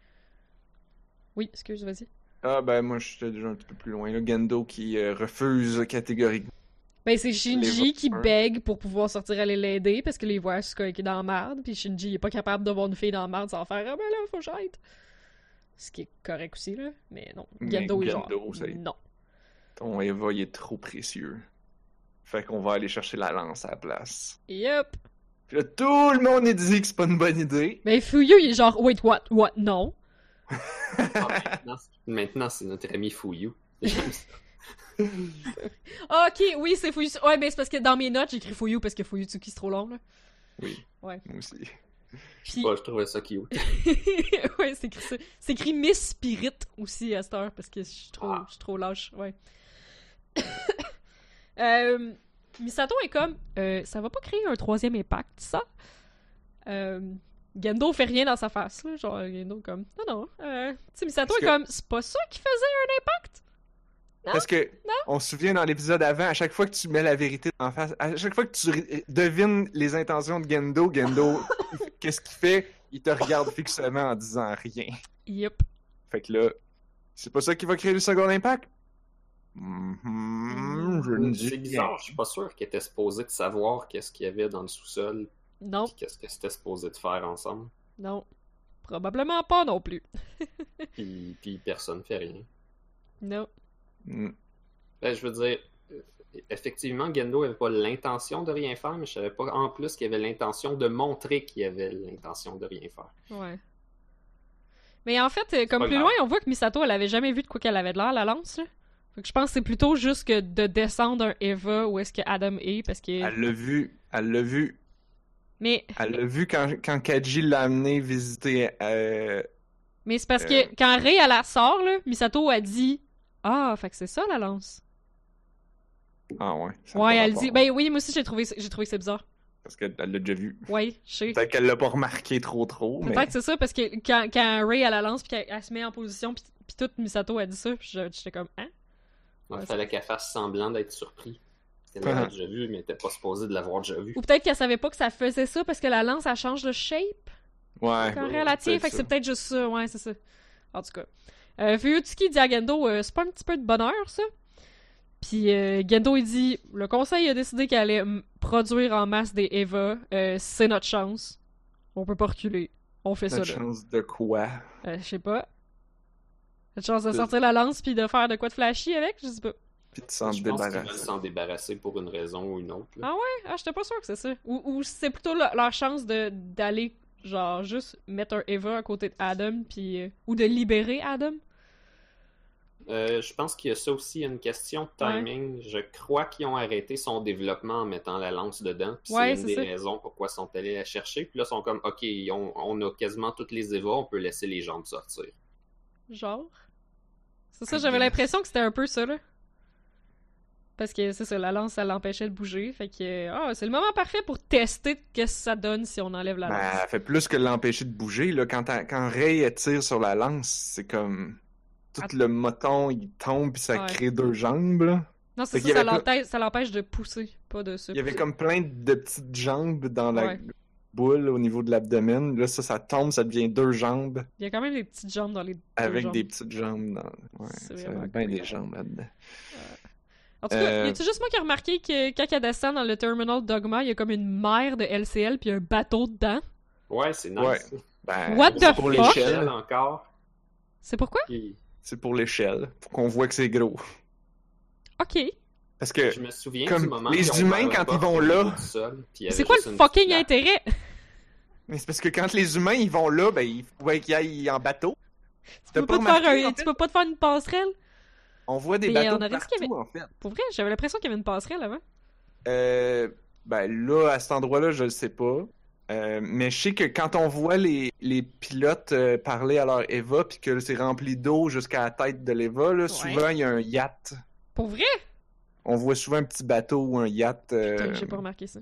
Speaker 1: Oui, excuse, vas-y.
Speaker 2: Ah ben moi j'étais déjà un petit peu plus loin. Le Gendo qui euh, refuse catégoriquement.
Speaker 1: Ben, c'est Shinji qui
Speaker 2: voitures.
Speaker 1: bègue pour pouvoir sortir aller l'aider parce que les voit Asuka qui est dans la merde, puis Shinji il est pas capable de voir une fille dans la merde sans faire Ah ben là, faut que j'aide. Ce qui est correct aussi, là. Mais non.
Speaker 2: Mais
Speaker 1: Gendo est genre.
Speaker 2: Gendo, ça y est.
Speaker 1: Non.
Speaker 2: Ton Eva il est trop précieux. Fait qu'on va aller chercher la lance à la place.
Speaker 1: Yep.
Speaker 2: Puis là, tout le monde est dit que c'est pas une bonne idée.
Speaker 1: Mais Ben, Fuyu, il est genre Wait, what? What? Non.
Speaker 3: Ah, maintenant, c'est- maintenant, c'est notre ami Fuyu.
Speaker 1: Ah, Ok, oui, c'est Fuyu. Ouais, ben c'est parce que dans mes notes, j'écris Fuyu parce que Fuyu Tsuki c'est trop long, là.
Speaker 2: Oui.
Speaker 1: Ouais.
Speaker 2: Moi aussi.
Speaker 1: Puis.
Speaker 3: Ouais, je trouvais ça cute.
Speaker 1: ouais, c'est écrit ça. C'est écrit Miss Spirit aussi à cette heure parce que je suis trop,
Speaker 3: Ah.
Speaker 1: je suis trop lâche. Ouais. Euh, Misato est comme euh, ça va pas créer un troisième impact, ça. Euh, Gendo fait rien dans sa face. là. Genre, Gendo comme non, non. Euh, tu sais, Misato
Speaker 2: Parce
Speaker 1: est
Speaker 2: que-
Speaker 1: comme c'est pas ça qui faisait.
Speaker 2: Parce que on se souvient dans l'épisode avant, à chaque fois que tu mets la vérité en face, à chaque fois que tu ri- devines les intentions de Gendo, Gendo, qu'est-ce qu'il fait Il te regarde fixement en disant rien.
Speaker 1: Yep.
Speaker 2: Fait que là, c'est pas ça qui va créer le second impact Mhm, Je ne dis
Speaker 3: C'est bizarre, je suis pas sûr qu'il était supposé de savoir qu'est-ce qu'il y avait dans le sous-sol,
Speaker 1: Non,
Speaker 3: puis qu'est-ce que c'était supposé de faire ensemble,
Speaker 1: non. Probablement pas non plus.
Speaker 3: puis, puis personne fait rien.
Speaker 1: Non.
Speaker 2: Mm.
Speaker 3: Ben, je veux dire, euh, effectivement, Gendo avait pas l'intention de rien faire, mais je savais pas en plus qu'il avait l'intention de montrer qu'il avait l'intention de rien faire.
Speaker 1: Ouais. Mais en fait, euh, comme
Speaker 3: pas
Speaker 1: plus
Speaker 3: grave.
Speaker 1: loin, on voit que Misato, elle avait jamais vu de quoi qu'elle avait de l'air, la lance. Là. Fait que je pense que c'est plutôt juste que de descendre un Eva où est-ce que Adam est, parce que...
Speaker 2: Elle l'a vu, elle l'a vu,
Speaker 1: Mais,
Speaker 2: elle l'a vu quand, quand Kaji l'a amené visiter. euh,
Speaker 1: mais c'est parce
Speaker 2: Euh.
Speaker 1: que quand Rei, elle la sort, là, Misato a dit « Ah, fait que c'est ça, la lance.
Speaker 2: Ah ouais. » ça a
Speaker 1: Ouais,
Speaker 2: pas
Speaker 1: elle
Speaker 2: rapport.
Speaker 1: dit... Ben oui, moi aussi, j'ai trouvé, j'ai trouvé que c'est bizarre.
Speaker 2: Parce qu'elle elle l'a déjà vu.
Speaker 1: Ouais, je sais.
Speaker 2: Peut-être qu'elle l'a pas remarqué trop trop, mais.
Speaker 1: Peut-être que c'est ça, parce que quand, quand Ray, elle la lance, puis qu'elle elle se met en position, puis, puis tout, Misato a dit ça, puis je- j'étais comme « Hein?
Speaker 3: Donc,
Speaker 1: Ouais,
Speaker 3: il fallait qu'elle fasse semblant d'être surpris. Elle l'avait
Speaker 2: Ah.
Speaker 3: déjà vu, mais elle était pas supposée de l'avoir déjà » vu.
Speaker 1: Ou peut-être qu'elle savait pas que ça faisait ça, parce que la lance, elle change de shape.
Speaker 2: Ah, Ouais.
Speaker 1: Quand
Speaker 3: Ouais,
Speaker 1: elle la tient,
Speaker 2: peut-être
Speaker 1: fait que
Speaker 2: ça.
Speaker 1: c'est peut-être juste ça, ouais, c'est ça. En tout cas. Euh, Fuyutsuki dit à Gendo, euh, c'est pas un petit peu de bonheur, ça? Puis euh, Gendo, il dit, le conseil a décidé qu'elle allait mm, produire en masse des Eva, euh, c'est notre chance. On peut pas reculer. On fait
Speaker 2: Notre
Speaker 1: ça, là.
Speaker 2: chance Euh. de quoi
Speaker 1: Euh, Je sais pas. Notre chance de
Speaker 2: C'est-
Speaker 1: sortir la lance puis de faire de quoi de flashy avec, je sais pas.
Speaker 2: Puis de s'en
Speaker 3: Je pense qu'ils veulent
Speaker 2: débarrasser.
Speaker 3: s'en débarrasser pour une raison ou une autre. là.
Speaker 1: Ah Ah, j'étais pas sûr que c'est ça. Ou, ou c'est plutôt le- leur chance de d'aller, genre, juste mettre un Eva à côté d'Adam, puis... euh, ou de libérer Adam.
Speaker 3: Euh, je pense qu'il y a ça aussi, il y a une question de
Speaker 1: Ouais.
Speaker 3: timing. Je crois qu'ils ont arrêté son développement en mettant la lance dedans. puis
Speaker 1: Ouais, c'est
Speaker 3: c'est une des
Speaker 1: ça.
Speaker 3: raisons pourquoi ils sont allés la chercher. Puis là, ils sont comme, OK, on, on a quasiment toutes les évas, on peut laisser les jambes sortir.
Speaker 1: Genre. C'est ça,
Speaker 2: I
Speaker 1: j'avais
Speaker 2: guess.
Speaker 1: l'impression que c'était un peu ça, là. Parce que c'est ça, la lance, ça l'empêchait de bouger. Fait que, ah, c'est le moment parfait pour tester qu'est-ce que ça donne si on enlève la
Speaker 2: Ben,
Speaker 1: lance.
Speaker 2: elle fait plus que l'empêcher de bouger. Là. Quand, elle- quand Ray attire sur la lance, c'est comme. Tout
Speaker 1: Att-
Speaker 2: le moton, il tombe, puis ça
Speaker 1: Ouais.
Speaker 2: crée deux jambes. Là.
Speaker 1: Non, c'est
Speaker 2: fait
Speaker 1: ça,
Speaker 2: qu'il y
Speaker 1: ça
Speaker 2: avait
Speaker 1: l'empêche- ça l'empêche de pousser, pas de se
Speaker 2: Il y avait
Speaker 1: pousser.
Speaker 2: comme plein de petites jambes dans la
Speaker 1: Ouais.
Speaker 2: boule au niveau de l'abdomen. Là, ça, ça tombe, ça devient deux jambes
Speaker 1: Il y a quand même des petites jambes dans les deux
Speaker 2: avec
Speaker 1: jambes.
Speaker 2: des petites jambes. Dans... Ouais,
Speaker 1: C'est
Speaker 2: ça
Speaker 1: vraiment
Speaker 2: a bien
Speaker 1: cool.
Speaker 2: des jambes là-dedans.
Speaker 1: En tout cas,
Speaker 2: Euh.
Speaker 1: y a-tu juste moi qui ai remarqué que quand elle descend dans le Terminal Dogma, il y a comme une mer de LCL puis un bateau dedans?
Speaker 3: Ouais, c'est nice.
Speaker 2: Ouais. Ben,
Speaker 1: What
Speaker 2: c'est
Speaker 1: the
Speaker 2: pour
Speaker 1: fuck?
Speaker 2: l'échelle.
Speaker 3: encore.
Speaker 1: C'est pourquoi?
Speaker 3: Puis,
Speaker 2: C'est pour l'échelle. Faut qu'on voit que c'est gros.
Speaker 1: Ok.
Speaker 2: Parce que
Speaker 3: je me souviens
Speaker 2: Comme
Speaker 3: du moment.
Speaker 2: les
Speaker 3: qu'ils ont
Speaker 2: humains,
Speaker 3: ouvert la
Speaker 2: quand ils
Speaker 3: porte
Speaker 2: vont
Speaker 3: au niveau
Speaker 2: là.
Speaker 3: du sol, puis il y
Speaker 1: C'est
Speaker 3: avait
Speaker 1: quoi
Speaker 3: juste
Speaker 1: le
Speaker 3: une
Speaker 1: fucking
Speaker 3: petite plaque.
Speaker 1: intérêt?
Speaker 2: mais c'est parce que quand les humains ils vont là, ben il faut qu'ils aillent en bateau.
Speaker 1: Tu
Speaker 2: T'as
Speaker 1: peux
Speaker 2: pas
Speaker 1: pas, te faire
Speaker 2: remarqué,
Speaker 1: un-
Speaker 2: en
Speaker 1: tu
Speaker 2: fait?
Speaker 1: peux pas te faire une passerelle?
Speaker 2: On voit des
Speaker 1: Mais
Speaker 2: bateaux
Speaker 1: on aurait dit
Speaker 2: partout
Speaker 1: qu'il y
Speaker 2: en fait.
Speaker 1: Pour vrai, j'avais l'impression qu'il y avait une passerelle avant.
Speaker 2: Euh, ben là, à cet endroit-là, je le sais pas. Euh, mais je sais que quand on voit les, les pilotes euh, parler à leur Eva puis que c'est rempli d'eau jusqu'à la tête de l'Eva, là, souvent il y a un yacht
Speaker 1: Pour vrai?
Speaker 2: On voit souvent un petit bateau ou un yacht euh,
Speaker 1: Putain, J'ai pas remarqué ça.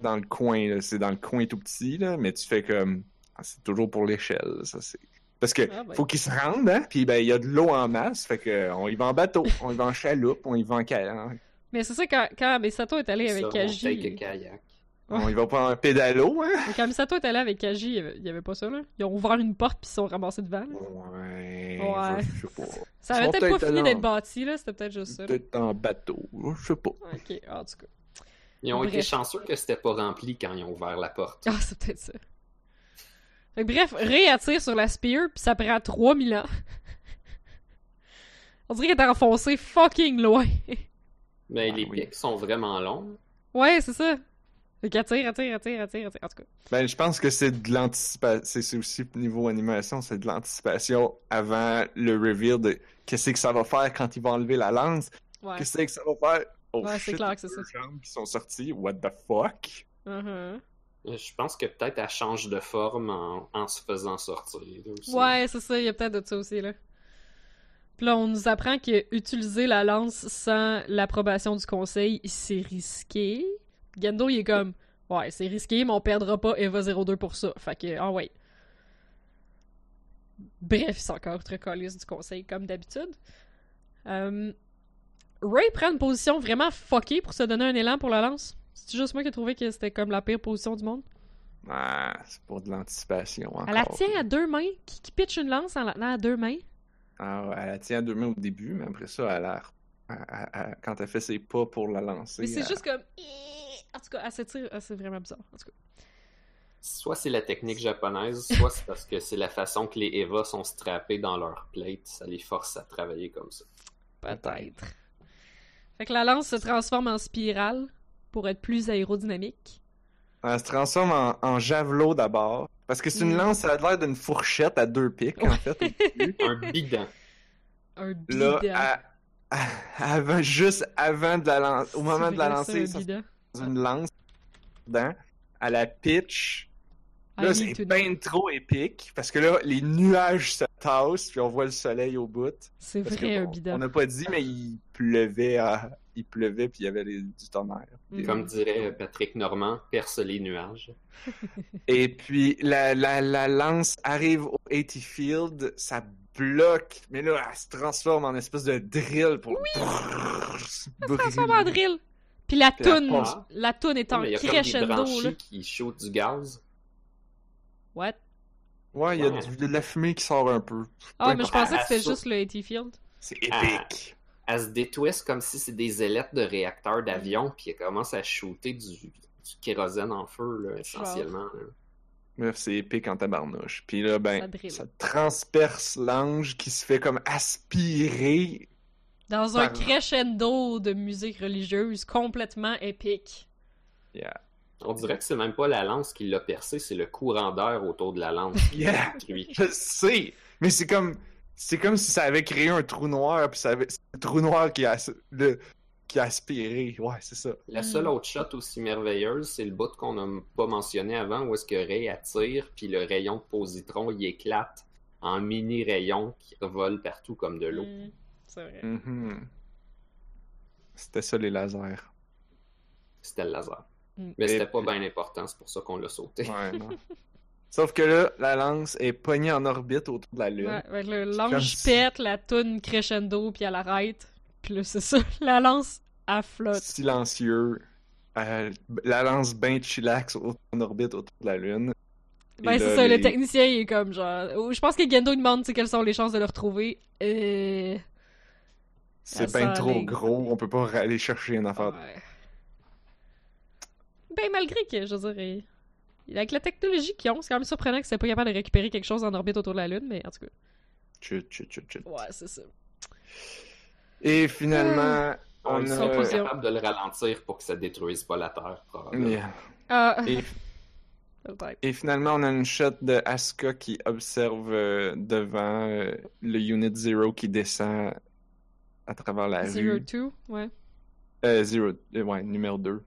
Speaker 2: dans le coin. là. C'est dans le coin tout petit, là, mais tu fais comme. Ah, C'est toujours pour l'échelle, ça c'est. Parce que
Speaker 1: Ah, ben.
Speaker 2: faut qu'ils se rendent, hein? Puis ben il y a de l'eau en masse, fait que on y va en bateau, on y va en chaloupe, on y va en hein. kayak,
Speaker 1: Mais c'est ça, quand, quand Misato est allé avec
Speaker 3: Ça, on take a
Speaker 1: Kaji.
Speaker 3: kayak.
Speaker 2: on y va pas en pédalo, hein?
Speaker 1: euh, Quand Misato est allé avec Kaji, il y avait, il y avait pas ça, là. Ils ont ouvert une porte puis ils se sont ramassés devant. là.
Speaker 2: Ouais.
Speaker 1: Ouais.
Speaker 2: Je sais pas.
Speaker 1: Ça
Speaker 2: Ils
Speaker 1: avait
Speaker 2: sont
Speaker 1: peut-être pas
Speaker 2: peut-être
Speaker 1: fini
Speaker 2: allés en-
Speaker 1: d'être bâti, là. C'était peut-être juste ça. là.
Speaker 2: Peut-être en bateau, je sais pas.
Speaker 1: Ok, ah, en tout cas.
Speaker 3: Ils ont été
Speaker 1: Bref.
Speaker 3: chanceux que c'était pas rempli quand ils ont ouvert la porte.
Speaker 1: Ah, c'est peut-être ça. Fait que bref, Ray attire sur la spear, puis ça prend 3000 ans. On dirait qu'elle est enfoncée fucking loin.
Speaker 3: Mais
Speaker 2: Ah
Speaker 3: les
Speaker 2: oui.
Speaker 3: pics sont vraiment longs.
Speaker 1: ouais, c'est ça. Fait qu'elle attire, attire, attire, attire, attire. En tout cas.
Speaker 2: Ben, je pense que c'est de l'anticipation. C'est c'est aussi niveau animation, c'est de l'anticipation avant le reveal de qu'est-ce que ça va faire quand ils vont enlever la lance.
Speaker 1: Ouais.
Speaker 2: Qu'est-ce que ça va faire? Oh
Speaker 1: Ouais, c'est
Speaker 2: shit,
Speaker 1: clair
Speaker 2: les
Speaker 1: que c'est
Speaker 2: deux jambes qui sont sorties. What the fuck?
Speaker 1: Mhm.
Speaker 3: Je pense que peut-être elle change de forme en, en se faisant sortir. aussi.
Speaker 1: Ouais, c'est ça, il y a peut-être de ça aussi, là. Puis là, on nous apprend que utiliser la lance sans l'approbation du conseil, c'est risqué. Gendo, il est comme, ouais, c'est risqué, mais on perdra pas Eva02 pour ça. Fait que, ah ouais. Bref, c'est encore très calice du conseil, comme d'habitude. Euh, Ray prend une position vraiment fuckée pour se donner un élan pour la lance. C'est juste moi qui ai trouvé que c'était comme la pire position du monde.
Speaker 2: Ah, c'est pour de l'anticipation encore.
Speaker 1: Elle la tient à deux mains, qui, qui pitch une lance en la tenant à deux mains.
Speaker 2: Ah, ouais, elle la tient à deux mains au début, mais après ça, elle a... elle- elle- elle- quand elle fait ses pas pour la lancer.
Speaker 1: Mais c'est
Speaker 2: elle-
Speaker 1: juste comme. En tout cas, elle s'étire. ah, C'est vraiment bizarre. En tout cas.
Speaker 3: Soit c'est la technique japonaise, soit c'est parce que c'est la façon que les Eva sont strappés dans leur plate. Ça les force à travailler comme ça.
Speaker 1: Peut-être. Fait que la lance se transforme en spirale pour être plus aérodynamique.
Speaker 2: Elle Euh, se transforme en, en javelot d'abord. Parce que c'est une
Speaker 1: Mm.
Speaker 2: lance, ça a l'air d'une fourchette à deux pics, en fait, au début.
Speaker 3: Un bidon.
Speaker 1: Un
Speaker 2: Là,
Speaker 1: bidon.
Speaker 2: à- à- avant- juste avant de la lan- au moment
Speaker 1: C'est
Speaker 2: de la
Speaker 1: vrai,
Speaker 2: lancer,
Speaker 1: ça,
Speaker 2: ça
Speaker 1: un bidon.
Speaker 2: se passe une lance dedans, à la pitch.
Speaker 1: I
Speaker 2: Là,
Speaker 1: need
Speaker 2: c'est
Speaker 1: to know.
Speaker 2: bien trop épique parce que là, les nuages se tassent puis on voit le soleil au bout.
Speaker 1: C'est
Speaker 2: Parce
Speaker 1: vrai,
Speaker 2: que,
Speaker 1: un
Speaker 2: bon,
Speaker 1: bidon.
Speaker 2: on n'a pas dit, mais il pleuvait, à- il pleuvait puis il y avait les- du tonnerre.
Speaker 1: Mm.
Speaker 3: Comme dirait Patrick Normand, perce les nuages.
Speaker 2: Et puis la, la, la lance arrive au 80 Field, ça bloque, mais là, elle se transforme en espèce de drill pour. Oui!
Speaker 1: Transforme en drill. Puis la
Speaker 2: Puis la
Speaker 1: toune.
Speaker 3: force.
Speaker 1: La toune est en
Speaker 3: Mais Il y a comme des
Speaker 1: crescendo, là.
Speaker 3: branchies qui shootent du gaz.
Speaker 1: What?
Speaker 2: Ouais, il y a
Speaker 3: Ouais.
Speaker 2: du- de la fumée qui sort un peu.
Speaker 1: Ah,
Speaker 2: Ouais,
Speaker 1: mais je
Speaker 2: parce-
Speaker 1: pensais que c'était
Speaker 3: Ah,
Speaker 1: juste le AT Field.
Speaker 2: C'est
Speaker 3: Ah.
Speaker 2: épique.
Speaker 3: Elle se détwiste comme si c'est des ailettes de réacteurs d'avion, puis elle commence à shooter du, du kérosène en feu, là, essentiellement. là.
Speaker 2: Mais C'est épique en tabarnouche. Puis là, ben,
Speaker 1: Ça drille.
Speaker 2: ça transperce l'ange qui se fait comme aspirer.
Speaker 1: Dans un
Speaker 2: Par-
Speaker 1: crescendo de musique religieuse complètement épique.
Speaker 3: On dirait que c'est même pas la lance qui l'a percée, c'est le courant d'air autour de la lance qui l'a
Speaker 2: Yeah!
Speaker 3: détruit.
Speaker 2: Je sais! Mais c'est comme. C'est comme si ça avait créé un trou noir, puis ça avait... c'est le trou noir qui a, le... qui a aspiré. Ouais, c'est ça.
Speaker 3: La seule
Speaker 1: Mm.
Speaker 3: autre shot aussi merveilleuse, c'est le bout qu'on n'a pas mentionné avant, où est-ce que Ray attire, puis le rayon de positron, il éclate en mini-rayons qui volent partout comme de l'eau.
Speaker 1: Mm, C'est vrai.
Speaker 2: Mhm. C'était ça les lasers.
Speaker 3: C'était le laser.
Speaker 1: Mm.
Speaker 3: Mais
Speaker 2: Et
Speaker 3: c'était pas
Speaker 2: puis-
Speaker 3: bien important, c'est pour ça qu'on l'a sauté.
Speaker 2: Ouais, non. Sauf que là, la lance est pognée en orbite autour de la Lune.
Speaker 1: Ouais, fait que le
Speaker 2: comme
Speaker 1: lance
Speaker 2: si-
Speaker 1: pète, la toune crescendo, puis elle arrête. Puis là, c'est ça, la lance, elle flotte.
Speaker 2: Silencieux. Euh, la lance bien chillax au- en orbite autour de la Lune.
Speaker 1: Ben,
Speaker 2: Et
Speaker 1: c'est
Speaker 2: là,
Speaker 1: ça, le
Speaker 2: les-
Speaker 1: technicien, il est comme genre. oh, Je pense que Gendo il demande tu sais, quelles sont les chances de le retrouver. Euh...
Speaker 2: C'est
Speaker 1: Ça
Speaker 2: bien
Speaker 1: sent
Speaker 2: trop
Speaker 1: les-
Speaker 2: gros, on peut pas aller chercher une affaire.
Speaker 1: ouais. Ben, malgré que, je veux dire, il- avec la technologie qu'ils ont, c'est quand même surprenant que c'est pas capable de récupérer quelque chose en orbite autour de la Lune, mais en tout cas.
Speaker 2: Chut, chut, chut, chut.
Speaker 1: Ouais, c'est ça.
Speaker 2: Et finalement,
Speaker 3: On
Speaker 2: on
Speaker 3: ils
Speaker 2: a...
Speaker 3: sont pas
Speaker 1: Conclusion.
Speaker 3: capables de le ralentir pour que ça détruise pas la Terre, probablement.
Speaker 2: Yeah.
Speaker 1: Ah,
Speaker 2: Et,
Speaker 1: peut-être.
Speaker 2: et finalement, on a une shot de Asuka qui observe euh, devant euh, le Unit Zero qui descend à travers la
Speaker 1: Zero
Speaker 2: rue.
Speaker 1: Two, ouais.
Speaker 2: Euh, zero, euh, ouais, numéro 2.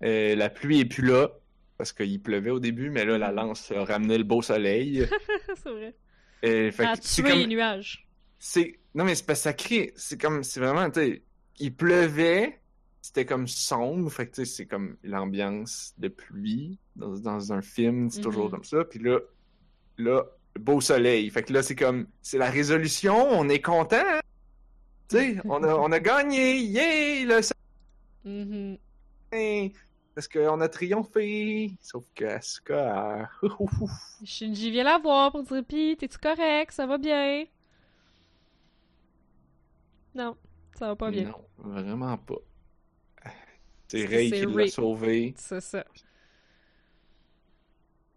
Speaker 2: la pluie est plus là, parce qu'il pleuvait au début, mais là, la
Speaker 1: Mm.
Speaker 2: lance a ramené le beau soleil.
Speaker 1: c'est vrai.
Speaker 2: Et, fait
Speaker 1: Elle a
Speaker 2: que c'est
Speaker 1: tué les
Speaker 2: comme...
Speaker 1: nuages.
Speaker 2: c'est- Non, mais c'est pas sacré. C'est comme... C'est vraiment, tu sais, il pleuvait, c'était comme sombre, fait que tu sais, c'est comme l'ambiance de pluie dans, dans un film, c'est toujours
Speaker 1: Mhm.
Speaker 2: comme ça. Puis là, là, beau soleil, fait que là, c'est comme, c'est la résolution, on est content, hein? tu sais, on a, on a gagné, yay, le
Speaker 1: Mhm.
Speaker 2: soleil, parce qu'on a triomphé, sauf que euh, Asuka, elle-
Speaker 1: Shinji vient la voir pour dire Pis, t'es-tu correct? Ça va bien? Non, ça va pas bien.
Speaker 2: non, vraiment pas. C'est
Speaker 1: Parce que
Speaker 2: Ray
Speaker 1: c'est
Speaker 2: qui l'a
Speaker 1: Ray.
Speaker 2: sauvé.
Speaker 1: C'est ça.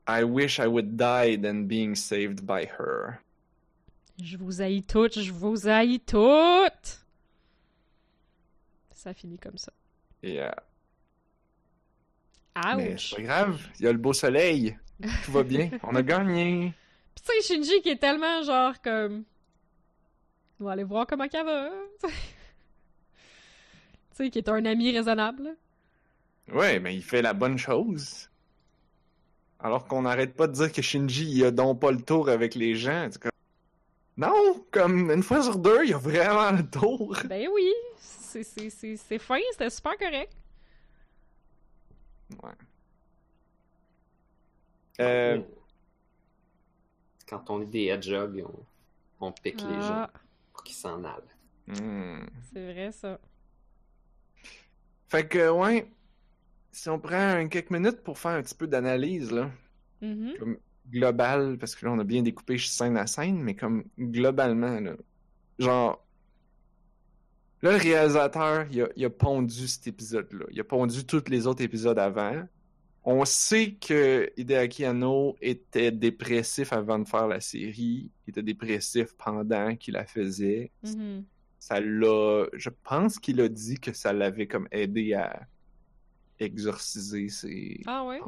Speaker 2: I wish I would die than being saved by her.
Speaker 1: Je vous haïs toutes, je vous haïs toutes! Ça finit comme ça.
Speaker 2: Yeah. euh, Mais
Speaker 1: Ouch!
Speaker 2: c'est pas grave, il y a le beau soleil. Tout va bien, on a gagné.
Speaker 1: Pis tu sais, Shinji qui est tellement genre comme. On va aller voir comment qu'elle va. tu sais, qui est un ami raisonnable.
Speaker 2: Ouais, mais il fait la bonne chose. Alors qu'on n'arrête pas de dire que Shinji, il a donc pas le tour avec les gens. C'est comme- Non, comme une fois sur deux, il a vraiment le tour.
Speaker 1: Ben oui, c'est- c'est c'est- c'est fin, c'était super correct.
Speaker 2: Ouais. Euh,
Speaker 3: Mm. Quand on est des hedgehogs, on, on pique les gens
Speaker 1: Ah,
Speaker 3: pour qu'ils s'en allent.
Speaker 2: hmm.
Speaker 1: c'est vrai ça.
Speaker 2: Fait que, ouais, si on prend un- quelques minutes pour faire un petit peu d'analyse, là.
Speaker 1: Mhm.
Speaker 2: global, parce que là, on a bien découpé scène à scène, mais comme globalement, là, genre, là, le réalisateur, il a, il a pondu cet épisode-là. Il a pondu tous les autres épisodes avant. On sait que Hideaki Anno était dépressif avant de faire la série. Il était dépressif pendant qu'il la faisait.
Speaker 1: mhm.
Speaker 2: Ça l'a... Je pense qu'il a dit que ça l'avait comme aidé à exorciser ses...
Speaker 1: Ah ouais?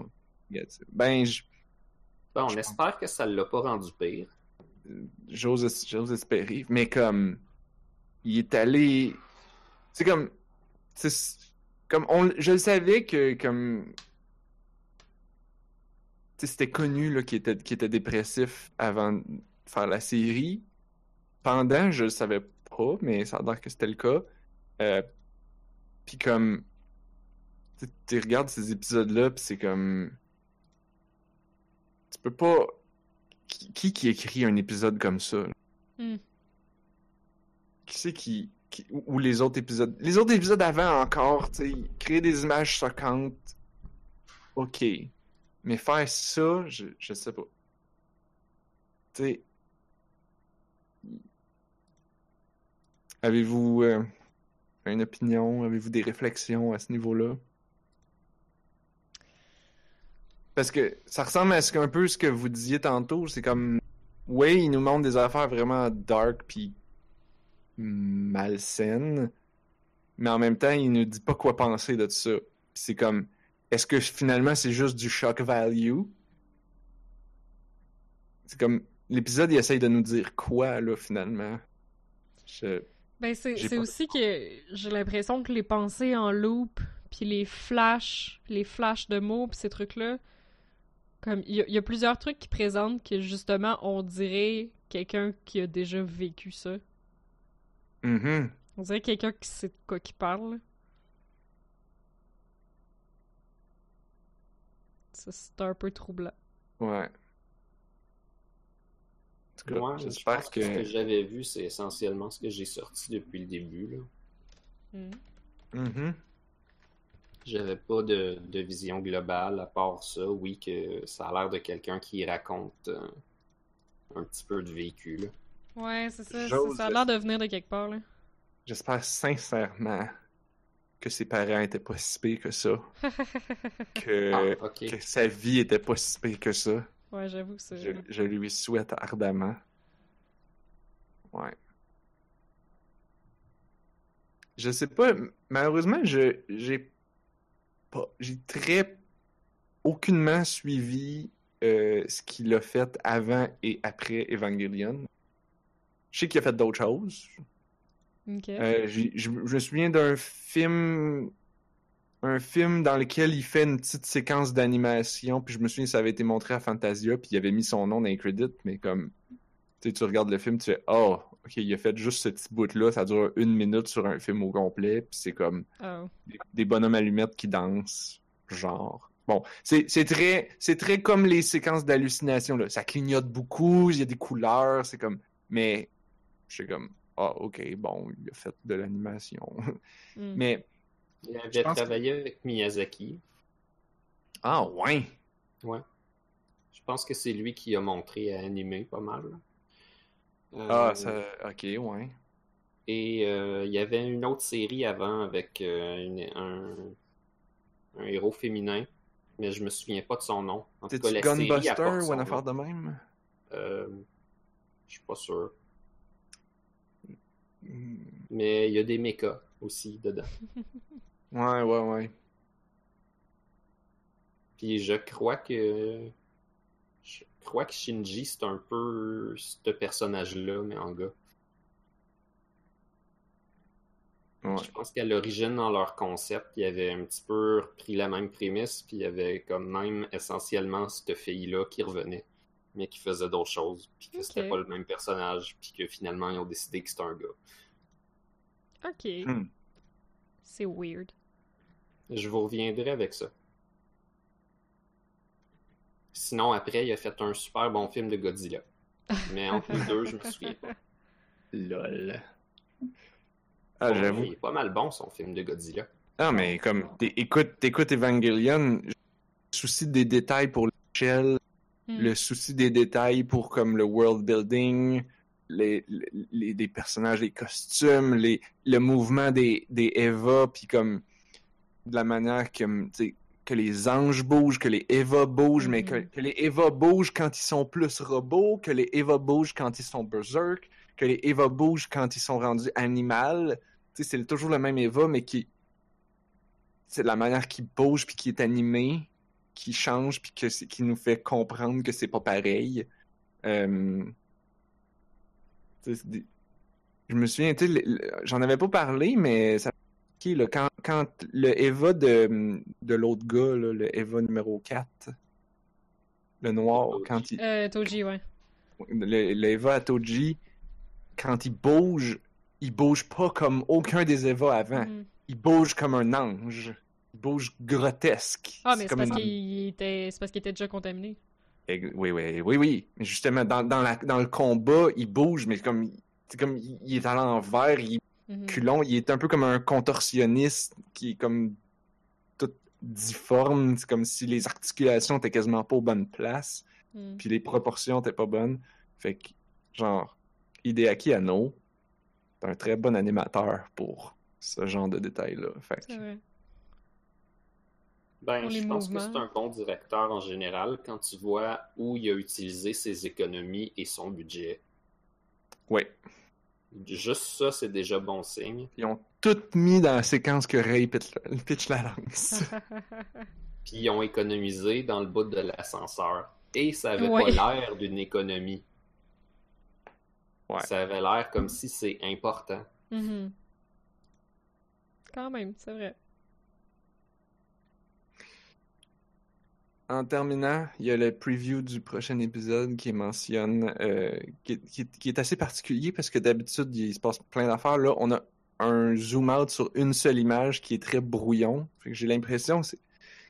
Speaker 2: Ben, je-
Speaker 3: Ben, on
Speaker 2: Je pense-
Speaker 3: espère que ça l'a pas rendu pire.
Speaker 2: j'ose j'ose espérer, mais comme il est allé, c'est comme, c'est comme on, je le savais que comme, tu sais, c'était connu là qu'il était qu'il était dépressif avant de faire la série. Pendant, je le savais pas, mais ça a l'air que c'était le cas. Euh, puis comme, tu tu regardes ces épisodes là, puis c'est comme, tu peux pas qui qui qui écrit un épisode comme ça? là?
Speaker 1: Hmm.
Speaker 2: Qui c'est qui, qui- Ou ou les autres épisodes... Les autres épisodes avant encore, tu sais, créer des images choquantes, ok. Mais faire ça, je, je sais pas. Tu sais... Avez-vous euh, une opinion? Avez-vous des réflexions à ce niveau-là? Parce que ça ressemble à ce qu'un peu ce que vous disiez tantôt, c'est comme oui, il nous montre des affaires vraiment dark puis malsaines, mais en même temps, il nous dit pas quoi penser de ça. Puis c'est comme est-ce que finalement c'est juste du shock value C'est comme l'épisode il essaye de nous dire quoi là finalement. Je...
Speaker 1: Ben c'est
Speaker 2: J'ai
Speaker 1: c'est
Speaker 2: pas-
Speaker 1: aussi que j'ai l'impression que les pensées en loop, puis les flashs, les flashs de mots, puis ces trucs-là, comme il y, a- il y a plusieurs trucs qui présentent que justement on dirait quelqu'un qui a déjà vécu ça.
Speaker 2: Mhm.
Speaker 1: On dirait quelqu'un qui sait de quoi qui parle. Ça, c'est un peu troublant.
Speaker 2: Ouais. En tout cas,
Speaker 3: Moi, je
Speaker 2: j'espère
Speaker 3: pense que... ce que j'avais vu, c'est essentiellement ce que j'ai sorti depuis le début. Là.
Speaker 2: Mhm.
Speaker 3: J'avais pas de, de vision globale à part ça. Oui, que ça a l'air de quelqu'un qui raconte euh, un petit peu de vécu. là.
Speaker 1: Ouais, c'est ça. ça-
Speaker 2: J'ose
Speaker 1: Ça a l'air de venir de quelque part, là.
Speaker 2: J'espère sincèrement que ses parents étaient pas si pires que ça. que,
Speaker 3: Ah, ok.
Speaker 2: Euh, que sa vie était pas si pire que ça.
Speaker 1: ouais, j'avoue que c'est...
Speaker 2: Je, je lui souhaite ardemment. Ouais. Je sais pas, m- malheureusement, je j'ai pas j'ai très aucunement suivi euh, ce qu'il a fait avant et après Evangelion. Je sais qu'il a fait d'autres choses.
Speaker 1: Ok.
Speaker 2: Euh, j'ai- je, je me souviens d'un film un film dans lequel il fait une petite séquence d'animation puis je me souviens ça avait été montré à Fantasia puis il avait mis son nom dans les credits mais comme tu sais, tu regardes le film tu fais oh OK, il a fait juste ce petit bout-là, ça dure une minute sur un film au complet, puis c'est comme
Speaker 1: Oh.
Speaker 2: des, des bonhommes allumettes qui dansent, genre. Bon, c'est c'est très, c'est très comme les séquences d'hallucination, là. Ça clignote beaucoup, il y a des couleurs, c'est comme... Mais, je suis comme, ah, OK, bon, il a fait de l'animation.
Speaker 1: Mm.
Speaker 2: Mais,
Speaker 3: Il
Speaker 2: Je
Speaker 3: avait
Speaker 2: pense que-
Speaker 3: travaillé avec Miyazaki.
Speaker 2: ah, ouais!
Speaker 3: Je pense que c'est lui qui a montré à animer pas mal. Euh,
Speaker 2: Ah, ça... OK, ouais.
Speaker 3: Et euh, il y avait une autre série avant avec euh, une- un, un héros féminin, mais je me souviens pas de son nom. En tout cas,
Speaker 2: T'es-tu
Speaker 3: la série apporte
Speaker 2: Gunbuster
Speaker 3: son
Speaker 2: ou une
Speaker 3: nom.
Speaker 2: affaire de même?
Speaker 3: Euh, je suis pas sûr.
Speaker 2: Hmm.
Speaker 3: Mais il y a des mechas aussi dedans.
Speaker 2: Ouais, ouais, ouais.
Speaker 3: Puis je crois que. Je crois que Shinji, c'est un peu ce personnage-là, mais en gars.
Speaker 2: Ouais.
Speaker 3: Je pense qu'à l'origine, dans leur concept, ils avaient un petit peu repris la même prémisse, puis il y avait comme même essentiellement cette fille-là qui revenait, mais qui faisait d'autres choses, puis que
Speaker 1: Ok.
Speaker 3: c'était pas le même personnage, puis que finalement, ils ont décidé que c'était un gars.
Speaker 1: Ok.
Speaker 2: Hmm.
Speaker 1: C'est weird.
Speaker 3: Je vous reviendrai avec ça. Sinon, après, il a fait un super bon film de Godzilla. Mais entre les deux, je me souviens pas.
Speaker 2: Lol. Ah, j'avoue.
Speaker 3: Il est pas mal bon, son film de Godzilla.
Speaker 2: Ah, mais comme, t'é- écoute, t'écoutes Evangelion, le souci des détails pour l'échelle,
Speaker 1: Hmm.
Speaker 2: le souci des détails pour comme le world building, les, les, les- les personnages, les costumes, les, le mouvement des, des Eva, puis comme de la manière que, tu sais, que les anges bougent, que les Eva bougent, mais que,
Speaker 1: Mhm.
Speaker 2: que les Eva bougent quand ils sont plus robots, que les Eva bougent quand ils sont berserk, que les Eva bougent quand ils sont rendus animal. Tu sais, c'est toujours le même Eva, mais qui. C'est la manière qui bouge puis qui est animé, qui change puis que c'est- qui nous fait comprendre que c'est pas pareil. Euh, tu sais, c'est des- Je me souviens, tu sais, le- le- j'en avais pas parlé, mais ça qui, là, quand, quand le Eva de, de l'autre gars, là, le Eva numéro 4, le noir, quand il,
Speaker 1: Euh, Toji, ouais.
Speaker 2: le, le Eva à Toji, quand il bouge, il bouge pas comme aucun des Eva avant.
Speaker 1: Mhm.
Speaker 2: Il bouge comme un ange. Il bouge grotesque.
Speaker 1: Ah, mais c'est
Speaker 2: comme
Speaker 1: parce
Speaker 2: une-
Speaker 1: qu'il était... c'est parce qu'il était déjà contaminé.
Speaker 2: Ex- Oui, oui, oui, oui. Mais Justement, dans, dans, la, dans le combat, il bouge, mais comme, c'est comme il il est à l'envers, il est
Speaker 1: Mhm.
Speaker 2: culon, il est un peu comme un contorsionniste qui est comme tout difforme. C'est comme si les articulations étaient quasiment pas aux bonnes places.
Speaker 1: Mm.
Speaker 2: puis les proportions étaient pas bonnes. Fait que, genre, Hideaki Anno, t'es un très bon animateur pour ce genre de détails-là. Fait que,
Speaker 1: C'est vrai.
Speaker 3: Ben,
Speaker 1: Pour
Speaker 3: je
Speaker 1: les
Speaker 3: pense que
Speaker 1: mouvements.
Speaker 3: c'est un bon directeur en général quand tu vois où il a utilisé ses économies et son budget.
Speaker 2: ouais.
Speaker 3: Juste ça, c'est déjà bon signe.
Speaker 2: Ils ont tout mis dans la séquence que Ray pitch, pitch la
Speaker 1: Ah.
Speaker 2: lance.
Speaker 3: Puis ils ont économisé dans le bout de l'ascenseur. Et ça avait
Speaker 1: Ouais.
Speaker 3: pas l'air d'une économie.
Speaker 2: Ouais.
Speaker 3: Ça avait l'air comme si c'est important.
Speaker 1: Mhm. Quand même, c'est vrai.
Speaker 2: en terminant, il y a le preview du prochain épisode qui mentionne, euh, qui, qui- qui est assez particulier parce que d'habitude, il se passe plein d'affaires. Là, on a un zoom out sur une seule image qui est très brouillon. Fait que j'ai l'impression c'est-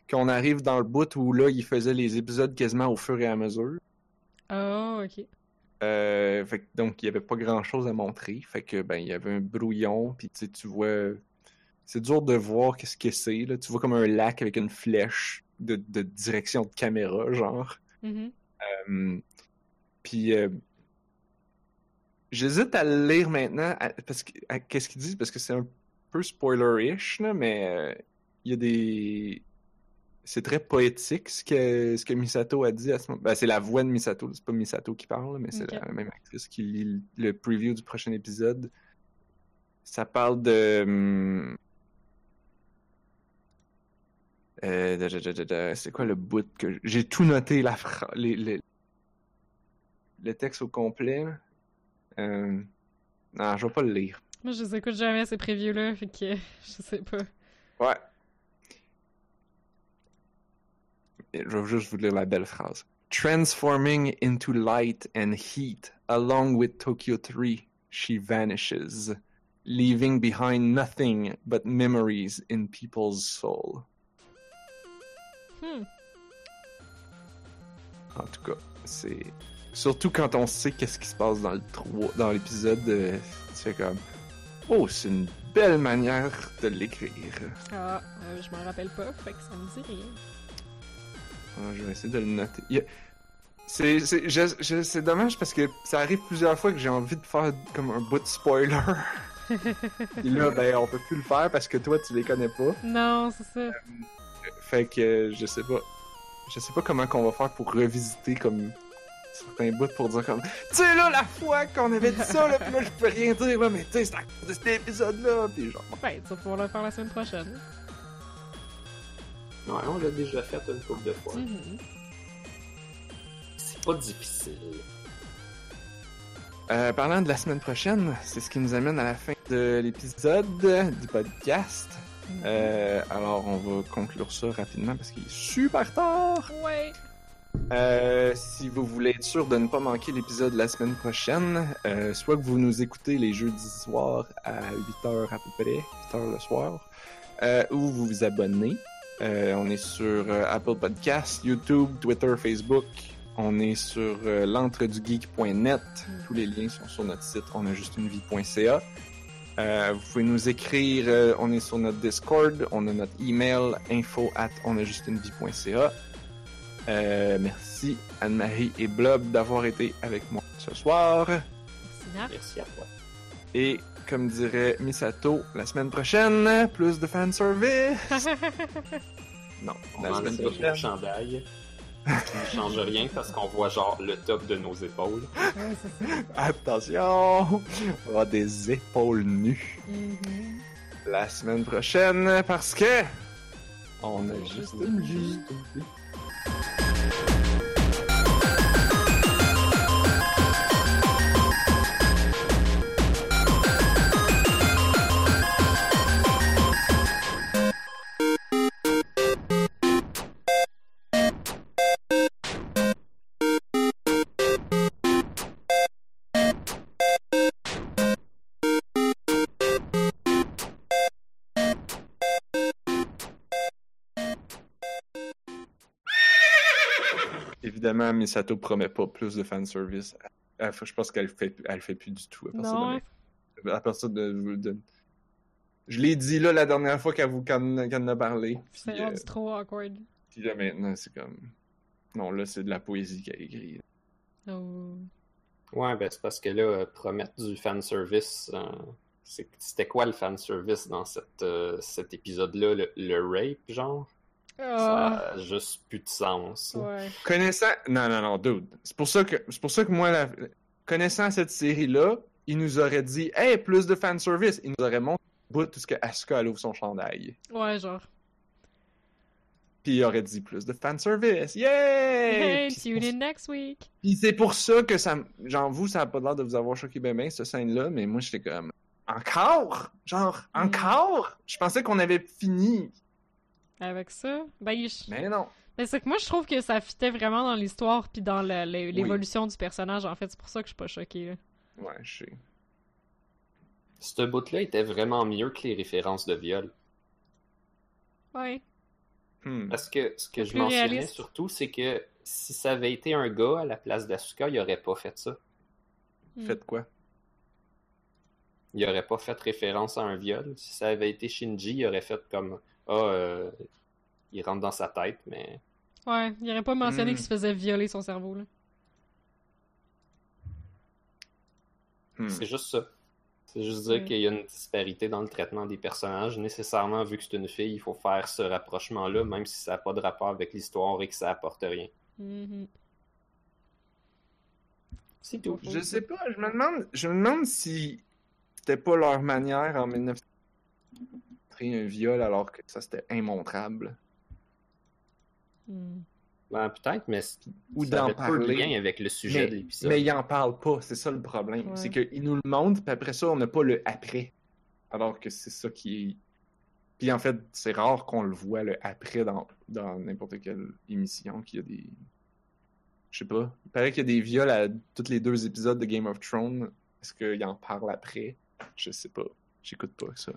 Speaker 2: qu'on arrive dans le bout où là, il faisait les épisodes quasiment au fur et à mesure.
Speaker 1: Oh, ok.
Speaker 2: Euh, fait que donc, il n'y avait pas grand-chose à montrer. Fait que, ben, il y avait un brouillon, puis tu sais, tu vois... C'est dur de voir qu'est-ce que c'est, là. Tu vois comme un lac avec une flèche de, de direction de caméra, genre.
Speaker 1: Mhm.
Speaker 2: Euh, puis... euh, J'hésite à le lire maintenant, à- parce que... à- Qu'est-ce qu'ils disent? Parce que c'est un peu spoiler-ish, là, mais... euh, Il y a des... C'est très poétique ce que, ce que Misato a dit à ce moment. Ben, c'est la voix de Misato, c'est pas Misato qui parle, mais c'est
Speaker 1: Ok.
Speaker 2: la même actrice qui lit le- le preview du prochain épisode. Ça parle de. hum, euh, de- de- de- de- de- c'est quoi le bout que. J'ai tout noté, la fra- les- les- le texte au complet. là. Euh, Non, je vais pas le lire.
Speaker 1: Moi, je les écoute jamais, ces previews-là, fait que je sais pas.
Speaker 2: Ouais. Et Je vais juste vous lire la belle phrase. Transforming into light and heat, along with Tokyo 3, she vanishes, leaving behind nothing but memories in people's soul.
Speaker 1: Hmm.
Speaker 2: En tout cas, c'est. Surtout quand on sait qu'est-ce qui se passe dans le trois- dans l'épisode, euh, c'est comme. Oh, c'est une belle manière de l'écrire.
Speaker 1: Ah, euh, je m'en rappelle pas, fait que ça me dit rien.
Speaker 2: Ah, je vais essayer de le noter. Il y a- C'est, c'est, je- je- c'est dommage parce que ça arrive plusieurs fois que j'ai envie de faire comme un bout de spoiler. Et là, ben, on peut plus le faire parce que toi, tu les connais pas.
Speaker 1: Non, c'est ça.
Speaker 2: Fait que euh, je sais pas. Je sais pas comment qu'on va faire pour revisiter comme certains bouts pour dire comme Tu sais là la fois qu'on avait dit ça là, pis là je peux rien dire là, mais tu sais c'est à cause de cet épisode là, pis genre.
Speaker 1: Ben, tu vas pouvoir le faire la semaine prochaine.
Speaker 3: Ouais, on l'a déjà fait une couple de fois.
Speaker 1: Mhm.
Speaker 3: C'est pas difficile.
Speaker 2: Euh, parlant de la semaine prochaine, c'est ce qui nous amène à la fin de l'épisode du podcast. Euh, alors on va conclure ça rapidement parce qu'il est super tard.
Speaker 1: Ouais.
Speaker 2: Euh, si vous voulez être sûr de ne pas manquer l'épisode la semaine prochaine, euh, soit que vous nous écoutez les jeudis soirs à 8h à peu près, 8h le soir, euh, ou vous vous abonnez. Euh, on est sur euh, Apple Podcasts, YouTube, Twitter, Facebook. On est sur euh, l'entredugeek.net. Tous les liens sont sur notre site onajustunevie.ca. Euh, vous pouvez nous écrire, euh, on est sur notre Discord, on a notre email info at onajustunevie.ca. Euh, merci Anne-Marie et Blob d'avoir été avec moi ce soir.
Speaker 1: Synapse.
Speaker 3: Merci à toi.
Speaker 2: Et comme dirait Misato, la semaine prochaine, plus de fanservice. Non,
Speaker 3: On
Speaker 2: la
Speaker 3: a
Speaker 2: semaine
Speaker 3: enlevé le
Speaker 2: prochaine.
Speaker 3: chandail. qui ne change rien parce qu'on voit genre le top de nos épaules.
Speaker 1: Ouais, c'est ça.
Speaker 2: Attention, on va avoir des épaules nues
Speaker 1: Mhm.
Speaker 2: la semaine prochaine parce que on a juste une vie. Évidemment, Misato promet pas plus de fanservice. Euh, Je pense qu'elle fait, elle fait plus du tout à partir de
Speaker 1: Non,
Speaker 2: maintenant. à partir de. de- Je l'ai dit là la dernière fois qu'elle vous qu'elle qu'elle en a parlé.
Speaker 1: c'est
Speaker 2: Puis, euh,
Speaker 1: rendu trop awkward.
Speaker 2: puis là maintenant c'est comme. Non, là c'est de la poésie qu'elle écrit.
Speaker 1: Oh.
Speaker 3: Ouais, ben c'est parce que là, euh, promettre du fanservice, euh, c'est- c'était quoi le fanservice dans cette, euh, cet épisode-là? Le, le rape, genre?
Speaker 1: Ah,
Speaker 3: Ça a juste plus de sens.
Speaker 1: ouais.
Speaker 2: Connaissant. Non, non, non, dude. C'est pour ça que c'est pour ça que moi la... connaissant cette série-là, il nous aurait dit Hey, plus de fanservice! Il nous aurait montré le bout tout ce que Asuka elle ouvre son chandail.
Speaker 1: Ouais, genre.
Speaker 2: Puis il aurait dit plus de fanservice. Yay!
Speaker 1: Hey,
Speaker 2: Puis-
Speaker 1: tune in next week.
Speaker 2: Puis c'est pour ça que ça. m- Genre, vous, ça a pas l'air de vous avoir choqué ben ben, cette scène-là, mais moi, j'étais comme. Encore? Genre,
Speaker 1: Mm.
Speaker 2: encore? Je pensais qu'on avait fini.
Speaker 1: Avec ça, ben, je-
Speaker 2: Mais non.
Speaker 1: Mais c'est que moi, je trouve que ça fitait vraiment dans l'histoire puis dans la- la- l'évolution du personnage, en fait. C'est pour ça que je suis pas choquée. là.
Speaker 2: Ouais, je sais.
Speaker 3: Ce bout-là était vraiment mieux que les références de viol.
Speaker 1: Ouais.
Speaker 2: Hmm.
Speaker 3: Parce que ce que
Speaker 1: C'est
Speaker 3: je
Speaker 1: plus
Speaker 3: mentionnais
Speaker 1: réaliste.
Speaker 3: surtout, c'est que si ça avait été un gars à la place d'Asuka, il aurait pas fait ça. Euh,
Speaker 1: Mm.
Speaker 2: Faites quoi?
Speaker 3: Il aurait pas fait référence à un viol. Si ça avait été Shinji, il aurait fait comme Ah, euh, il rentre dans sa tête, mais
Speaker 1: Ouais, il aurait pas mentionné
Speaker 2: Hmm.
Speaker 1: qu'il se faisait violer son cerveau, là.
Speaker 2: Hmm.
Speaker 3: c'est juste ça. C'est juste dire
Speaker 1: Mm.
Speaker 3: qu'il y a une disparité dans le traitement des personnages. Nécessairement, vu que c'est une fille, il faut faire ce rapprochement-là, même si ça n'a pas de rapport avec l'histoire et que ça apporte rien.
Speaker 1: Mhm.
Speaker 3: C'est tout.
Speaker 2: Je sais pas, je me demande, je me demande si c'était pas leur manière en 1900 montrer un viol alors que ça c'était immontrable.
Speaker 1: Hmm.
Speaker 3: Ben, peut-être, mais c-
Speaker 2: Ou
Speaker 3: ça
Speaker 2: d'en
Speaker 3: avait peu de
Speaker 2: parler.
Speaker 3: lien avec le sujet de l'épisode.
Speaker 2: Mais ils en parlent pas, c'est ça le problème.
Speaker 1: Ouais.
Speaker 2: C'est qu'ils nous le montrent, puis après ça, on n'a pas le après. Alors que c'est ça qui est. Puis en fait, c'est rare qu'on le voit le après dans dans n'importe quelle émission qu'il y a des. Je sais pas. Il paraît qu'il y a des viols à tous les deux épisodes de Game of Thrones. Est-ce qu'il en parle après? Je sais pas. J'écoute pas ça.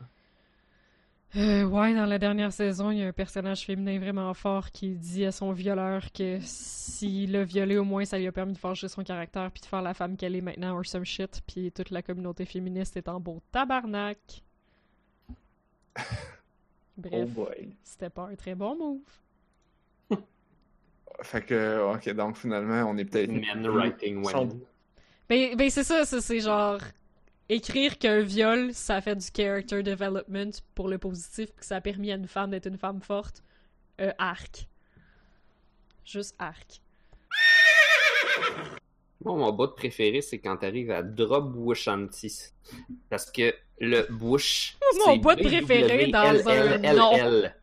Speaker 1: Euh, ouais, dans la dernière saison, il y a un personnage féminin vraiment fort qui dit à son violeur que s'il l'a violé, au moins ça lui a permis de forger son caractère puis de faire la femme qu'elle est maintenant, or some shit. Puis toute la communauté féministe est en beau tabarnak.
Speaker 2: Oh
Speaker 1: Bref,
Speaker 2: boy.
Speaker 1: c'était pas un très bon move.
Speaker 2: Fait que, ok, donc finalement, on est peut-être.
Speaker 3: Men writing women.
Speaker 1: Ben, ben c'est ça, ça, c'est genre écrire qu'un viol, ça fait du character development pour le positif, puis que ça a permis à une femme d'être une femme forte. Euh, arc. Juste arc.
Speaker 3: Bon, mon bout préféré, c'est quand t'arrives à drop Bushanti. Parce que le Bush.
Speaker 1: Mon
Speaker 3: c'est
Speaker 1: bout préféré dans un
Speaker 3: B-W-L-L-L-L.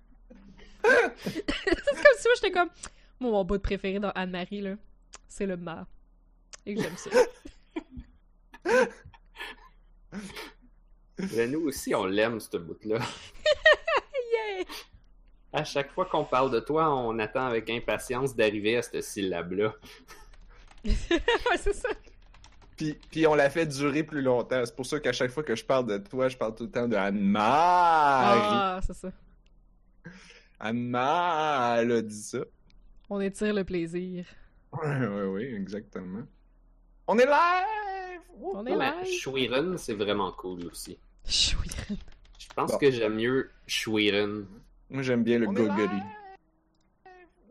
Speaker 1: C'est comme si moi j'étais comme. Moi, mon bout de préféré dans Anne-Marie, là, c'est le ma. Et que j'aime ça.
Speaker 3: Mais nous aussi, on l'aime, ce bout-là.
Speaker 1: yeah!
Speaker 3: À chaque fois qu'on parle de toi, on attend avec impatience d'arriver à cette syllabe-là.
Speaker 1: ouais, c'est ça.
Speaker 2: Puis, puis on la fait durer plus longtemps. C'est pour ça qu'à chaque fois que je parle de toi, je parle tout le temps de Anne-Marie.
Speaker 1: Ah, c'est ça.
Speaker 2: Anne-Marie, elle a dit ça.
Speaker 1: On étire le plaisir.
Speaker 2: Oui, oui, oui, exactement. On est live! Wouh!
Speaker 1: On est
Speaker 3: Non, mais
Speaker 1: live!
Speaker 3: Shwiren, c'est vraiment cool aussi.
Speaker 1: Chouïre.
Speaker 3: Je pense
Speaker 2: Bon.
Speaker 3: que j'aime mieux Shwiren.
Speaker 2: Moi, j'aime bien le
Speaker 4: On est
Speaker 2: gogoli.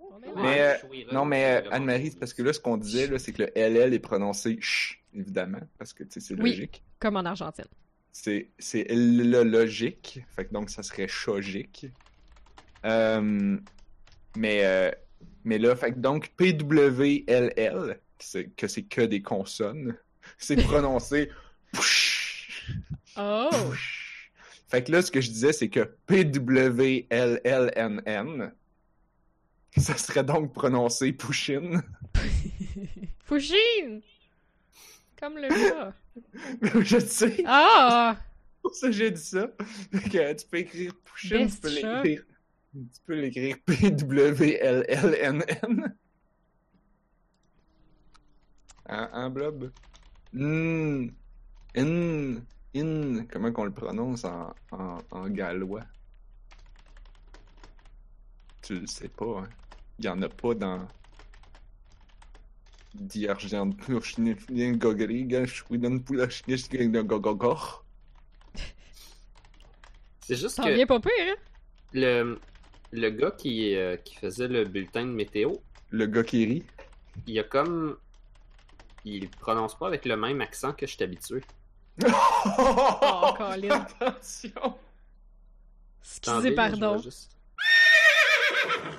Speaker 1: On est
Speaker 2: Mais,
Speaker 1: live.
Speaker 2: euh,
Speaker 3: Shwiren,
Speaker 2: Non,
Speaker 3: c'est
Speaker 2: mais euh,
Speaker 3: vraiment
Speaker 2: Anne-Marie,
Speaker 3: cool.
Speaker 2: c'est parce que là, ce qu'on disait, là, c'est que le LL est prononcé ch, évidemment, parce que, tu sais, c'est
Speaker 1: Oui.
Speaker 2: logique.
Speaker 1: Comme en Argentine.
Speaker 2: C'est C'est le logique, fait que donc ça serait chogique. Euh, mais, euh, mais là, fait que donc PWLL, qui c'est- que c'est que des consonnes, c'est prononcé psh.
Speaker 1: Oh!
Speaker 2: Fait que là, ce que je disais, c'est que PWLLNN, ça serait donc prononcé Pushin.
Speaker 1: Fouchine! Comme le ma.
Speaker 2: je sais,
Speaker 1: Ah!
Speaker 2: c'est pour ça que j'ai dit ça. Fait que tu peux écrire Pushin, tu
Speaker 1: Best
Speaker 2: peux
Speaker 1: shot.
Speaker 2: l'écrire. Tu peux l'écrire PWLLNN. En, en blob. N. In. In. Comment qu'on le prononce en, en, en gallois? Tu le sais pas, hein? Il y en a pas dans. Diergent Purchniflien Gogriga Schwiden Pulachniskin Gogogor.
Speaker 3: C'est juste
Speaker 1: T'en
Speaker 3: que.
Speaker 1: viens pas pire, hein?
Speaker 3: le, le gars qui, euh, qui faisait le bulletin de météo,
Speaker 2: Le gars qui rit.
Speaker 3: il a comme. Il prononce pas avec le même accent que je suis habitué.
Speaker 1: Oh, Colin.
Speaker 2: Attention!
Speaker 1: Excusez,
Speaker 3: Attendez, là, je
Speaker 1: pardon.
Speaker 3: vais juste-